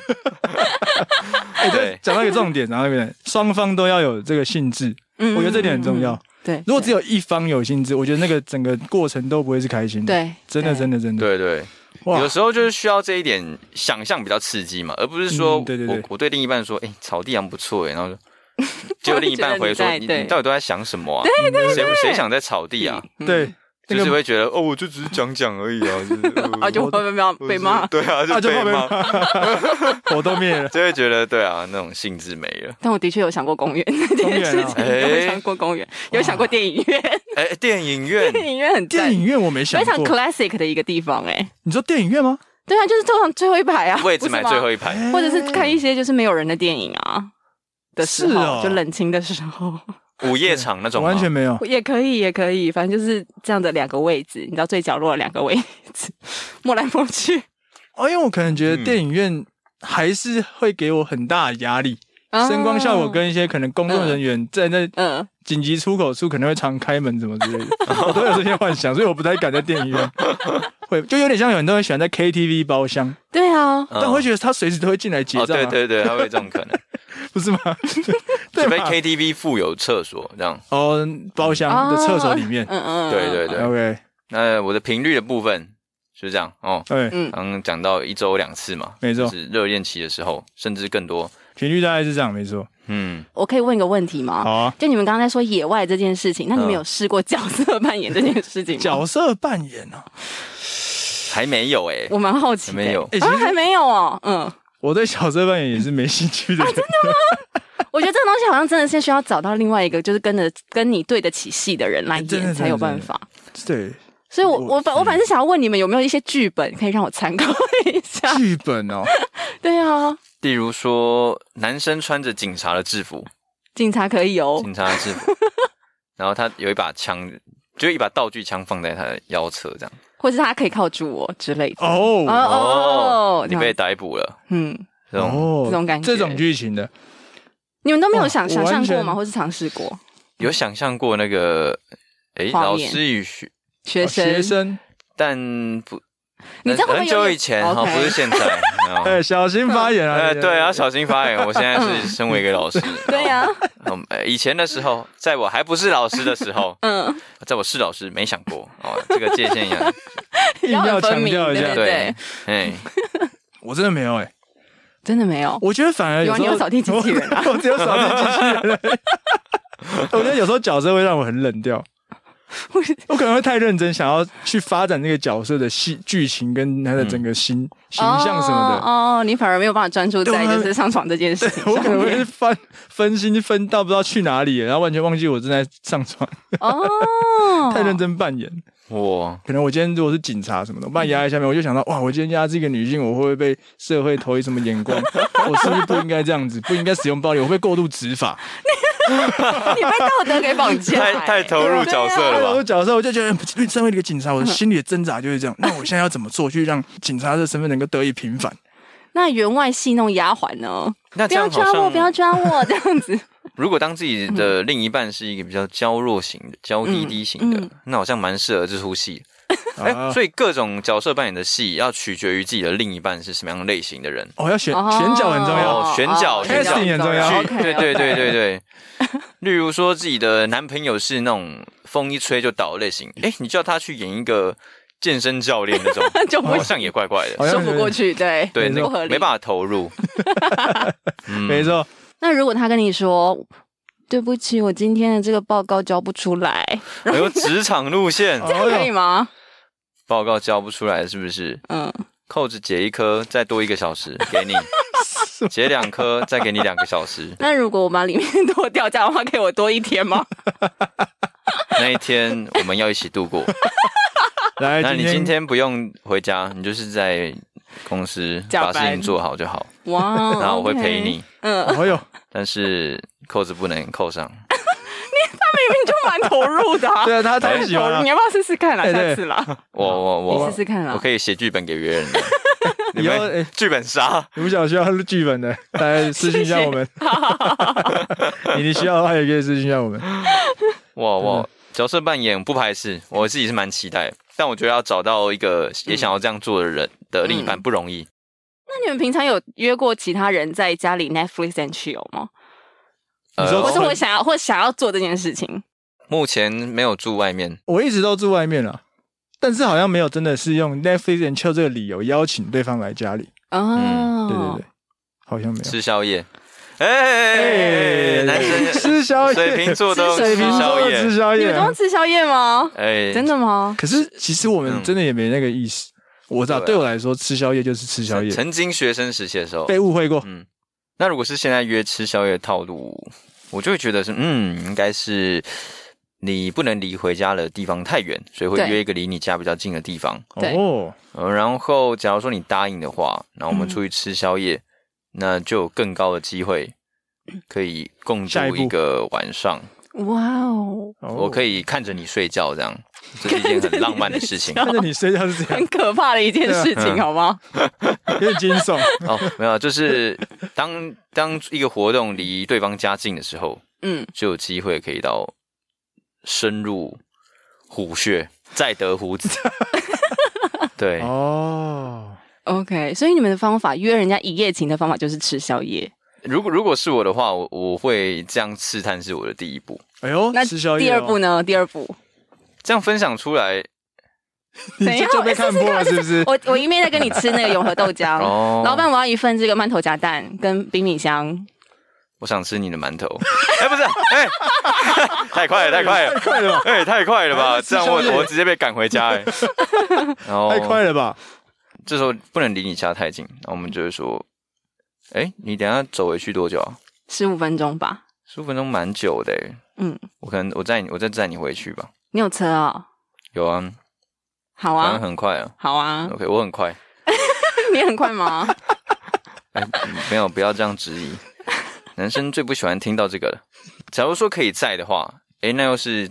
Speaker 3: 哎
Speaker 2: 对，
Speaker 3: 讲到一个重点，然后一个双方都要有这个兴致，
Speaker 1: 嗯
Speaker 3: 我觉得这点很重要。
Speaker 1: 对，
Speaker 3: 如果只
Speaker 1: 有
Speaker 3: 有一方有兴致，我觉得那个整个过程都不会是开心的。，
Speaker 1: 对，
Speaker 3: 真的
Speaker 1: 对
Speaker 3: 真的真的，
Speaker 2: 对对。
Speaker 3: 嗯哇
Speaker 2: 有时候就是需要这一点想象比较刺激嘛，而不是说我、
Speaker 3: 嗯对对对
Speaker 2: 我对另一半说，哎、草地还不错哎，然后就结果另一半
Speaker 1: 觉得
Speaker 2: 回
Speaker 1: 你
Speaker 2: 说，
Speaker 1: 在
Speaker 2: 你
Speaker 1: 对
Speaker 2: 你到底都在想什么啊？谁谁想在草地啊？
Speaker 3: 对，那
Speaker 2: 就是
Speaker 3: 个
Speaker 2: 会觉得哦，我就只是讲讲而已啊，就是呃
Speaker 1: 啊，就
Speaker 2: 我
Speaker 1: 会被骂被骂。
Speaker 2: 对啊，
Speaker 3: 啊
Speaker 2: 就
Speaker 3: 就
Speaker 2: 被
Speaker 3: 怕被
Speaker 2: 骂，，
Speaker 3: 火都灭了
Speaker 2: 就会觉得对啊，那种兴致没了。
Speaker 1: 但我的确有想过公园这
Speaker 3: 公
Speaker 1: 件
Speaker 3: 园啊
Speaker 1: 事情，有想过公园，有想过电影院，
Speaker 2: 哎、电 影院
Speaker 1: 电影院很赞
Speaker 3: 电影院我没想
Speaker 1: 非常
Speaker 3: 过。
Speaker 1: classic 的一个地方哎。
Speaker 3: 你说电影院吗？
Speaker 1: 对啊，就是通常最后一排啊，
Speaker 2: 位
Speaker 1: 不
Speaker 2: 置
Speaker 1: 是
Speaker 2: 买
Speaker 1: 吗
Speaker 2: 最后一排，
Speaker 1: 或者是看一些就是没有人的电影啊的时
Speaker 3: 嗯是
Speaker 1: 候，
Speaker 3: 哦
Speaker 1: 就冷清的时候
Speaker 2: 午夜场那
Speaker 3: 我
Speaker 2: 种吗
Speaker 3: 完全没有。
Speaker 1: 也可以，也可以，反正就是这样的两个位置，你知道最角落的两个位置，摸来摸去，
Speaker 3: 哦，因为我可能觉
Speaker 2: 嗯
Speaker 3: 得电影院还是会给我很大的压力，
Speaker 1: 啊
Speaker 3: 声光效果跟一些可能工作人员站在
Speaker 1: 嗯，
Speaker 3: 紧急出口处可能会常开门什么之类的， 我都有这些幻想，所以我不太敢在电 影院。会就有点像有很多人喜欢在 KTV 包厢，
Speaker 1: 对啊，
Speaker 2: 嗯
Speaker 3: 但我会觉得他随时都会进来结
Speaker 2: 哦，
Speaker 3: 账、啊
Speaker 2: 对对对，他会有这种可能，
Speaker 3: 不是吗？
Speaker 2: 除
Speaker 3: 对
Speaker 2: 非
Speaker 3: 吧
Speaker 2: KTV 附有厕所这样。
Speaker 3: 哦，包厢的厕所里面。
Speaker 1: 嗯嗯，嗯
Speaker 2: 对对，对，
Speaker 3: OK，
Speaker 2: 那我的频率的部分就是这样哦。
Speaker 3: 对，
Speaker 1: 嗯，
Speaker 2: 刚刚讲到一周两次嘛，
Speaker 3: 没错
Speaker 2: 就是热恋期的时候，甚至更多。
Speaker 3: 频率大概是这样，没错。
Speaker 2: 嗯，
Speaker 1: 我可以问一个问题吗？
Speaker 3: 好啊，
Speaker 1: 就你们刚才说野外这件事情，那你们
Speaker 2: 嗯
Speaker 1: 有试过角色扮演这件事情吗？
Speaker 3: 角色扮演啊，
Speaker 2: 还没有哎、
Speaker 1: 我蛮好奇
Speaker 2: 还
Speaker 1: 的，
Speaker 2: 没有。
Speaker 3: 哎、其
Speaker 1: 啊，
Speaker 3: 实
Speaker 1: 还没有哦，嗯，
Speaker 3: 我对角色扮演也是没兴趣
Speaker 1: 啊
Speaker 3: 的。
Speaker 1: 我觉得这个东西好像真的是需要找到另外一个，就是跟着跟你对得起戏的人来
Speaker 3: 哎真的嗯
Speaker 1: 演才有办法。
Speaker 3: 对，
Speaker 1: 所以我，
Speaker 3: 我？
Speaker 1: 我反我反正想要问你们有没有一些剧本可以让我参考一下
Speaker 3: 剧本哦，
Speaker 1: 对啊，
Speaker 2: 例如说，男生穿着警察的制服，
Speaker 1: 警察可以哦，
Speaker 2: 警察的制 服，然后他有一把枪，就一把道具枪放在他的腰侧这样。
Speaker 1: 或是他可以靠住我之类的。
Speaker 3: 哦
Speaker 1: 哦哦，
Speaker 2: 你
Speaker 1: 这
Speaker 2: 被
Speaker 1: 样
Speaker 2: 逮捕了，
Speaker 1: 嗯，
Speaker 2: 这种
Speaker 1: 这种感觉
Speaker 3: 哦这种剧情的，哦
Speaker 1: 你们都没有
Speaker 3: 哇
Speaker 1: 想
Speaker 3: 哦我
Speaker 1: 想
Speaker 3: 完
Speaker 1: 象过
Speaker 3: 全
Speaker 1: 吗？或是尝试过？
Speaker 2: 有想象过那个，诶，
Speaker 1: 画
Speaker 2: 老
Speaker 1: 面
Speaker 2: 师与学，
Speaker 1: 学
Speaker 3: 哦
Speaker 1: 生，
Speaker 3: 学生，
Speaker 2: 但不，
Speaker 1: 你这样会不会
Speaker 2: 很
Speaker 1: 有
Speaker 2: 久
Speaker 1: 点
Speaker 2: 以前
Speaker 3: 哦
Speaker 2: 哈，
Speaker 1: OK
Speaker 2: 不是现在。 哦
Speaker 3: 哎，小心发言啊！
Speaker 2: 呃，
Speaker 3: 你
Speaker 2: 对，要，小心发言。我现在是身为一个老师，
Speaker 1: 对呀、
Speaker 2: 嗯，呃以前的时候，在我还不是老师的时候，
Speaker 1: 嗯，
Speaker 2: 在我是老师没想过哦，这个界限一样。
Speaker 3: 硬
Speaker 1: 然后
Speaker 3: 要
Speaker 1: 很分
Speaker 3: 强
Speaker 1: 明，
Speaker 3: 调一
Speaker 1: 对
Speaker 3: 下
Speaker 1: 对，对，
Speaker 2: 哎，
Speaker 3: 我真的没有哎，
Speaker 1: 真的没有。
Speaker 3: 我觉得反而
Speaker 1: 有啊
Speaker 3: 时候
Speaker 1: 你有扫地机器人啊
Speaker 3: 我我只有扫地机器人。 我觉得有时候角色会让我很冷掉，我可能会太认真，想要去发展那个角色的戏剧情跟他的整个
Speaker 1: 嗯
Speaker 3: 形 形象什么的。
Speaker 1: 哦哦，你反而没有办法专注在
Speaker 3: 对我啊
Speaker 1: 就是上床这件事情
Speaker 3: 我可
Speaker 1: 上
Speaker 3: 能会
Speaker 1: 面
Speaker 3: 是翻分心分到不知道去哪里，然后完全忘记我正在上床，
Speaker 1: 哦，
Speaker 3: 太认真扮演。
Speaker 2: 哇，
Speaker 3: 可能我今天如果是警察什么的，我把你压在下面，我就想到哇，我今天压制一个女性，我会不会被社会投以什么眼 光？我是不是不应该这样子？不应该使用暴力，我会过度执法。
Speaker 1: 你被道德给绑架啊
Speaker 2: 太啊哎
Speaker 1: 欸，
Speaker 2: 太投入角色
Speaker 3: 对
Speaker 2: 了
Speaker 3: 我
Speaker 2: 吧？
Speaker 3: 角色，我就觉得嗯身为一个警察，我的心里的挣扎就是这样。那我现在要怎么做去让警察的身份能够得以平反？
Speaker 1: 那员外戏弄丫鬟呢？
Speaker 3: 啊
Speaker 2: 那
Speaker 1: 不
Speaker 2: 这
Speaker 1: 要
Speaker 2: 样好
Speaker 1: 抓我，不要
Speaker 2: 像，
Speaker 1: 抓 我，这样子。
Speaker 2: 如果当自己的另一半是一个比较娇弱型的、娇滴滴型的
Speaker 1: 嗯，
Speaker 2: 那好像蛮适合这出戏。哎，
Speaker 3: 啊
Speaker 2: 所以各种角色扮演的戏要取决于自己的另一半是什么样类型的人。
Speaker 3: 哦，要选选角很重要。
Speaker 2: 哦选角
Speaker 3: 选角 casting 很重要
Speaker 2: 去
Speaker 1: OK，
Speaker 2: 对对
Speaker 1: OK
Speaker 2: 对对对。 例如说，自己的男朋友是那种风一吹就倒类型，哎，你叫他去演一个健身教练那种，
Speaker 1: 就不
Speaker 2: 好
Speaker 1: 会
Speaker 2: 像也怪怪的。
Speaker 3: 好像
Speaker 1: 说不过去，对
Speaker 2: 对，
Speaker 1: 不
Speaker 2: 那
Speaker 1: 合
Speaker 2: 个
Speaker 1: 理，
Speaker 2: 没办法投入。 嗯
Speaker 3: 没错，
Speaker 1: 那如果他跟你说。对不起，我今天的这个报告交不出来，
Speaker 2: 还有职场路线
Speaker 3: 哦呦
Speaker 1: 可以吗？
Speaker 2: 报告交不出来，是不是？
Speaker 1: 嗯，
Speaker 2: 扣子解一颗，再多一个小时给 你；解两颗，再给你两个小时。
Speaker 1: 那如果我把里面剁掉价的话，给我多一天吗？
Speaker 2: 那一天我们要一起度过。
Speaker 3: 来，
Speaker 2: 那你今天不用回家，你就是在公司
Speaker 1: 加
Speaker 2: 把
Speaker 1: 班
Speaker 2: 事情做好就好，
Speaker 1: 哇，哦
Speaker 2: 然后我会
Speaker 1: OK
Speaker 2: 陪你。。
Speaker 1: 嗯，
Speaker 3: 哦呦，
Speaker 2: 但是扣子不能扣上，
Speaker 1: 你就蛮投入的、 啊，
Speaker 3: 对啊，他他
Speaker 1: 很
Speaker 3: 喜
Speaker 1: 投
Speaker 3: 欢
Speaker 1: 入。
Speaker 3: 啊
Speaker 1: 你，要不要试试看啦？
Speaker 3: 哎对
Speaker 1: 下次啦，
Speaker 2: 我我
Speaker 1: 你
Speaker 2: 我
Speaker 1: 试试看啦啊
Speaker 2: 我。可以写剧本给别人的，
Speaker 3: 以后哎，
Speaker 2: 剧本杀，
Speaker 3: 你们想需要录剧 本的，大家私信一下我们。 你你需要的话也可以私信一下我们。
Speaker 2: 哇
Speaker 3: 真
Speaker 2: 哇，角色扮演不排斥，我自己是蛮期待，但我觉得要找到一个也想要这样做的人的另一半不容易。
Speaker 1: 那你们平常有约过其他人在家里 Netflix and chill 吗？
Speaker 3: 你
Speaker 2: 呃
Speaker 3: 说
Speaker 1: 或是
Speaker 3: 纯
Speaker 1: 我想要或想要做这件事情？
Speaker 2: 目前没有住外面，
Speaker 3: 我一直都住外面了，但是好像没有真的是用 Netflix and chill 这个理由邀请对方来家里。
Speaker 1: 哦，
Speaker 2: 嗯
Speaker 3: 对对对，好像没有。
Speaker 2: 吃宵夜。哎哎哎，哎男生
Speaker 3: 吃宵夜，
Speaker 2: 水瓶座都
Speaker 1: 吃水
Speaker 2: 吃
Speaker 1: 瓶座
Speaker 2: 宵
Speaker 3: 都
Speaker 2: 夜
Speaker 3: 吃，宵
Speaker 1: 你
Speaker 3: 夜
Speaker 1: 们。都吃宵夜吗？
Speaker 2: 哎，
Speaker 1: 真的吗？
Speaker 3: 可是其实我们
Speaker 2: 嗯
Speaker 3: 真的也没那个意思。我知道，
Speaker 2: 对啊
Speaker 3: 对我来说，吃宵夜就是吃宵夜。
Speaker 2: 曾经学生时期的时候，
Speaker 3: 被误会过，
Speaker 2: 嗯，那如果是现在约吃宵夜的套路，我就会觉得是，嗯，应该是你不能离回家的地方太远，所以会
Speaker 1: 对
Speaker 2: 约一个离你家比较近的地方。
Speaker 1: 对
Speaker 3: 哦，
Speaker 2: 呃，然后假如说你答应的话，然后我们出去吃宵夜，那就有更高的机会可以共度
Speaker 3: 下一步
Speaker 2: 一个晚上。
Speaker 1: 哇哦，
Speaker 2: 我可
Speaker 3: 以
Speaker 2: 以看着你睡觉，这样这是一件很浪漫的事 情。
Speaker 3: 看着你睡觉是这样
Speaker 1: 很，可怕的一件事情，
Speaker 2: 啊
Speaker 1: 好吗？
Speaker 3: 有点惊悚。
Speaker 2: 哦，没有，就是当当一个活动离对方家近的时候，
Speaker 1: 嗯，
Speaker 2: 就有机会可以到深入虎穴，再得虎 子。 对，
Speaker 3: 哦，
Speaker 1: OK，所以你们的方法约人家一夜情的方法就是吃宵夜，
Speaker 2: 如果如果是我的话，我我会这样试探是我的第一步，
Speaker 3: 哎呦，
Speaker 1: 那
Speaker 3: 吃宵夜。
Speaker 1: 第
Speaker 3: 哦
Speaker 1: 二步，呢？第二步，
Speaker 2: 这样分享出来
Speaker 3: 你
Speaker 1: 怎
Speaker 3: 这
Speaker 1: 样
Speaker 3: 就被看破了，是不是？
Speaker 1: 我我一面在跟你吃那个永和豆 浆，
Speaker 2: 哦。
Speaker 1: 老，板我要一份这个馒头夹蛋跟冰米香，
Speaker 2: 我想吃你的馒头。 哎、不是，哎、 太快了，太快了，
Speaker 3: 太快了吧，
Speaker 2: 哎、太快了吧！这样我
Speaker 3: 吃宵夜
Speaker 2: 我直接被赶回家 哎、然后
Speaker 3: 太快了吧？
Speaker 2: 这时候不能离你家太近，然后我们就会说，哎、你等一下走回去多久啊？
Speaker 1: 十五分钟吧。
Speaker 2: 十五分钟蛮久的、欸，
Speaker 1: 嗯，
Speaker 2: 我可能我载你，我再载你回去吧。
Speaker 1: 你有车哦？
Speaker 2: 有啊，
Speaker 1: 好
Speaker 2: 反
Speaker 1: 啊，
Speaker 2: 正很快啊。
Speaker 1: 好啊，
Speaker 2: OK，我很快。
Speaker 1: 你很快吗？
Speaker 2: 哎，没有，不要这样质疑。男生最不喜欢听到这个了。假如说可以在的话，哎、那又是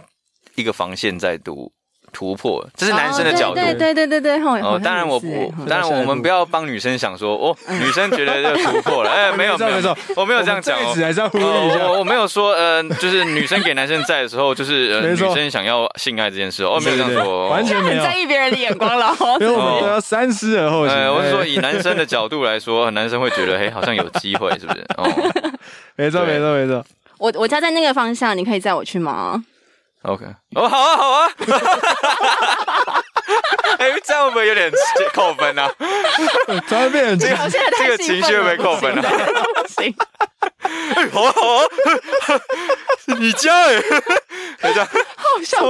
Speaker 2: 一个防线在突突破，这是男生的角度。
Speaker 1: 哦对对对对对，吼好像
Speaker 2: 当然我
Speaker 1: 也是
Speaker 2: 不
Speaker 1: 吼，
Speaker 2: 当然我们不要帮女生想说哦，女生觉得这突破了，哎、没有
Speaker 3: 没错
Speaker 2: 有
Speaker 3: 没错，
Speaker 2: 我没有这样讲
Speaker 3: 我
Speaker 2: 哦
Speaker 3: 们这一。集还是要呼
Speaker 2: 呃
Speaker 3: 吁一下。
Speaker 2: 我我没有说，呃，就是女生给男生在的时候，就是呃，
Speaker 3: 没
Speaker 2: 女
Speaker 3: 错
Speaker 2: 生想要性爱这件事哦，没有这样
Speaker 3: 对
Speaker 2: 说
Speaker 3: 对对
Speaker 2: 哦，
Speaker 3: 完全没
Speaker 1: 很
Speaker 3: 有，
Speaker 1: 在意别人的眼光了 哦。
Speaker 3: 因为我们都要三思而后行。
Speaker 2: 呃，我是说，
Speaker 3: 哎，
Speaker 2: 以男生的角度来说，男生会觉得，嘿，哎好像有机会，是不是？哦
Speaker 3: 没错
Speaker 2: 对
Speaker 3: 没错没错。
Speaker 1: 我我家在那个方向，你可以载我去吗？
Speaker 2: ，OK，哦，好啊，好 啊，哎、这样会不会有点扣分啊？
Speaker 3: 突然变很激
Speaker 1: 我现在太
Speaker 2: 这个
Speaker 1: 兴
Speaker 2: 情绪
Speaker 1: 奋
Speaker 2: 会被
Speaker 1: 了
Speaker 2: 扣分啊！
Speaker 1: 不行，
Speaker 2: 好啊，好啊，是 你家哎、
Speaker 1: 好像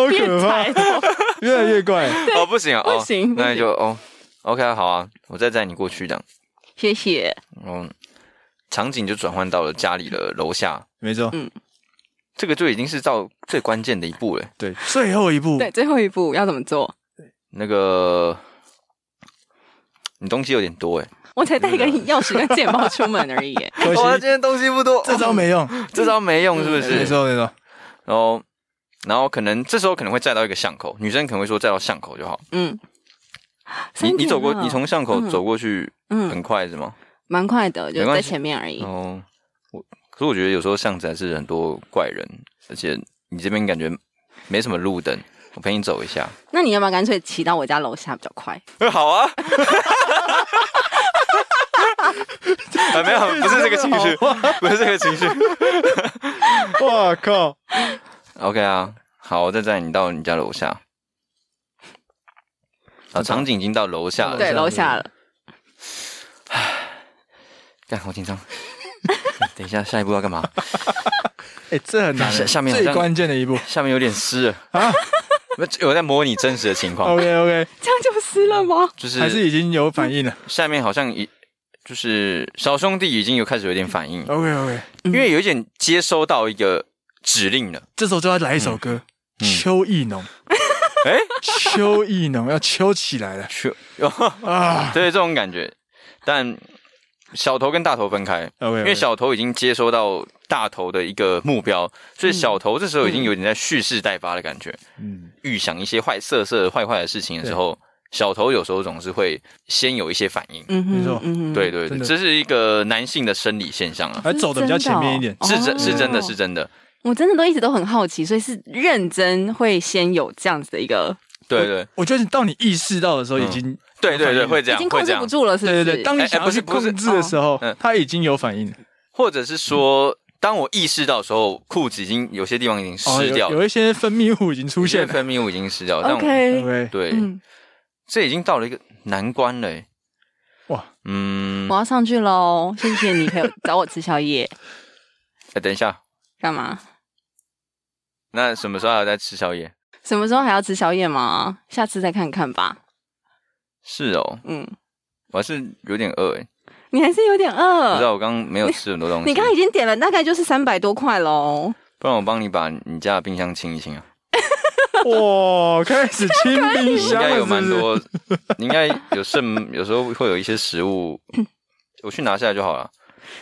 Speaker 1: 变态哦。
Speaker 3: 越来越怪。
Speaker 2: 哦，不行啊，哦
Speaker 1: 不行不
Speaker 2: 那就哦，OK，啊好啊，我再载你过去这样，
Speaker 1: 谢谢。
Speaker 2: 然后场景就转换到了家里的楼下，
Speaker 3: 没错，
Speaker 2: 这个就已经是到最关键的一步了。
Speaker 3: 对，最后一步，
Speaker 1: 对，最后一步要怎么做？
Speaker 2: 那个，你东西有点多哎、
Speaker 1: 我才带一个钥匙跟钱包出门而已耶。
Speaker 3: 可
Speaker 2: 哇，
Speaker 3: 惜
Speaker 2: 今天东西不多，
Speaker 3: 这招没用。
Speaker 2: 这招没用，是不
Speaker 3: 没
Speaker 2: 是？
Speaker 3: 错没错，
Speaker 2: 然后，然后可能这时候可能会载到一个巷口，女生可能会说载到巷口就好。
Speaker 1: 嗯，
Speaker 2: 你
Speaker 1: 三
Speaker 2: 你
Speaker 1: 点啊
Speaker 2: 走过，
Speaker 1: 了
Speaker 2: 你从巷口走过去
Speaker 1: 嗯
Speaker 2: 很快是吗？
Speaker 1: 蛮快的，就在
Speaker 2: 没关系
Speaker 1: 前面而已
Speaker 2: 然。后我，可是我觉得有时候巷子还是很多怪人，而且你这边感觉没什么路灯，我陪你走一下。
Speaker 1: 那你要不要干脆骑到我家楼下比较快？
Speaker 2: 好啊。 啊，没有，不是这个情绪，不是这个情绪。
Speaker 3: 哇靠！
Speaker 2: OK 啊，好，我再载你到你家楼下。啊，场景已经到楼下了。
Speaker 1: 对，楼下了。
Speaker 2: 干，好紧张。 等一下，下一步要干嘛？
Speaker 3: 哎，这很难，
Speaker 2: 下下面好像
Speaker 3: 最关键的一步。
Speaker 2: 下面有点湿了
Speaker 3: 啊
Speaker 2: 啊！我我在模拟真实的情况，
Speaker 3: OK OK，
Speaker 1: 这样就湿了吗？
Speaker 2: 就
Speaker 3: 哦还是
Speaker 2: 哦是
Speaker 3: 已经有反应了。
Speaker 2: 下面好像一就是小兄弟已经有开始有点反应，
Speaker 3: OK OK，
Speaker 2: 因为有一点接收到一个指令了。
Speaker 3: 这时候就要来一首歌，
Speaker 2: 嗯
Speaker 3: 秋意浓》。
Speaker 2: 哎，
Speaker 3: 秋意浓要秋起来了
Speaker 2: 去，
Speaker 3: 啊！
Speaker 2: 哦对这种感觉，但小头跟大头分开，
Speaker 3: OK，
Speaker 2: 因为小头已经接收到大头的一个目标，所以小头这时候已经有点在蓄势待发的感觉，
Speaker 3: 嗯，
Speaker 2: 预想一些坏色色坏坏的事情的时候，小头有时候总是会先有一些反应。
Speaker 1: 嗯哼，
Speaker 3: 没错
Speaker 1: 嗯哼，
Speaker 2: 对对对，
Speaker 3: 真的
Speaker 2: 这是一个男性的生理现象啊，
Speaker 3: 还走的比较前面一点。
Speaker 2: 是真是真的
Speaker 1: 哦
Speaker 2: 是真的，
Speaker 1: 我真的都一直都很好奇，所以是认真会先有这样子的一个，
Speaker 2: 对对
Speaker 3: 我觉得到你意识到的
Speaker 2: 嗯
Speaker 3: 时候，已经
Speaker 2: 对对对，会这
Speaker 1: 已
Speaker 2: 样
Speaker 1: 经控
Speaker 2: 会这
Speaker 1: 制
Speaker 2: 样
Speaker 1: 不，住了，是不
Speaker 3: 对
Speaker 1: 是？
Speaker 3: 对对，当你
Speaker 2: 哎哎
Speaker 3: 想要
Speaker 2: 不是
Speaker 3: 去
Speaker 2: 不是
Speaker 3: 控制的时候
Speaker 2: 嗯，
Speaker 3: 他已经有反应了。
Speaker 2: 或者是说，当我意识到的时候，裤子已经有些地方已经
Speaker 3: 哦，
Speaker 2: 湿
Speaker 3: 有
Speaker 2: 掉了，
Speaker 3: 有一些分泌物已经出
Speaker 2: 有些
Speaker 3: 现了。
Speaker 2: 分泌物已经湿掉了，但我
Speaker 1: OK，
Speaker 3: 对，
Speaker 2: 对，
Speaker 1: 嗯，
Speaker 2: 这已经到了一个难关了欸。
Speaker 3: 哇，
Speaker 2: 嗯
Speaker 1: 我，要上去喽，谢谢你陪我找我吃宵夜，
Speaker 2: 哎，等一下，
Speaker 1: 干嘛？
Speaker 2: 那什么时候还要再吃宵夜？
Speaker 1: 什么时候还要吃宵夜吗？下次再看看吧。
Speaker 2: 是哦，
Speaker 1: 嗯，
Speaker 2: 我还是有点饿哎，
Speaker 1: 你还是有点
Speaker 2: 不知
Speaker 1: 饿，
Speaker 2: 道我刚刚没有吃很多东西
Speaker 1: 你，刚刚已经点了大概就是三百多块喽。
Speaker 2: 不然我帮你把你家的冰箱清一清啊，
Speaker 3: 哇，开始清 冰
Speaker 2: 你应
Speaker 3: 箱
Speaker 2: 该
Speaker 3: 了，
Speaker 2: 有蛮
Speaker 3: 是不是。
Speaker 2: 多，你应该有剩， 有时候会有一些食物，我去拿下来就好了，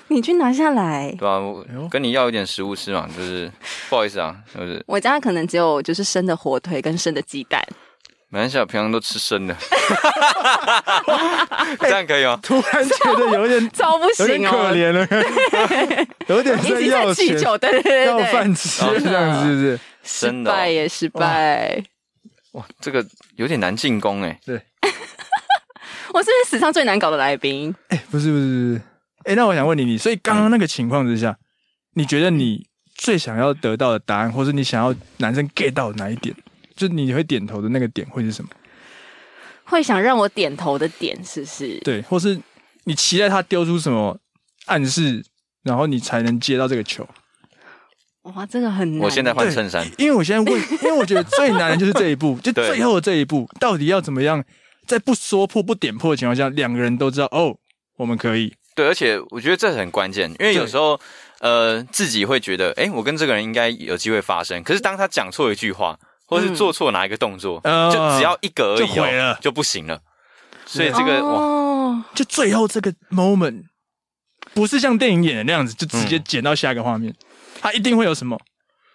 Speaker 1: 你去拿下来
Speaker 2: 对。吧、我
Speaker 3: 哎呦
Speaker 2: 跟你要一点食物吃嘛，就是不好意思啊，就是
Speaker 1: 我家可能只有就是生的火腿跟生的鸡蛋，
Speaker 2: 马来西亚平常都吃生
Speaker 3: 哎
Speaker 2: 的， 这样可以吗？
Speaker 3: 突然觉得 有点
Speaker 1: 超不
Speaker 3: 有点
Speaker 1: 行
Speaker 3: 可
Speaker 1: 哦，
Speaker 3: 怜了，有点
Speaker 1: 一
Speaker 3: 在
Speaker 1: 直
Speaker 3: 要
Speaker 1: 在
Speaker 3: 钱
Speaker 1: 酗酒，对对对
Speaker 3: 要
Speaker 1: 对对，
Speaker 3: 饭吃这样子，是不是？
Speaker 1: 失
Speaker 2: 真的哦
Speaker 1: 败也失败。
Speaker 2: 哇，这个有点难进攻哎、
Speaker 1: 我是不是史上最难搞的来宾？
Speaker 3: 不是不是不是。哎、那我想问你，你所以刚刚那个情况之下，你觉得你最想要得到的答案，或是你想要男生 get 到哪一点？就你会点头的那个点会是什么？
Speaker 1: 会想让我点头的点是不是？
Speaker 3: 对，或是你期待他丢出什么暗示，然后你才能接到这个球？
Speaker 1: 哇，这个很难。
Speaker 2: 我现在换衬衫，
Speaker 3: 因为我现在问，因为我觉得最难的就是这一步，就
Speaker 2: 对
Speaker 3: 最后的这一步，到底要怎么样，在不说破、不点破的情况下，两个人都知道哦，我们可以。
Speaker 2: 对，而且我觉得这很关键，因为有时候呃自己会觉得，哎，我跟这个人应该有机会发生，可是当他讲错一句话，或是做错哪一个动作，
Speaker 3: 嗯
Speaker 2: 就只要一个而已、哦，
Speaker 3: 就毁了
Speaker 2: 就不行了。所以这个、哇，
Speaker 1: 哦，
Speaker 3: 就最后这个 moment，不是像电影演的那样子，就直接剪到下一个画面，他一定会有什么，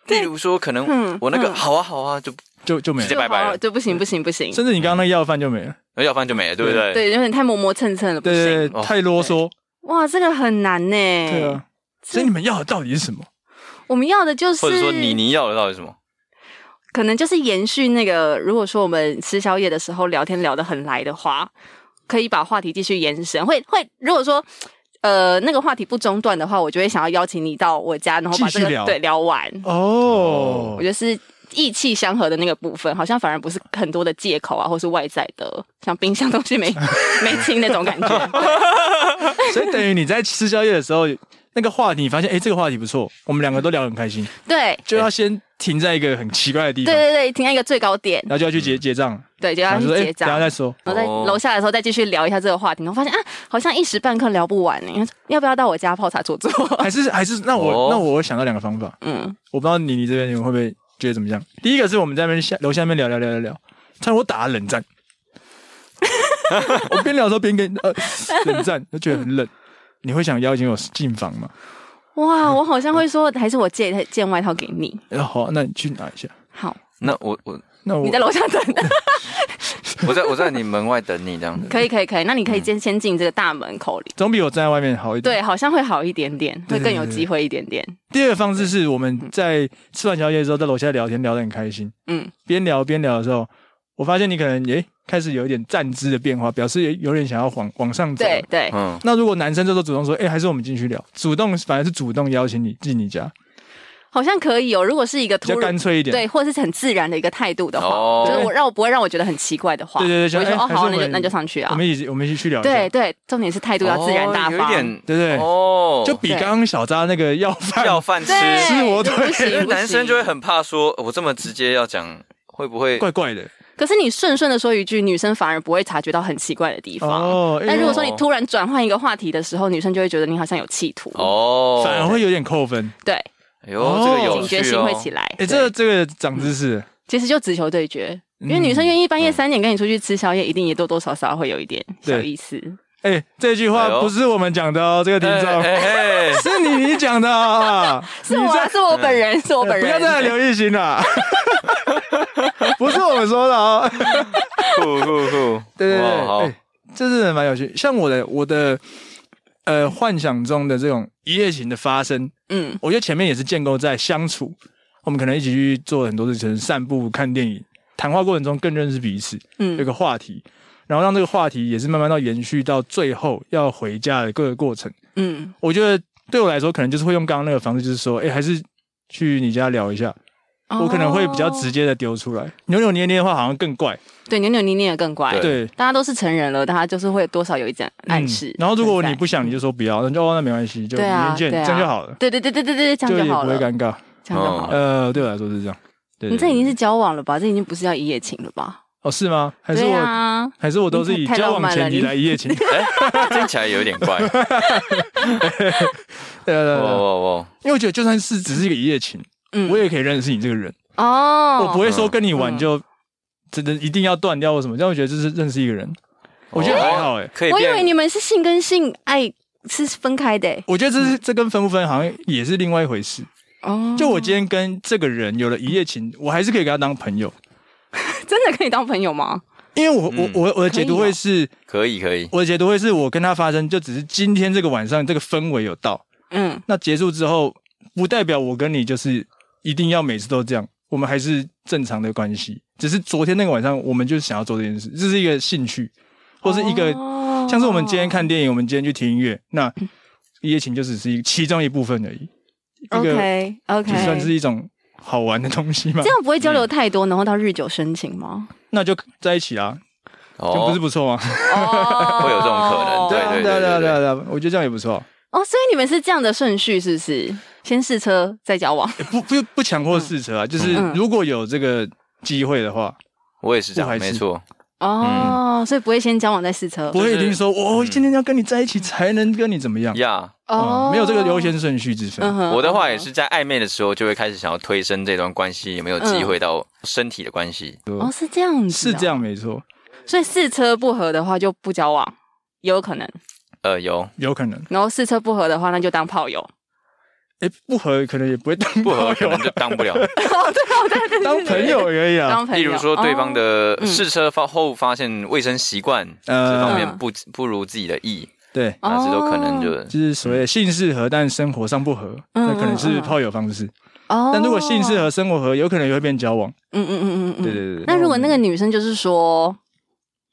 Speaker 2: 例如说可能
Speaker 1: 嗯
Speaker 2: 我那个、
Speaker 1: 嗯
Speaker 2: 好啊好啊，就
Speaker 3: 就就没
Speaker 2: 直接
Speaker 1: 就
Speaker 3: 了，
Speaker 2: 拜拜
Speaker 1: 好
Speaker 2: 了
Speaker 1: 哦就不行不行不行，
Speaker 3: 甚至你刚刚那个要饭就没了。
Speaker 2: 要饭就没了，对不对？
Speaker 1: 对，有点太磨磨蹭蹭了，不
Speaker 3: 对
Speaker 1: 行。
Speaker 3: 对对，
Speaker 2: 哦
Speaker 3: 太啰嗦。
Speaker 1: 哇，这个很难呢。
Speaker 3: 对
Speaker 1: 对，嗯
Speaker 3: 啊，所以你们要的到底是什么？
Speaker 1: 我们要的就是，
Speaker 2: 或者说你你要的到底是什么？
Speaker 1: 可能就是延续那个，如果说我们吃宵夜的时候聊天聊得很来的话，可以把话题继续延伸。会会，如果说呃那个话题不中断的话，我就会想要邀请你到我家，然后把这
Speaker 3: 继续
Speaker 1: 个
Speaker 3: 聊
Speaker 1: 对聊完。
Speaker 3: 哦
Speaker 1: 我，觉得是意气相合的那个部分，好像反而不是很多的借口啊，或是外在的，像冰箱东西 没没清那种感觉。对
Speaker 3: 所以等于你在吃宵夜的时候，那个话题你发现，哎，这个话题不错，我们两个都聊得很开心，
Speaker 1: 对
Speaker 3: 就要先停在一个很奇怪的地
Speaker 1: 对
Speaker 3: 方，
Speaker 1: 对对，停在一个最高点，
Speaker 3: 然后就要去结结账，
Speaker 1: 对，就要
Speaker 3: 然
Speaker 1: 去
Speaker 3: 后说，哎，
Speaker 1: 结
Speaker 3: 等一
Speaker 1: 账
Speaker 3: 下。再说。
Speaker 1: 然后在
Speaker 2: 哦
Speaker 1: 楼下的时候再继续聊一下这个话题，然后发现啊，好像一时半刻聊不完呢、要不要到我家泡茶坐坐？
Speaker 3: 还是还是，那我
Speaker 2: 哦
Speaker 3: 那我想到两个方法，
Speaker 1: 嗯，
Speaker 3: 我不知道你你这边你们会不会觉得怎么样？第一个是我们在那边下楼下那边聊聊聊聊聊，但我打了 冷战，我边聊的时候边跟呃冷战，就觉得很冷。你会想邀请我进房吗？
Speaker 1: 哇，我好像会说，还是我借件外套给你。
Speaker 3: 然后好啊，那你去拿一下。
Speaker 1: 好，
Speaker 2: 那我我
Speaker 3: 那我
Speaker 1: 你在楼下等，
Speaker 2: 我在我在你门外等你 这样子。
Speaker 1: 可以可以可以，那你
Speaker 3: 嗯
Speaker 1: 可以先先进这个大门口里，
Speaker 3: 总比我站在外面好一点。
Speaker 1: 对，好像会好一点点，会更有机会一点点。
Speaker 3: 第二个方式是我们在吃完宵夜之后，在楼下聊天聊得很开心，
Speaker 1: 嗯，
Speaker 3: 边聊边聊的时候，我发现你可能诶、开始有一点站姿的变化，表示有有点想要往往上走了。
Speaker 1: 对对，
Speaker 2: 嗯，
Speaker 3: 那如果男生这时候主动说，哎、还是我们进去聊，主动反而是主动邀请你进你家，
Speaker 1: 好像可以哦。如果是一个
Speaker 3: 比较
Speaker 1: 突
Speaker 3: 干
Speaker 1: 然。
Speaker 3: 脆一点。
Speaker 1: 对，或者是很自然的一个态度的话，
Speaker 2: 哦
Speaker 1: 就是我让我不会让我觉得很奇怪的话，
Speaker 3: 对对对
Speaker 1: 我会
Speaker 3: 像
Speaker 1: 说哦
Speaker 3: 哎还是
Speaker 1: 好，那
Speaker 3: 我
Speaker 1: 就
Speaker 3: 们
Speaker 1: 那就上去
Speaker 3: 我
Speaker 1: 啊。
Speaker 3: 们一起我们一起去聊一下，
Speaker 1: 对对，重点是态度要自然大
Speaker 2: 哦有一
Speaker 1: 方，
Speaker 2: 点
Speaker 3: 对对
Speaker 2: 哦，
Speaker 3: 就比刚刚小扎那个要饭
Speaker 2: 要饭吃，
Speaker 1: 对，
Speaker 3: 吃我腿
Speaker 1: 不
Speaker 2: 因
Speaker 1: 行
Speaker 2: 为
Speaker 1: 不行
Speaker 2: 男生就会很怕说，呃我这么直接要讲，会不会
Speaker 3: 怪怪的
Speaker 1: 可是你顺顺的说一句，女生反而不会察觉到很奇怪的地方。
Speaker 3: 哦，哎
Speaker 1: 但如果说你突然转换一个话题的时候，女生就会觉得你好像有企图，
Speaker 2: 哦，
Speaker 3: 反而会有点扣分。
Speaker 1: 对，
Speaker 2: 哎呦，这个有
Speaker 1: 警觉
Speaker 2: 趣
Speaker 1: 性
Speaker 2: 哦
Speaker 1: 会。起来。
Speaker 3: 哎、
Speaker 1: 对
Speaker 3: 这这个长知识，
Speaker 1: 其实就只求对决，因为
Speaker 3: 嗯
Speaker 1: 女生愿意半夜三点跟你出去吃宵夜，一定也多多少少会有一点小
Speaker 3: 对
Speaker 1: 意思。
Speaker 3: 哎、这句
Speaker 2: 哎
Speaker 3: 话
Speaker 2: 呦
Speaker 3: 不是我们讲的哦，这个听众、
Speaker 2: 哎哎哎
Speaker 3: 是你你讲的啊，
Speaker 1: 是我啊，是我本人，是我本
Speaker 3: 哎不
Speaker 1: 人。
Speaker 3: 要再来刘亦欣了。 不是我们说的啊、
Speaker 2: 酷酷酷，
Speaker 3: 对对对，
Speaker 2: 哇好
Speaker 3: 哎这真的蛮有趣。像我的我的呃幻想中的这种一夜情的发生，
Speaker 1: 嗯
Speaker 3: 我觉得前面也是建构在相处，我们可能一起去做很多事情，散步、看电影，谈话过程中更认识彼此，有
Speaker 1: 嗯
Speaker 3: 个话题，然后让这个话题也是慢慢到延续到最后要回家的各个过程。
Speaker 1: 嗯，
Speaker 3: 我觉得对我来说，可能就是会用刚刚那个方式，就是说，哎，还是去你家聊一下，我可能会比较直
Speaker 1: 接。
Speaker 3: 接的丢出来，扭扭捏捏的话好像更怪，
Speaker 1: 哦对，扭扭捏捏的更怪。
Speaker 3: 对。
Speaker 1: 大家都是成人了，大家就是会多少有一点暗示、
Speaker 3: 嗯然后如果你
Speaker 1: 存在
Speaker 3: 不想，你就说不要，那就哦那没关系，就明
Speaker 1: 对啊
Speaker 3: 天见，
Speaker 1: 对啊
Speaker 3: 这样就好了，
Speaker 1: 对对对对对对，这样
Speaker 3: 也
Speaker 1: 就好
Speaker 3: 不会
Speaker 2: 哦
Speaker 1: 了，
Speaker 3: 尴尬。
Speaker 1: 这样就好了。
Speaker 3: 呃，对我来说是这样。对
Speaker 1: 你这
Speaker 3: 对
Speaker 1: 已
Speaker 3: 对
Speaker 1: 经是交往了吧？这已经不是要一夜情了吧？
Speaker 3: 哦是吗？还是
Speaker 1: 对
Speaker 3: 我
Speaker 1: 啊，
Speaker 3: 还是我都是以
Speaker 1: 你太太
Speaker 3: 交
Speaker 1: 浪
Speaker 3: 往
Speaker 1: 漫了
Speaker 3: 前提
Speaker 1: 你
Speaker 3: 来一夜 情？对啊
Speaker 2: 哎，听起来有点怪，哇
Speaker 3: 对啊对对
Speaker 2: 哇
Speaker 1: 哦
Speaker 2: 哇，
Speaker 3: 对，因为我觉得就算是只是一个一夜情，
Speaker 1: 嗯
Speaker 3: 我也可以认识你这个人，
Speaker 1: 哦，
Speaker 3: 我不会说跟你玩
Speaker 1: 嗯
Speaker 3: 就真的一定要断掉或什么，这样我觉得就是认识一个人，我觉得还好哎。
Speaker 2: 哦可以
Speaker 1: 我以为
Speaker 2: 变
Speaker 1: 你们是性跟性爱是分开的、欸、
Speaker 3: 我觉得这是这跟分不分好像也是另外一回事。
Speaker 1: 哦，
Speaker 3: 就我今天跟这个人有了一夜情，我还是可以跟他当朋友，
Speaker 1: 真的可以当朋友吗？
Speaker 3: 因为我我
Speaker 2: 嗯
Speaker 3: 我我的解读
Speaker 1: 可以
Speaker 3: 会
Speaker 1: 哦
Speaker 3: 是，
Speaker 2: 可以可以，
Speaker 3: 我的解读会是我跟他发生，就只是今天这个晚上这个氛围有到，
Speaker 1: 嗯，
Speaker 3: 那结束之后，不代表我跟你就是一定要每次都这样，我们还是正常的关系。只是昨天那个晚上，我们就是想要做这件事，这是一个兴趣，或是一个、
Speaker 1: 哦
Speaker 3: 像是我们今天看电影，我们今天去听音乐，那一夜情就只是一其中一部分而已，一个
Speaker 1: OK OK，
Speaker 3: 就算是一种好玩的东西嘛
Speaker 1: 这，样不会交流太多，然后到日久生情吗？
Speaker 3: 那就在一起啦，就不
Speaker 2: 哦
Speaker 3: 是，不错吗？啊
Speaker 1: 哦，
Speaker 2: 会有这种可能对对
Speaker 3: 对啊对啊对啊对啊，我觉得这样也不错，
Speaker 1: 哦，所以你们是这样的顺序，是不是？先试车，再交往。
Speaker 3: 欸不不不强迫试车啊，就是
Speaker 1: 嗯
Speaker 3: 如果有这个机会的话，
Speaker 2: 我也是这
Speaker 3: 我还
Speaker 2: 样，
Speaker 3: 是
Speaker 2: 没错，
Speaker 1: 哦，所以不会先交往再试车
Speaker 3: 嗯不。会一定说我、
Speaker 2: 嗯
Speaker 3: 今天要跟你在一起才能跟你怎么样。
Speaker 2: 呀，
Speaker 1: 哦
Speaker 3: 嗯，没有这个优。先顺序之分。
Speaker 1: 嗯哼
Speaker 2: 我的话也。是在暧昧的时候就会开始想要推升这段关系有没有机会到身体的关系，
Speaker 1: 哦，是这样子。
Speaker 3: 是这。样没错，
Speaker 1: 所以试车不合的话就不交往，也有可能。
Speaker 2: 呃，有
Speaker 3: 有可能。
Speaker 1: 然后试车不合的话，那就当炮友。
Speaker 3: 哎、不合可能也不会当
Speaker 2: 不合
Speaker 3: 朋
Speaker 2: 可
Speaker 3: 友啊
Speaker 2: 能，就当不 了。
Speaker 1: 哦，对哦，对对，对
Speaker 3: 当朋友而已啊。
Speaker 1: 当朋
Speaker 2: 例
Speaker 1: 友。
Speaker 2: 如说，对方
Speaker 1: 哦
Speaker 2: 的
Speaker 1: 嗯
Speaker 2: 试车发后发现卫生习惯这方面
Speaker 1: 嗯
Speaker 2: 不不如自己的意，
Speaker 3: 对，
Speaker 2: 那这都可能就
Speaker 3: 就是所谓的性适合，但生活上不合，
Speaker 1: 嗯
Speaker 3: 那可能
Speaker 1: 嗯
Speaker 3: 是
Speaker 1: 嗯
Speaker 3: 炮友方式。
Speaker 1: 哦，
Speaker 3: 但如果性适合，生活合，有可能也会变交往。
Speaker 1: 嗯，嗯嗯嗯嗯嗯，
Speaker 3: 对对对对
Speaker 1: 那如果那个女生就是说，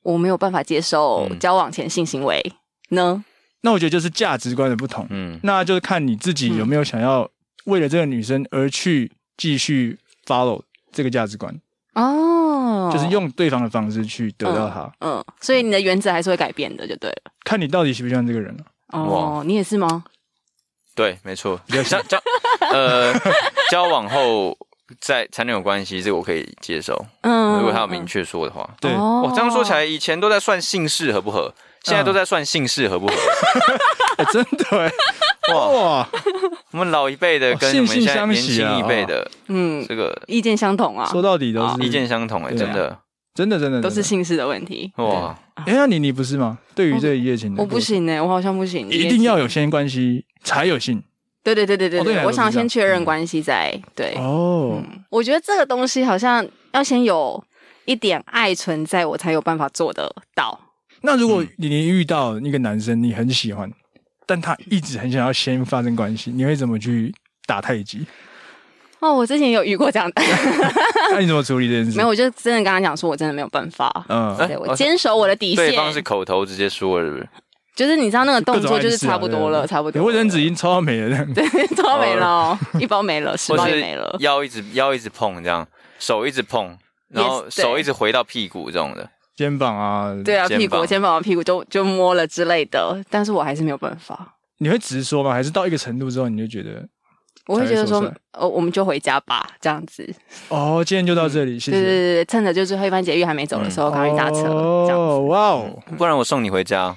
Speaker 1: 我没有办法接受
Speaker 2: 嗯
Speaker 1: 交往前性行为呢？
Speaker 3: 那我觉得就是价值观的不同，
Speaker 2: 嗯，
Speaker 3: 那就是看你自
Speaker 1: 嗯
Speaker 3: 己有没有想要为了这个女生而去继续 follow 这个价值观，
Speaker 1: 哦，
Speaker 3: 就是用对方的方式去得到她。
Speaker 1: 嗯，所以你的原则还是会改变的，就对了。
Speaker 3: 看你到底喜不喜欢这个人了、
Speaker 1: 哦，你也是吗？
Speaker 2: 对，没错。交交呃 交往后再才能有关系，这个我可以接受。
Speaker 1: 嗯，
Speaker 2: 如果他有明确说的话，
Speaker 3: 对，
Speaker 1: 哦
Speaker 2: 哇，这样说起来，以前都在算姓氏合不合，现在都在算姓氏合不合。
Speaker 3: 哎真 的、哎
Speaker 1: 哦
Speaker 2: 哇，
Speaker 3: 哇，
Speaker 2: 我们老一辈的跟我们现在年
Speaker 1: 啊哦
Speaker 2: 轻一辈的
Speaker 1: 嗯，
Speaker 2: 这个
Speaker 1: 意见相同啊，
Speaker 3: 说到底都
Speaker 1: 啊
Speaker 3: 是
Speaker 2: 意见相同哎，
Speaker 3: 对
Speaker 2: 真
Speaker 3: 啊
Speaker 2: 的
Speaker 3: 真的真的
Speaker 1: 都是
Speaker 3: 真的
Speaker 1: 姓氏的问题。
Speaker 2: 哇，
Speaker 3: 哎，那你你不是吗？对于这个一夜情的
Speaker 1: 我不
Speaker 3: 过程，
Speaker 1: 行欸呢，我好像不行，
Speaker 3: 一定要有先关系才有性
Speaker 1: 对对对对对
Speaker 3: 哦对你
Speaker 1: 对，
Speaker 3: 来说
Speaker 1: 我
Speaker 3: 是
Speaker 1: 想
Speaker 3: 这
Speaker 1: 先
Speaker 3: 样
Speaker 1: 确认关系再对。
Speaker 3: 哦。
Speaker 1: 我觉得这个东西好像要先有一点爱存在，我才有办法做得到。
Speaker 3: 那如
Speaker 1: 嗯
Speaker 3: 果你你遇到一个男生，你很喜欢，但他一直很想要先发生关系，你会怎么去打太极？
Speaker 1: 哦，我之前有遇过这样的，
Speaker 3: 那你怎么处理这件事？
Speaker 1: 没有，，我就真的跟他讲说，我真的没有办法，
Speaker 3: 嗯，
Speaker 2: 哎
Speaker 1: 对我
Speaker 2: 哦
Speaker 1: 坚守我的底线
Speaker 2: 对。方是口头直接说了，是不是？
Speaker 1: 就是你知道那个
Speaker 3: 各
Speaker 1: 动
Speaker 3: 种
Speaker 1: 作就是
Speaker 3: 暗示啊
Speaker 1: 差不多了，
Speaker 3: 对
Speaker 1: 差不多
Speaker 3: 对
Speaker 1: 了。
Speaker 3: 卫生纸已经抽到没了，这样
Speaker 1: 抽到没了哦，一包没了，十
Speaker 2: 或
Speaker 1: 包也
Speaker 2: 是
Speaker 1: 没了。
Speaker 2: 腰一直腰一直碰这样，手一直碰，然后
Speaker 1: Yes，对
Speaker 2: 手一直回到屁股这种的。
Speaker 3: 肩膀啊，
Speaker 1: 对啊，
Speaker 2: 肩
Speaker 1: 屁股、
Speaker 2: 膀
Speaker 1: 肩膀、屁股就就摸了之类的，但是我还是没有办法，
Speaker 3: 你会直说吗？还是到一个程度之后你就觉得，
Speaker 1: 我会觉得
Speaker 3: 才会
Speaker 1: 说
Speaker 3: 说出来，
Speaker 1: 呃，我们就回家吧，这样子。
Speaker 3: 哦，今天就到这里，谢
Speaker 1: 对对
Speaker 3: 谢。
Speaker 1: 对对，趁着就是黑番捷运还没走的时候，赶快去搭车，这样子
Speaker 3: 哦，。哇哦，
Speaker 2: 不然我送你回家。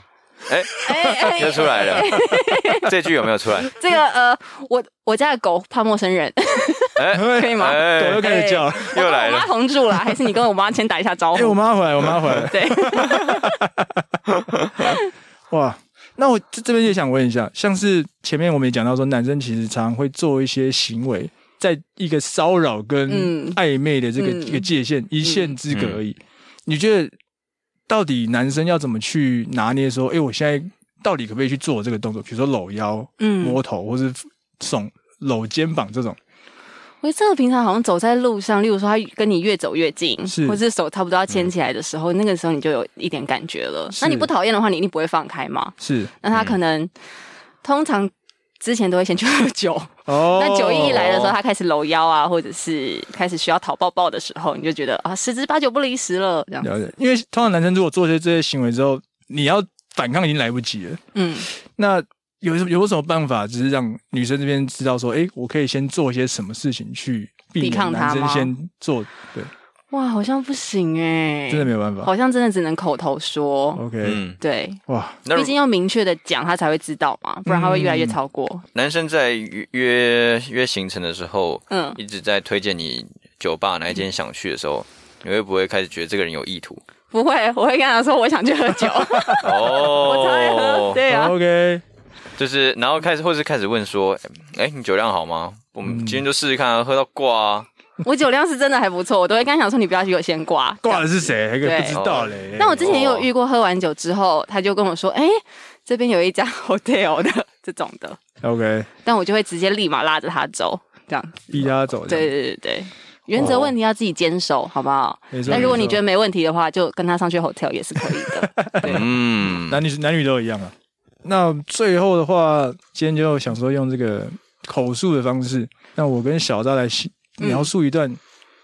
Speaker 2: 哎、
Speaker 1: 哎
Speaker 2: 又出来 了，这句有没有出来？
Speaker 1: 这个呃，我我家的狗怕陌生人，
Speaker 2: 哎、
Speaker 1: 可以吗
Speaker 2: 哎
Speaker 3: 狗又开始叫了。
Speaker 2: 又来
Speaker 1: 我
Speaker 2: 了
Speaker 1: 妈红住了，还是你跟我妈先打一下招
Speaker 3: 哎，我
Speaker 1: 呼？
Speaker 3: 妈回来，我妈回来。
Speaker 1: 对，
Speaker 3: 哇，那我这这边也想问一下，像是前面我们也讲到说，男生其实常常会做一些行为，在一个骚扰跟
Speaker 1: 嗯
Speaker 3: 暧昧的这个
Speaker 1: 嗯
Speaker 3: 一个界限一线之隔而已。你觉得到底男生要怎么去拿捏？说，哎，我现在到底可不可以去做这个动作？比如说搂腰、摸
Speaker 1: 嗯，
Speaker 3: 头，或是耸搂肩膀这种。
Speaker 1: 我觉得这个平常好像走在路上，例如说他跟你越走越近，
Speaker 3: 是
Speaker 1: 或者手差不多要牵起来的时候，那个时候你就有一点感觉了。
Speaker 3: 是嗯
Speaker 1: 那你不讨厌的话，你一定不会放开嘛？
Speaker 3: 是
Speaker 1: 那他可能、通常之前都会先去喝酒，
Speaker 3: 哦
Speaker 1: 那酒意一来的时候，他开始搂腰啊，或者是开始需要讨抱抱的时候，你就觉得啊，十之八九不离十了，这样。
Speaker 3: 了解，因为通常男生如果做些这些行为之后，你要反抗已经来不及了。
Speaker 1: 嗯
Speaker 3: 那有什么有什么办法，只是让女生这边知道说，哎、我可以先做些什么事情去避
Speaker 1: 抵
Speaker 3: 免
Speaker 1: 抗
Speaker 3: 男
Speaker 1: 他
Speaker 3: 生
Speaker 1: 吗
Speaker 3: 先做？对，
Speaker 1: 哇，好像不行哎、
Speaker 3: 真的没有办法。哦
Speaker 1: 好像真的只能口头说。
Speaker 3: OK，、
Speaker 2: 嗯，
Speaker 1: 对，
Speaker 3: 哇，
Speaker 2: 那
Speaker 1: 毕
Speaker 2: 如
Speaker 1: 竟要明确的讲，他才会知道嘛，不然他会越来越超过。
Speaker 2: 男生在约约约行程的时候，
Speaker 1: 嗯，
Speaker 2: 一直在推荐你酒吧哪一间想去的时候，你会不会开始觉得这个人有意图？
Speaker 1: 不会，我会跟他说我想去喝 酒， 我超爱喝。
Speaker 2: 哦，
Speaker 1: 对啊，
Speaker 3: OK，
Speaker 2: 就是然后开始，或是开始问说，哎，你酒量好吗？我们今天就试试看、啊，喝到挂啊。
Speaker 1: 我酒量是真的还不错，我都会跟他讲说你不要去有先挂。
Speaker 3: 挂的是谁？还可以
Speaker 1: 对
Speaker 3: 不知道嘞。
Speaker 1: 但我之前也有遇过，喝完酒之后，他就跟我说：“哎、这边有一家 hotel 的这种的。
Speaker 3: OK，”
Speaker 1: 但我就会直接立马拉着他走，这样。
Speaker 3: 逼他走。
Speaker 1: 对，对对对，原则问题要自己坚守，好不好
Speaker 3: 没？错
Speaker 1: 那如果你
Speaker 3: 没错
Speaker 1: 觉得没问题的话，就跟他上去 hotel 也是可 以的。
Speaker 2: 嗯，
Speaker 3: 男女男女都一样啊。那最后的话，今天就想说用这个口述的方式，让我跟小扎来细
Speaker 1: 嗯
Speaker 3: 描述一段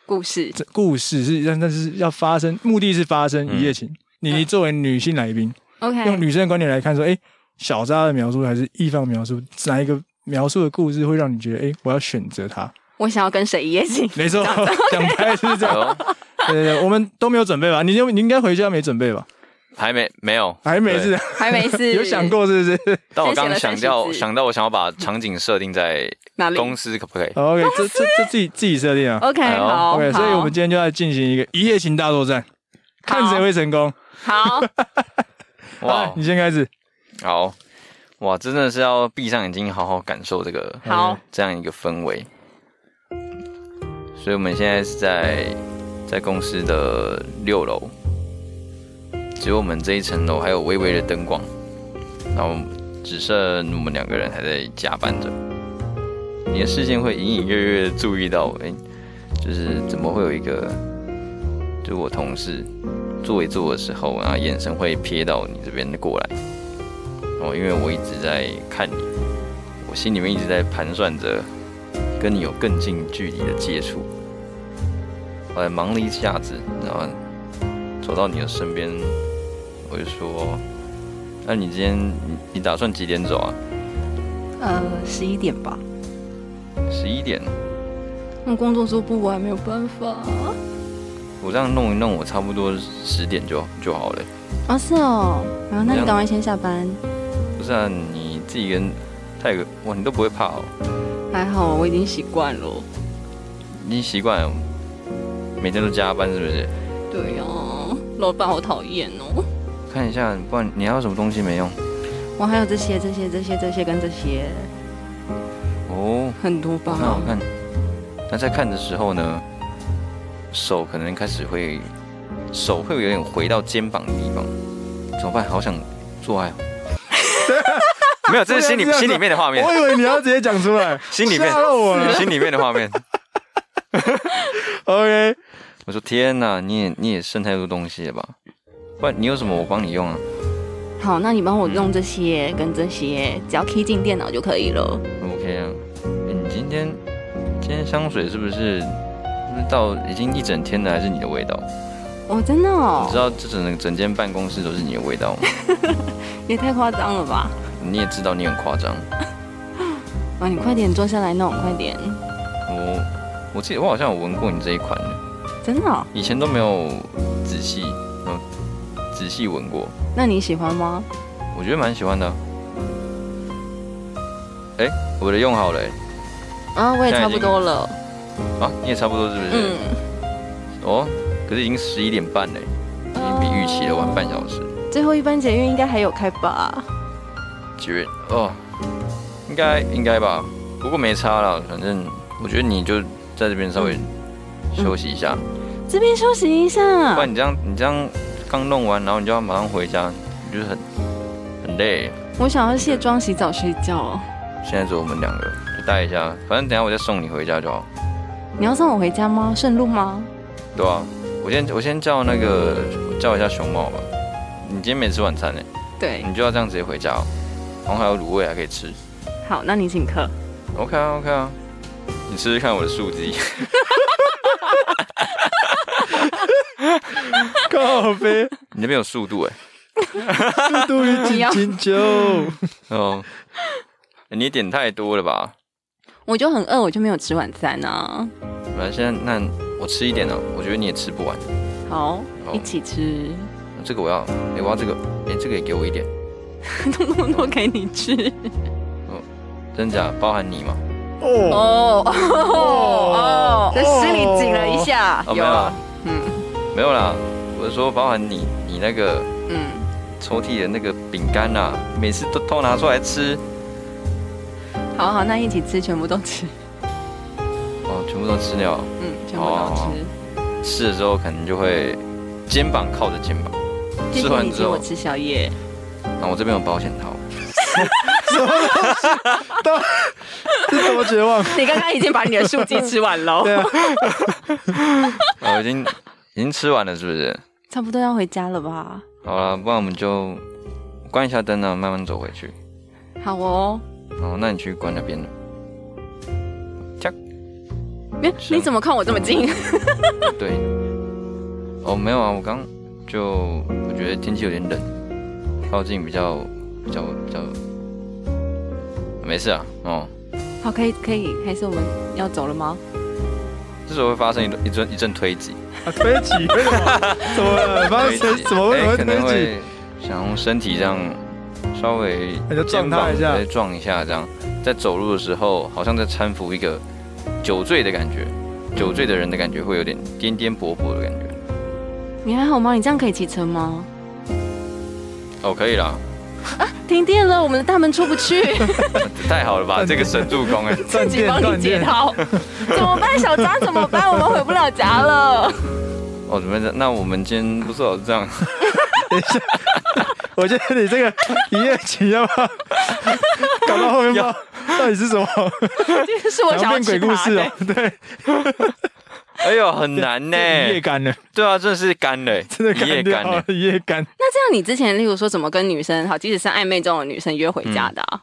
Speaker 1: 故事
Speaker 3: 这故事是，但但是要发生，目的是发生一夜情。
Speaker 2: 嗯
Speaker 3: 你你作为女性来宾，用
Speaker 1: ，OK，
Speaker 3: 女生的观点来看，说，哎、小扎的描述还是一方描述，哪一个描述的故事会让你觉得，哎、我要选择他？
Speaker 1: 我想要跟谁一夜情？
Speaker 3: 没错，讲白就是这
Speaker 2: 哎
Speaker 3: 样。
Speaker 2: 呦
Speaker 3: 对对对，我们都没有准备吧？你就你应该回家没准备吧？
Speaker 2: 还没没有，
Speaker 3: 还没是，
Speaker 1: 还没事，
Speaker 3: 有想过是不是
Speaker 2: 但我
Speaker 1: 先
Speaker 2: 刚
Speaker 1: 写了三
Speaker 2: 刚想
Speaker 1: 十
Speaker 2: 到
Speaker 1: 字
Speaker 2: 想到，我想要把场景设定在
Speaker 1: 哪里
Speaker 2: 公司，可不可以？
Speaker 3: ？OK，这这这自己自己设定啊。
Speaker 1: ？OK，
Speaker 2: 哎呦
Speaker 1: 好
Speaker 3: OK，所以我
Speaker 1: 好
Speaker 3: 们今天就要进行一个一夜情大作战，看谁会成功。
Speaker 1: 好，
Speaker 2: 哇
Speaker 3: 你，先开始。
Speaker 2: 好，哇，真的是要闭上眼睛，好好感受这个
Speaker 1: 好
Speaker 2: 这样一个氛围。所以我们现在是在在公司的六楼，只有我们这一层楼还有微微的灯光，然后只剩我们两个人还在加班着。你的视线会隐隐约约的注意到，哎、就是怎么会有一个，就是我同事坐一坐的时候，然后眼神会瞥到你这边过来。哦，因为我一直在看你，我心里面一直在盘算着跟你有更近距离的接触。我忙了一下子，然后走到你的身边，我就说：“那、你今天你你打算几点走啊？
Speaker 1: 呃，十一点吧。
Speaker 2: 十一点？
Speaker 1: 那工作做不完，没有办法。
Speaker 2: 我这样弄一弄，我差不多十点就就好了。
Speaker 1: 啊，是哦，啊，那你赶快先下班。
Speaker 2: 不是啊，你自己一个人太个哇，你都不会怕哦，
Speaker 1: 还好，我已经习惯了。
Speaker 2: 你已经习惯了每天都加班是不是？
Speaker 1: 对呀、啊，老板好讨厌哦。
Speaker 2: 看一下，不然你还有什么东西没用？
Speaker 1: 我还有这些、这些、这些、这些跟这些，
Speaker 2: 哦，
Speaker 1: 很多
Speaker 2: 那
Speaker 1: 吧
Speaker 2: 我？看，那在看的时候呢，手可能开始会，手会有点回到肩膀的地方，怎么办？好想做爱 哦。没有，这是心里
Speaker 3: 不要这样子
Speaker 2: 心里面的画面
Speaker 3: 我，以为你要直接讲出来，
Speaker 2: 心里面
Speaker 3: 吓到我了。
Speaker 2: 心里面的画面。
Speaker 3: OK，
Speaker 2: 我说天哪，你也你也剩太多东西了吧？不然你有什么我帮你用啊？
Speaker 1: 好，那你帮我用这些跟这些，只要 key 进电脑就可以了。
Speaker 2: OK 啊，诶你今天今天香水是不是是不是到已经一整天了，还是你的味道？
Speaker 1: 哦，真的哦
Speaker 2: 你知，道这整整间办公室都是你的味道吗？
Speaker 1: 也太夸张了吧！
Speaker 2: 你也知道你很夸张，
Speaker 1: 啊，你快点坐下来弄，快点！
Speaker 2: 我我记得我好像有闻过你这一款呢，
Speaker 1: 真的哦、
Speaker 2: 以前都没有仔细呃仔细闻过，
Speaker 1: 那你喜欢吗？
Speaker 2: 我觉得蛮喜欢的啊。哎、我的用好了、诶
Speaker 1: 啊，我也
Speaker 2: 现在已
Speaker 1: 差不
Speaker 2: 经
Speaker 1: 多了。
Speaker 2: 啊，你也差不多是不是？
Speaker 1: 嗯，
Speaker 2: 哦，可是已经十一点半嘞，已经比预期的晚半小时。
Speaker 1: 最后一班捷运应该还有开吧？
Speaker 2: 九月哦，应该应该吧，不过没差了，反正我觉得你就在这边稍微休息一下，
Speaker 1: 这边休息一下。
Speaker 2: 不然你这样你这样刚弄完，然后你就要马上回家，你就是很很累。
Speaker 1: 我想要卸妆、洗澡、睡觉哦。
Speaker 2: 现在只有我们两个，就待一下，反正等一下我再送你回家就好。
Speaker 1: 你要送我回家吗？顺路吗？
Speaker 2: 对啊，我先我先叫那个我叫一下熊猫吧。你今天没吃晚餐呢，
Speaker 1: 对，
Speaker 2: 你就要这样直接回家哦。然后还有卤味还可以吃
Speaker 1: 好，那你请客。
Speaker 2: ，OK 啊 OK 啊，你试试看我的素鸡。
Speaker 1: 哎
Speaker 3: 靠呗，
Speaker 2: 你那边有速度哎、
Speaker 3: 速度与
Speaker 1: 你要
Speaker 3: 激情球。
Speaker 2: 哦，你点太多了吧？
Speaker 1: 我就很饿，我就没有吃晚餐啊。
Speaker 2: 反正现在那我吃一点哦，我觉得你也吃不完。
Speaker 1: 好，
Speaker 2: 好
Speaker 1: 一起吃，
Speaker 2: 这个我要，哎、我要这个，哎、这个也给我一点，
Speaker 1: 通通都给你吃。
Speaker 2: 真假？包含你吗？
Speaker 3: 哦，
Speaker 1: 哦哦，这心里紧了一下，
Speaker 2: 哦，没有啦，
Speaker 1: 嗯
Speaker 2: 没有啦，我是说包含你，你那个
Speaker 1: 嗯，
Speaker 2: 抽屉的那个饼干啊，每次都偷拿出来吃，
Speaker 1: 好好，那一起吃，全部都吃，
Speaker 2: 哦，全部都吃掉。
Speaker 1: 嗯，全部都
Speaker 2: 好好
Speaker 1: 吃。
Speaker 2: 吃的时候可能就会肩膀靠着肩膀，
Speaker 1: 谢
Speaker 2: 吃
Speaker 1: 谢
Speaker 2: 完
Speaker 1: 你
Speaker 2: 之
Speaker 1: 请
Speaker 2: 后
Speaker 1: 我，吃宵夜，
Speaker 2: 然后我这边有保险套，
Speaker 3: 这多绝望！
Speaker 1: 你刚刚已经把你的素鸡吃完 喽，
Speaker 3: 对啊，
Speaker 2: 啊，我已经 已经吃完了，是不是？
Speaker 1: 差不多要回家了吧？
Speaker 2: 好了，不然我们就关一下灯啊，慢慢走回去。
Speaker 1: 好哦，
Speaker 2: 哦，那你去关那边了。
Speaker 1: 哎
Speaker 2: 是啊
Speaker 1: 你怎么看我这么近？
Speaker 2: 对，哦，没有啊，我刚就我觉得天气有点冷，靠近比较比较比较，没事啊，哦，
Speaker 1: 好，可以可以，还是我们要走了吗？
Speaker 2: 这时候会发生一一阵一阵推挤，
Speaker 3: 啊推挤，为什么？怎么了？发
Speaker 2: 推
Speaker 3: 生谁
Speaker 2: 挤
Speaker 3: 啊怎么为什么
Speaker 2: 哎
Speaker 3: 会
Speaker 2: 可能
Speaker 3: 推挤？
Speaker 2: 会想用身体这样稍微
Speaker 3: 那哎就撞
Speaker 2: 肩膀
Speaker 3: 他一下
Speaker 2: 再撞一下，这样在走路的时候好像在搀扶一个酒醉的感觉，酒醉的人的感觉会有点颠颠簸簸的感觉。
Speaker 1: 你还好吗？你这样可以骑车吗？
Speaker 2: 哦，可以啦，
Speaker 1: 停电了，我们的大门出不 去，
Speaker 2: 太好了 吧，
Speaker 3: 但
Speaker 2: 这个神助攻哎。
Speaker 1: 自
Speaker 3: 断
Speaker 1: 己帮
Speaker 3: 电
Speaker 1: 你
Speaker 3: 断
Speaker 1: 解
Speaker 3: 电，
Speaker 1: 套，怎么办？小张怎么办？我们回不了家 了。
Speaker 2: 哦，怎么样？那我们今天不是有这样？
Speaker 3: 我觉得你这个一夜情要不要搞到后面吧？到底是什么？
Speaker 1: 这是我想要
Speaker 3: 变
Speaker 1: 吃
Speaker 3: 鬼故
Speaker 1: 它
Speaker 3: 事
Speaker 1: 的。
Speaker 3: 哦，对，
Speaker 2: 哎呦，很难呢。
Speaker 3: 一夜干了，
Speaker 2: 对啊，真的是干嘞，
Speaker 3: 真的
Speaker 2: 一夜
Speaker 3: 干
Speaker 2: 干
Speaker 3: 掉
Speaker 2: 嘞
Speaker 3: 了，。一夜干。
Speaker 1: 那这样，你之前例如说怎么跟女生好，即使是暧昧中的女生约回家的、
Speaker 3: 嗯
Speaker 1: 啊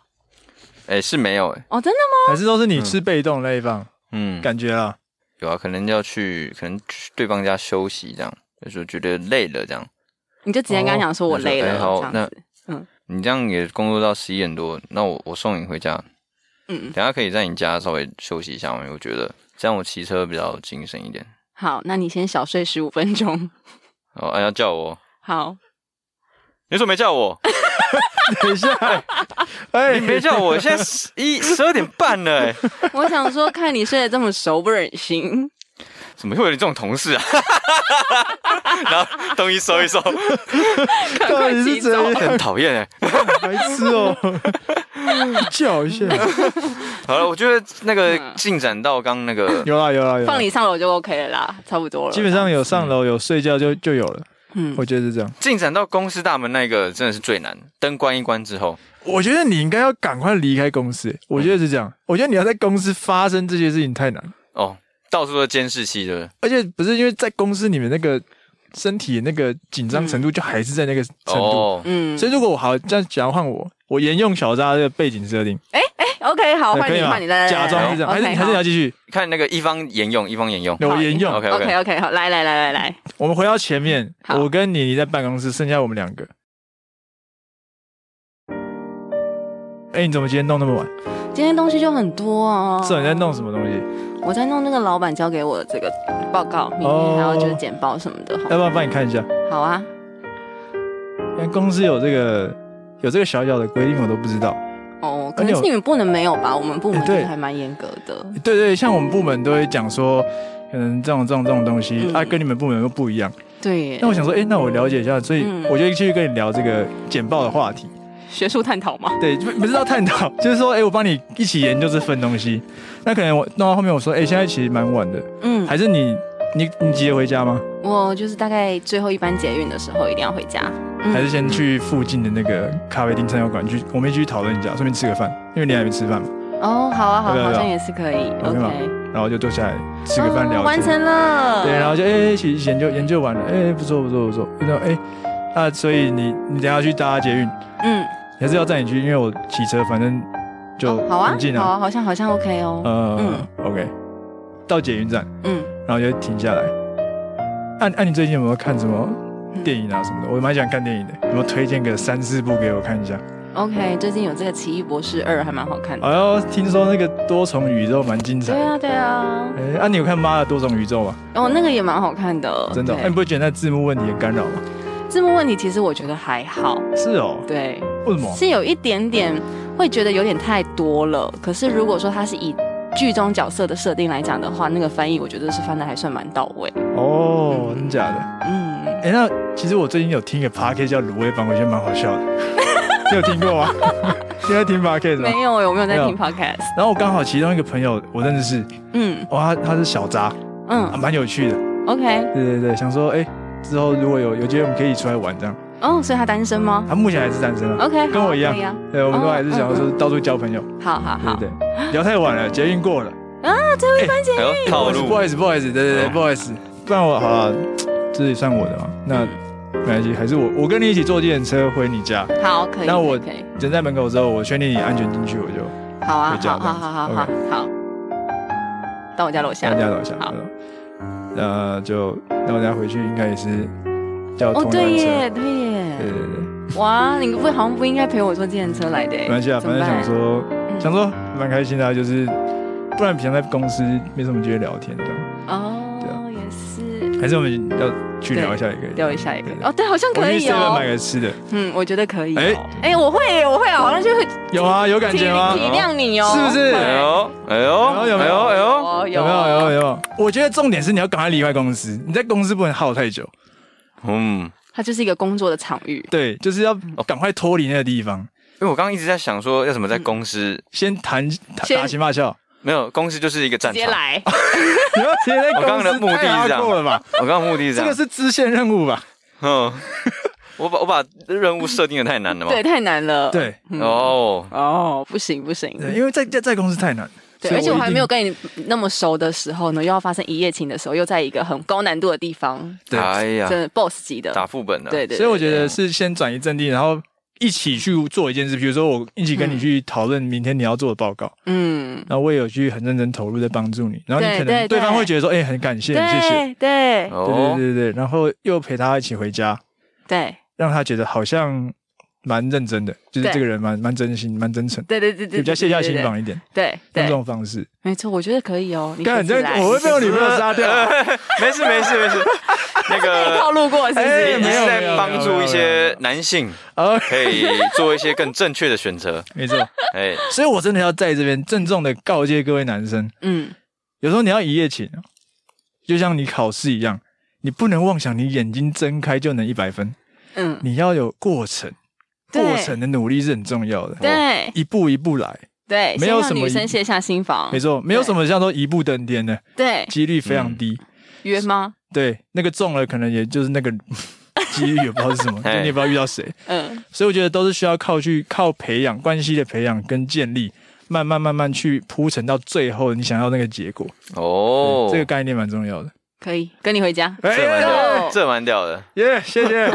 Speaker 2: 哎，是没有哎，
Speaker 1: 哦，真的吗？
Speaker 3: 还是都是你吃被动那一方
Speaker 2: 嗯，
Speaker 3: 感觉啊？
Speaker 2: 有啊，可能要去，可能去对方家休息这样，就是觉得累了这样。
Speaker 1: 你就直接跟他讲
Speaker 3: 哦
Speaker 1: 说我累了，
Speaker 2: 哎好
Speaker 1: 这样
Speaker 2: 那
Speaker 1: 子。
Speaker 2: 你这样也工作到十一点多，那我我送你回家，
Speaker 1: 嗯，
Speaker 2: 等下可以在你家稍微休息一下吗？因为我觉得这样我骑车比较精神一点。
Speaker 1: 好，那你先小睡十五分钟。
Speaker 2: 哦，哎、要叫我，
Speaker 1: 好，
Speaker 2: 你怎么没叫我？
Speaker 3: 等一下，哎
Speaker 2: 你，没叫 我，现在十一十二点半了、哎，
Speaker 1: 我想说，看你睡得这么熟，不忍心。
Speaker 2: 怎么会有你这种同事啊？ 然后东西收一收，
Speaker 3: 到底是怎样？
Speaker 2: 很讨厌哎。
Speaker 3: 白痴哦！叫一下，
Speaker 2: 好了，我觉得那个
Speaker 1: 嗯
Speaker 2: 进展到刚那个，
Speaker 3: 有啦有啦有 啦
Speaker 1: 放，你上楼就 OK 了啦，差不多了。
Speaker 3: 啊基本上有上楼有睡觉就就有了，
Speaker 1: 嗯，
Speaker 3: 我觉得是这样。
Speaker 2: 进展到公司大门那个真的是最难，灯关一关之后，
Speaker 3: 我觉得你应该要赶快离开公司，我觉得是这样。我觉得你要在公司发生这些事情太难，
Speaker 2: 哦，到处都是监视器，对不对？
Speaker 3: 而且不是因为在公司里面那个身体那个紧张程度就还是在那个程度，
Speaker 2: 哦，
Speaker 1: 嗯，
Speaker 3: 所以如果我好这样，假如换我，我沿用小扎这个背景设定，
Speaker 1: 哎 OK，好，哦
Speaker 3: 对
Speaker 1: 换
Speaker 3: 可以
Speaker 1: 你，
Speaker 3: 吗
Speaker 1: 换你，来来来，
Speaker 3: 假装是这样，还是你还是你要继续？
Speaker 2: 看那个一方沿用，一方沿用。
Speaker 3: 那我沿用。
Speaker 2: OK
Speaker 1: OK
Speaker 2: OK，
Speaker 1: OK，好，来来来来来，
Speaker 3: 我们回到前面，
Speaker 1: 好
Speaker 3: 我跟妮妮在办公室，剩下我们两个。哎、你怎么今天弄那么晚？
Speaker 1: 今天东西就很多啊。
Speaker 3: 是、你在弄什么东西？
Speaker 1: 我在弄那个老板交给我的这个报告，明
Speaker 3: 哦呃
Speaker 1: 天还有就是简报什么的。
Speaker 3: 要不要帮你看一下？
Speaker 1: 好啊，
Speaker 3: 但公司有这个有这个小小的规定，我都不知道。
Speaker 1: 哦，可能是你们部门没有吧？我们部门
Speaker 3: 哎
Speaker 1: 就
Speaker 3: 对
Speaker 1: 是还蛮严格的。
Speaker 3: 对对，像我们部门都会讲说，可能这种这种这种东西、
Speaker 1: 嗯
Speaker 3: 啊，跟你们部门又不一样。
Speaker 1: 对耶
Speaker 3: 那，我想说，哎、那我了解一下，所以
Speaker 1: 嗯
Speaker 3: 我就继续跟你聊这个简报的话题。
Speaker 1: 学术探讨吗？
Speaker 3: 对，不不是要探讨， 就是说，哎、我帮你一起研究这份东西。那可能我弄到后面，我说，哎、现在其实蛮晚的，
Speaker 1: 嗯，
Speaker 3: 还是你你你急着回家吗？
Speaker 1: 我就是大概最后一班捷运的时候一定要回家，嗯
Speaker 3: 还是先去附近的那个咖啡厅、餐酒馆去，我们一起去讨论一下，顺便吃个饭，因为你还没吃饭嘛。
Speaker 1: 哦，好啊，好，
Speaker 3: 要不要
Speaker 1: 好像也是可以
Speaker 3: 要不要
Speaker 1: ，OK，
Speaker 3: 然后就坐下来吃个饭
Speaker 1: 哦
Speaker 3: 聊天、
Speaker 1: 完成了，
Speaker 3: 对，然后就哎、一起研究研究完了，哎、不错不错不错，然后哎，那所以你你等一下去搭捷运，
Speaker 1: 嗯，
Speaker 3: 还是要载你去，因为我骑车，反正就
Speaker 1: 好啊
Speaker 3: 很近，
Speaker 1: 好啊，好像好像 OK 哦，
Speaker 3: 呃、，OK，到捷运站，
Speaker 1: 嗯，
Speaker 3: 然后就停下来。按、按、你最近有没有看什么电影啊什么
Speaker 1: 嗯
Speaker 3: 的？我蛮喜欢看电影的，有没有推荐个三四部给我看一下？
Speaker 1: OK，最近有这个《奇异博士二》还蛮好看的，
Speaker 3: 哎呦，听说那个多重宇宙蛮精彩
Speaker 1: 对
Speaker 3: 的。
Speaker 1: 啊，对啊，
Speaker 3: 哎、啊，你有看《妈的多重宇宙》吗？
Speaker 1: 哦，那个也蛮好看的，
Speaker 3: 真的哦、
Speaker 1: 对
Speaker 3: 哎，你不会觉得那字幕问题很干扰吗？
Speaker 1: 字幕问题其实我觉得还好，
Speaker 3: 是哦，
Speaker 1: 对，
Speaker 3: 为什么？
Speaker 1: 是有一点点会觉得有点太多了。可是如果说它是以剧中角色的设定来讲的话，那个翻译我觉得是翻的还算蛮到位。
Speaker 3: 哦，真假的？
Speaker 1: 嗯，
Speaker 3: 哎、那其实我最近有听一个 p a r k 叫《卤味帮》，我觉得蛮好笑的。你有听过吗？你在听 p a r k 吗？
Speaker 1: 没有，有没有在
Speaker 3: 没有
Speaker 1: 听 podcast？
Speaker 3: 然后我刚好其中一个朋友我认识，
Speaker 1: 嗯
Speaker 3: 哇，他他是小渣，啊
Speaker 1: 嗯
Speaker 3: 蛮有趣的。
Speaker 1: ，OK。
Speaker 3: 对对对，想说哎、之后如果有有机会我们可以一起出来玩这样。
Speaker 1: 哦，所以他单身吗
Speaker 3: 他目前还是单身啊。
Speaker 1: ？OK，
Speaker 3: 跟
Speaker 1: 好
Speaker 3: 我一样
Speaker 1: 可以啊
Speaker 3: 对，我们都还是想要说
Speaker 1: 哦
Speaker 3: 到处交朋友，
Speaker 1: 好好
Speaker 3: 对
Speaker 1: 好，
Speaker 3: 对对，聊太晚了，捷运过了。
Speaker 2: 还有哎套
Speaker 3: 不
Speaker 2: 路
Speaker 3: 好，意思，不好意思，对对对，不好意思。不然我好了，这也算我的嘛。那没关系，还是我我跟你一起坐计程车回你家，
Speaker 1: 好可以。
Speaker 3: 那我
Speaker 1: 可以，
Speaker 3: 人在门口之后，我确定你安全进去，我就
Speaker 1: 好啊
Speaker 3: 回，家
Speaker 1: 好好好好好好，到我家楼下
Speaker 3: 到。家楼下
Speaker 1: 好。
Speaker 3: 那就那我等下回去应该也是叫
Speaker 1: 哦，
Speaker 3: 同一
Speaker 1: 对
Speaker 3: 班车。
Speaker 1: 耶，对
Speaker 3: 对对
Speaker 1: 耶，
Speaker 3: 对，
Speaker 1: 哇，你不好像不应该陪我坐计程车来的耶，
Speaker 3: 没关系啊，
Speaker 1: 怎
Speaker 3: 反
Speaker 1: 么
Speaker 3: 正
Speaker 1: 办
Speaker 3: 想说
Speaker 1: 嗯
Speaker 3: 想说蛮开心的、啊，就是不然平常在公司没什么机会聊天这样，对
Speaker 1: 哦，也是
Speaker 3: 还是我们要去聊一下也可以。
Speaker 1: 聊一下也可以
Speaker 3: 对
Speaker 1: 哦，对，好像
Speaker 3: 我
Speaker 1: 可
Speaker 3: 们
Speaker 1: 以
Speaker 3: 去 seven
Speaker 1: 哦
Speaker 3: 买，个吃的，
Speaker 1: 嗯，我觉得可以哦，
Speaker 3: 哎
Speaker 1: 哎，我会耶，我会啊，好像就会
Speaker 3: 有啊，有感
Speaker 1: 体
Speaker 3: 觉吗？
Speaker 1: 体谅你哦，
Speaker 3: 是不是
Speaker 1: 会
Speaker 2: 哎呦哎呦
Speaker 3: 有有没
Speaker 2: 哎
Speaker 3: 有
Speaker 2: 呦哎呦，
Speaker 1: 哦，
Speaker 3: 有
Speaker 1: 有
Speaker 3: 没有？有没有？有没有？我觉得重点是你要赶快离开公司，你在公司不能耗太久。
Speaker 2: 嗯，
Speaker 1: 它就是一个工作的场域，
Speaker 3: 对，就是要赶快脱离那个地方，
Speaker 2: 因为我刚刚一直在想说要怎么在公司，
Speaker 3: 先谈打
Speaker 1: 先
Speaker 3: 打情骂俏。
Speaker 2: 没有公司就是一个
Speaker 1: 直
Speaker 2: 战
Speaker 1: 接
Speaker 2: 场，
Speaker 1: 来，
Speaker 3: 你要直接在
Speaker 2: 我刚刚
Speaker 3: 公
Speaker 2: 的
Speaker 3: 司
Speaker 2: 目的
Speaker 3: 太
Speaker 2: 是这样
Speaker 3: hardcore 了吧？
Speaker 2: 我刚刚目的是
Speaker 3: 这个
Speaker 2: 样，
Speaker 3: 是支线任务吧？
Speaker 2: 嗯， 我把我把任务设定的太难了嘛，
Speaker 1: 对，太难
Speaker 2: 呃
Speaker 1: 了，，
Speaker 3: 对，
Speaker 2: 哦，
Speaker 1: 哦，不行不行，
Speaker 3: 对因为在在在公司太难了。
Speaker 1: 对，
Speaker 3: 所以
Speaker 1: 而且我
Speaker 3: 一
Speaker 1: 还
Speaker 3: 定
Speaker 1: 没有跟你那么熟的时候呢，又要发生一夜情的时候，又在一个很高难度的地方，
Speaker 3: 对
Speaker 2: 哎呀
Speaker 1: 真，的 boss 级的，
Speaker 2: 打副本了，
Speaker 1: 对对，
Speaker 3: 所以我觉
Speaker 1: 得
Speaker 3: 得是先转移阵地，然后一起去做一件事，比如说我一起跟你去讨论明天你要做的报告，
Speaker 1: 嗯，
Speaker 3: 然后我也有去很认真投入在帮助你，然后你
Speaker 1: 对
Speaker 3: 可
Speaker 1: 对
Speaker 3: 能对方
Speaker 1: 对
Speaker 3: 会觉得说，哎，很感谢，谢
Speaker 1: 对
Speaker 3: 谢，
Speaker 1: 对
Speaker 3: 对对
Speaker 2: 哦，
Speaker 3: 对对，然后又陪他一起回家，
Speaker 1: 对。
Speaker 3: 让他觉得好像蛮认真的，就是
Speaker 1: 对
Speaker 3: 这个人蛮蛮真心、蛮真诚，
Speaker 1: 对对对对，
Speaker 3: 比较卸下心
Speaker 1: 防。
Speaker 3: 防一点，
Speaker 1: 对
Speaker 3: 用这
Speaker 1: 对，
Speaker 3: 种方式。
Speaker 1: 没错，我觉得可以哦。你
Speaker 3: 干，
Speaker 1: 看
Speaker 3: 你这样我会被我女朋友杀 掉。
Speaker 2: 没事没事没 事，那
Speaker 1: 被
Speaker 2: 个
Speaker 1: 套路过，是不嗯
Speaker 3: 哎
Speaker 2: 你
Speaker 1: 是？
Speaker 2: 你
Speaker 3: 没有
Speaker 2: 是
Speaker 3: 没有
Speaker 2: 在帮助一些男性，
Speaker 3: 啊，
Speaker 2: 可以做一些更正确的选择。
Speaker 3: 没错，
Speaker 2: 哎，
Speaker 3: 所以我真的要在这边郑重的告诫各位男生，
Speaker 1: 嗯，
Speaker 3: 有时候你要一夜情，就像你考试一样，你不能妄想你眼睛睁开就能一百分，
Speaker 1: 嗯，
Speaker 3: 你要有过程，
Speaker 1: 对
Speaker 3: 过程的努力是很重要的，哦
Speaker 1: 对
Speaker 3: 一步一步来，
Speaker 1: 对，
Speaker 3: 没有
Speaker 1: 先让
Speaker 3: 什么
Speaker 1: 女生卸下心防
Speaker 3: 没，错，没有什么像说一步登天的
Speaker 1: 对，
Speaker 3: 几率非常
Speaker 1: 嗯
Speaker 3: 低，
Speaker 1: 约吗？
Speaker 3: 对，那个中了可能也就是那个 几率也不知道是什么，就
Speaker 2: 哎
Speaker 3: 你也不知道遇到谁，
Speaker 1: 嗯，
Speaker 3: 所以我觉得都是需要靠去靠培养关系的培养跟建立。慢慢慢慢去铺陈到最后，你想要那个结果，
Speaker 2: 哦，
Speaker 3: 这个概念蛮重要的。哎
Speaker 1: 可以跟你回家。
Speaker 2: 这蛮屌的，
Speaker 1: Go
Speaker 2: 这蛮屌的。
Speaker 3: 耶，谢谢。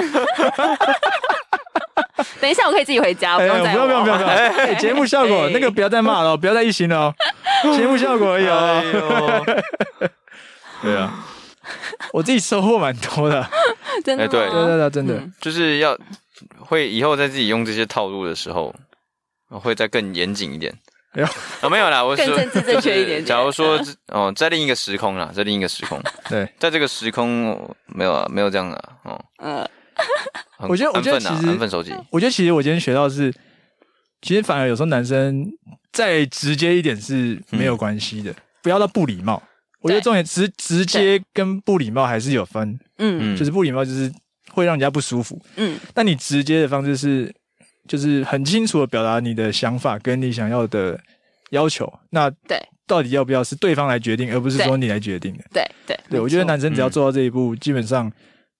Speaker 1: 等一下，我可以自己回家，不
Speaker 3: 哎
Speaker 1: 用再
Speaker 3: 不用不用不用不用！ 哎节目效果
Speaker 1: 哎
Speaker 3: 那个不要再骂了哦，不要再一心了 哦，节目效果而已
Speaker 2: 哎
Speaker 3: 哦。
Speaker 2: 呦，
Speaker 3: 对啊，我自己收获蛮 多的，
Speaker 1: 真的
Speaker 2: 哎对
Speaker 1: 吗
Speaker 3: 对对对，真的
Speaker 1: 嗯
Speaker 2: 就是要会以后在自己用这些套路的时候，会再更严谨一点。
Speaker 3: 哎呦
Speaker 2: 啊，没有啦，我是
Speaker 1: 更政治正确一点点
Speaker 2: 就是假如说这哦，在另一个时空啦，在另一个时空，
Speaker 3: 对。
Speaker 2: 在这个时空哦没有啊，没有这样的啊哦。
Speaker 1: 嗯，
Speaker 2: 很
Speaker 3: 我觉得我觉得
Speaker 2: 安分啊
Speaker 3: 其实
Speaker 2: 安分守己，
Speaker 3: 我觉得其实我今天学到的是，其实反而有时候男生再直接一点是没有关系
Speaker 1: 嗯
Speaker 3: 的，不要到不礼貌。我觉得重点直直接跟不礼貌还是有分，
Speaker 1: 嗯
Speaker 2: 嗯，
Speaker 3: 就是不礼貌就是会让人家不舒服，
Speaker 1: 嗯，
Speaker 3: 但你直接的方式是就是很清楚的表达你的想法跟你想要的要求。那
Speaker 1: 对
Speaker 3: 到底要不要是对方来决定，而不是说
Speaker 1: 对
Speaker 3: 你来决定的？
Speaker 1: 对对
Speaker 3: 对，我觉得
Speaker 1: 没错
Speaker 3: 男生只要
Speaker 2: 嗯
Speaker 3: 做到这一步，基本上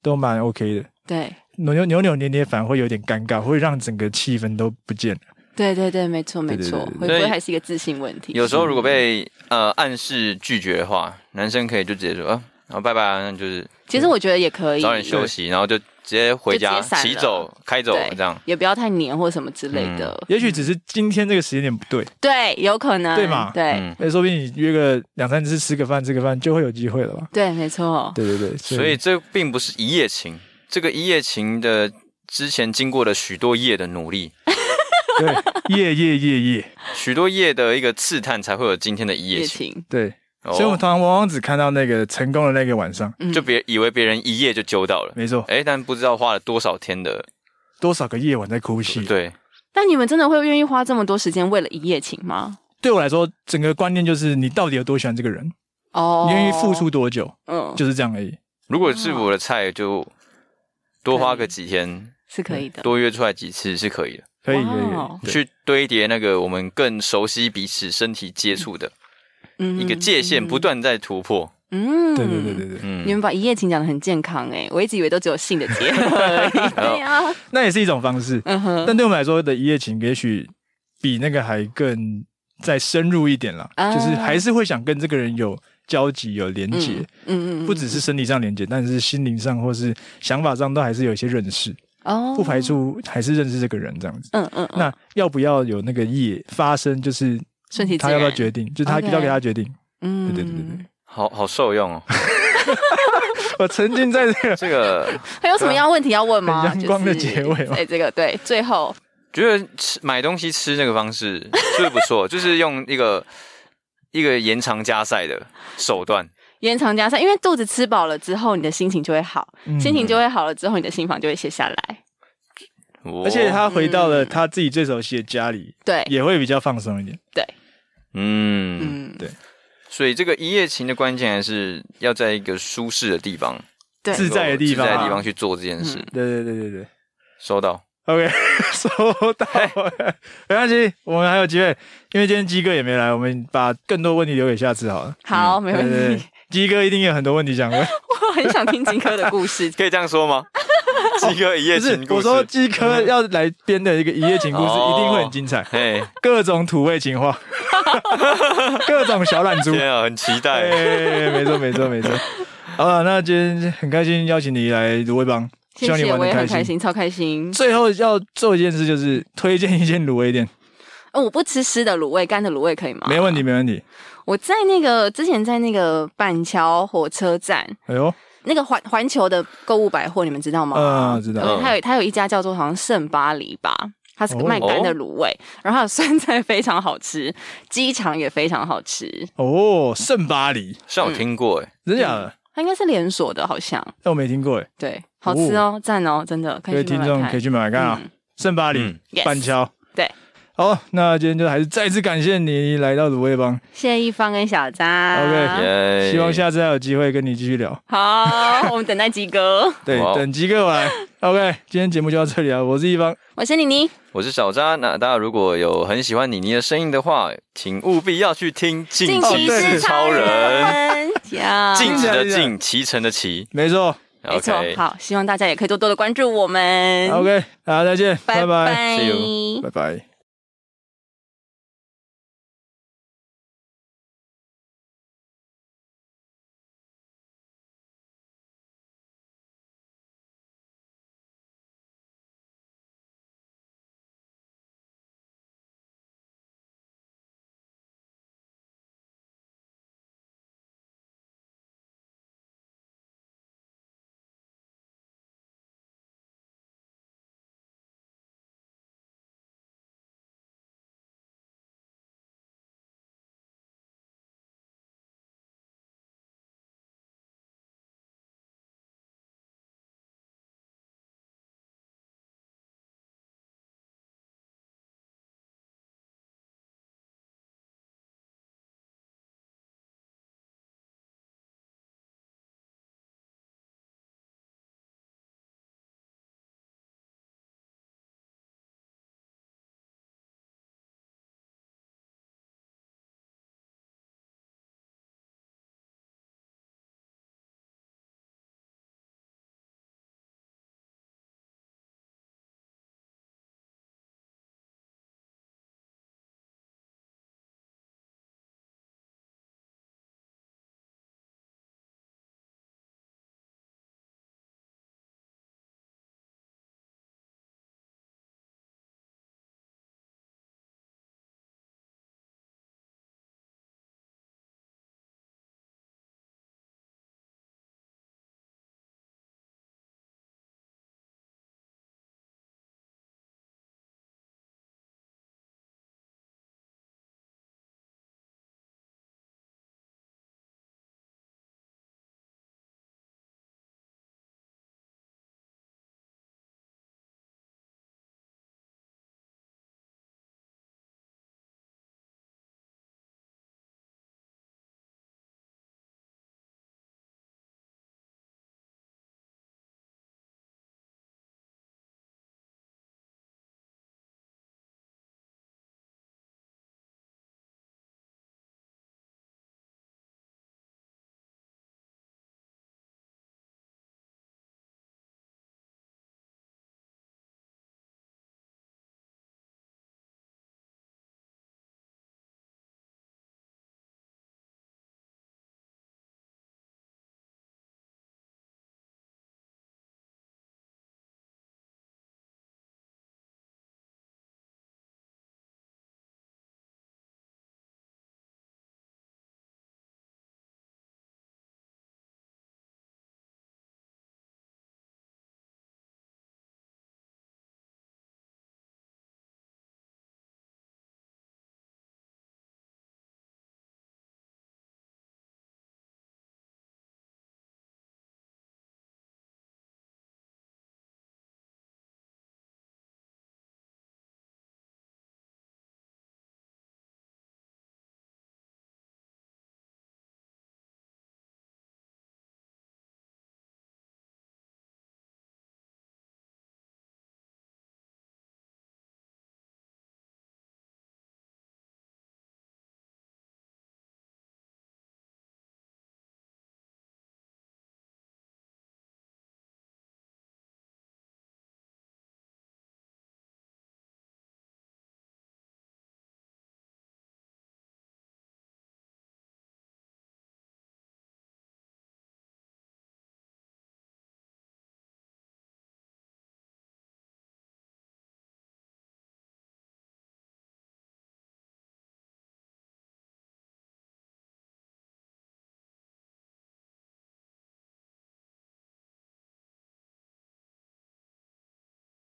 Speaker 3: 都蛮 OK 的。
Speaker 1: 对
Speaker 3: 扭扭扭扭捏捏反而会有点尴尬，会让整个气氛都不见了。
Speaker 1: 对对对，没错没错，
Speaker 3: 对对对
Speaker 1: 会不
Speaker 2: 所以
Speaker 1: 会还是一个自信问题？
Speaker 2: 有时候如果被呃暗示拒绝的话，男生可以就直接说啊，然后拜拜啊，那就是
Speaker 1: 其实我觉得也可以，
Speaker 2: 早点休息，然后就直接回家
Speaker 1: 哎就直接散了
Speaker 2: 骑走、开走
Speaker 1: 对
Speaker 2: 这样。
Speaker 1: 也不要太黏或什么之类的。
Speaker 2: 嗯
Speaker 3: 也许只是今天这个时间点不对，
Speaker 1: 对，有可能
Speaker 3: 对嘛
Speaker 1: 对、
Speaker 2: 嗯
Speaker 3: 哎，说不定你约个两三次吃个饭，吃个饭就会有机会了吧？
Speaker 1: 对，没错，
Speaker 3: 对对对，
Speaker 2: 所以这并不是一夜情，这个一夜情的之前经过了许多夜的努力，
Speaker 3: 对，夜夜夜夜，
Speaker 2: 许多夜的一个刺探，才会有今天的一夜
Speaker 1: 也
Speaker 2: 情。
Speaker 1: 情。
Speaker 3: 对，
Speaker 2: 哦
Speaker 3: 所以我们常常往往只看到那个成功的那个晚上，
Speaker 1: 嗯
Speaker 2: 就别以为别人一夜就揪到了，
Speaker 3: 没错，
Speaker 2: 哎，但不知道花了多少天的
Speaker 3: 多少个夜晚在哭泣。，
Speaker 2: 对，
Speaker 1: 但你们真的会愿意花这么多时间为了一夜情吗？
Speaker 3: 对我来说，整个观念就是你到底有多喜欢这个人，
Speaker 1: 哦
Speaker 3: 你愿意付，出多久，
Speaker 1: 嗯，
Speaker 3: 就是这样而已。
Speaker 2: 如果是
Speaker 1: 哦
Speaker 2: 我的菜，就多花个几天，
Speaker 1: 是可以的。
Speaker 2: 多约出来几次是可以的，
Speaker 3: 可以，
Speaker 1: 哇
Speaker 3: 可以
Speaker 1: 哦，
Speaker 3: 可以对
Speaker 2: 去堆叠那个我们更熟悉彼此身体接触的
Speaker 1: 嗯
Speaker 2: 一个界限，不，断在突破。
Speaker 1: 嗯，
Speaker 3: 对对对对对。
Speaker 1: 你
Speaker 2: 嗯，
Speaker 1: 们把一夜情讲的很健康哎、我一直以为都只有性的结合而已。 对啊，
Speaker 3: 那也是一种方式。
Speaker 1: 嗯哼，
Speaker 3: 哦但对我们来说的一夜情，也许比那个还更再深入一点啦，
Speaker 1: 啊
Speaker 3: 就是还是会想跟这个人有交集、有连接
Speaker 1: 嗯，嗯嗯，
Speaker 3: 不只是身体上连接，但是心灵上或是想法上都还是有一些认识，
Speaker 1: 哦，
Speaker 3: 不排，除还是认识这个人这样子。
Speaker 1: 嗯嗯，嗯
Speaker 3: 那要不要有那个夜发生？就是
Speaker 1: 顺其自
Speaker 3: 他要不要
Speaker 1: 然
Speaker 3: 决定？就是他
Speaker 1: OK
Speaker 3: 交给他决定。
Speaker 1: 嗯，
Speaker 3: 对对对对对，
Speaker 2: 好好受用哦，
Speaker 3: 我沉浸在 这个
Speaker 2: 这个
Speaker 1: 还有什么样问题要问吗？
Speaker 3: 很阳光的结尾吗
Speaker 1: 哎，这个对，最后
Speaker 2: 觉得吃买东西吃那个方式是不 错，就是用一个一个延长加赛的手段。
Speaker 1: 延长加上，因为肚子吃饱了之后，你的心情就会好，
Speaker 3: 嗯
Speaker 1: 心情就会好了之后，你的心房就会卸下来。
Speaker 2: 哦
Speaker 3: 而且他回到
Speaker 1: 嗯
Speaker 3: 了他自己最熟悉的家里，
Speaker 1: 对，
Speaker 3: 也会比较放松一点。
Speaker 2: 嗯，
Speaker 1: 嗯，
Speaker 2: 所以这个一夜情的关键还是要在一个舒适的地方，
Speaker 1: 对，
Speaker 3: 自在的地方
Speaker 2: 自在
Speaker 3: 啊嗯
Speaker 2: 的地方去做这件事。
Speaker 3: 对对对对对。
Speaker 2: 收到，，
Speaker 3: OK，收 到了， 没关系，我们还有机会，因为今天鸡哥也没来，我们把更多问题留给下次好了。
Speaker 1: 好，没
Speaker 3: 对对
Speaker 1: 问
Speaker 3: 对
Speaker 1: 题。
Speaker 3: 鸡哥一定有很多问题想问，
Speaker 1: 我很想听荆轲的故事
Speaker 2: 可以这样说吗？鸡哥一夜
Speaker 3: 不是
Speaker 2: 情故
Speaker 3: 我
Speaker 2: 事，
Speaker 3: 说鸡哥要来编的一个一夜情故事，
Speaker 2: 哦
Speaker 3: 一定会很精彩，
Speaker 2: 嘿，
Speaker 3: 各种土味情话， 各种小懒猪。
Speaker 2: 天啊，很期 待。
Speaker 3: 哎，没错没错没错。好了，那今天很开心邀请你来芦苇帮， 希
Speaker 1: 谢
Speaker 3: 望你
Speaker 1: 谢，
Speaker 3: 玩
Speaker 1: 我
Speaker 3: 的
Speaker 1: 也很
Speaker 3: 开
Speaker 1: 开
Speaker 3: 心。
Speaker 1: 心，超开心。
Speaker 3: 最后要做一件事，就是推荐一间芦苇店，
Speaker 1: 哦我不吃湿的卤味，干的卤味可以吗？
Speaker 3: 没问题没问题。
Speaker 1: 我在那个之前在那个板桥火车站，
Speaker 3: 哎呦，
Speaker 1: 那个环环球的购物百货，你们知道吗？
Speaker 3: 嗯知道
Speaker 1: 呃它有它有一家叫做好像圣巴黎吧，它是
Speaker 3: 哦
Speaker 1: 卖干的卤味，然后它的酸菜非常好吃，鸡肠也非常好吃。
Speaker 3: 哦，圣巴黎，
Speaker 1: 嗯
Speaker 2: 像我听过，哎，
Speaker 3: 真假的？
Speaker 1: 它应该是连锁的，好像
Speaker 3: 那我没听过哎，
Speaker 1: 对，好吃哦，赞哦，真的可
Speaker 3: 各位
Speaker 1: 以去
Speaker 3: 听
Speaker 1: 买
Speaker 3: 众
Speaker 1: 买
Speaker 3: 可以
Speaker 1: 看。
Speaker 3: 去买买看啊
Speaker 1: 嗯，
Speaker 3: 圣巴黎
Speaker 2: 嗯、
Speaker 1: Yes
Speaker 3: 板桥。
Speaker 1: 对，
Speaker 3: 好，那今天就还是再次感谢你来到卤味帮，
Speaker 1: 谢谢一方跟小张。
Speaker 3: OK
Speaker 2: 耶
Speaker 3: 希望下次还有机会跟你继续聊。
Speaker 1: 好，我们等待鸡哥，
Speaker 3: 对，
Speaker 2: 哇哦
Speaker 3: 等吉 哥来。OK，今天节目就到这里啊了，我是一方，
Speaker 1: 我是妮妮，
Speaker 2: 我是小渣。那大家如果有很喜欢妮妮的声音的话，请务必要去听《进
Speaker 1: 哦
Speaker 2: 击
Speaker 3: 是
Speaker 2: 之超人》，
Speaker 1: 呀，
Speaker 2: 晋级的
Speaker 3: 听起来
Speaker 2: 晋，骑乘的骑。
Speaker 3: 没错。
Speaker 1: 没错
Speaker 2: OK，，
Speaker 1: 好，希望大家也可以多多的关注我们。
Speaker 3: OK，大家再见，
Speaker 1: 嗯拜
Speaker 3: 拜，
Speaker 1: 拜
Speaker 2: See you
Speaker 3: 拜拜。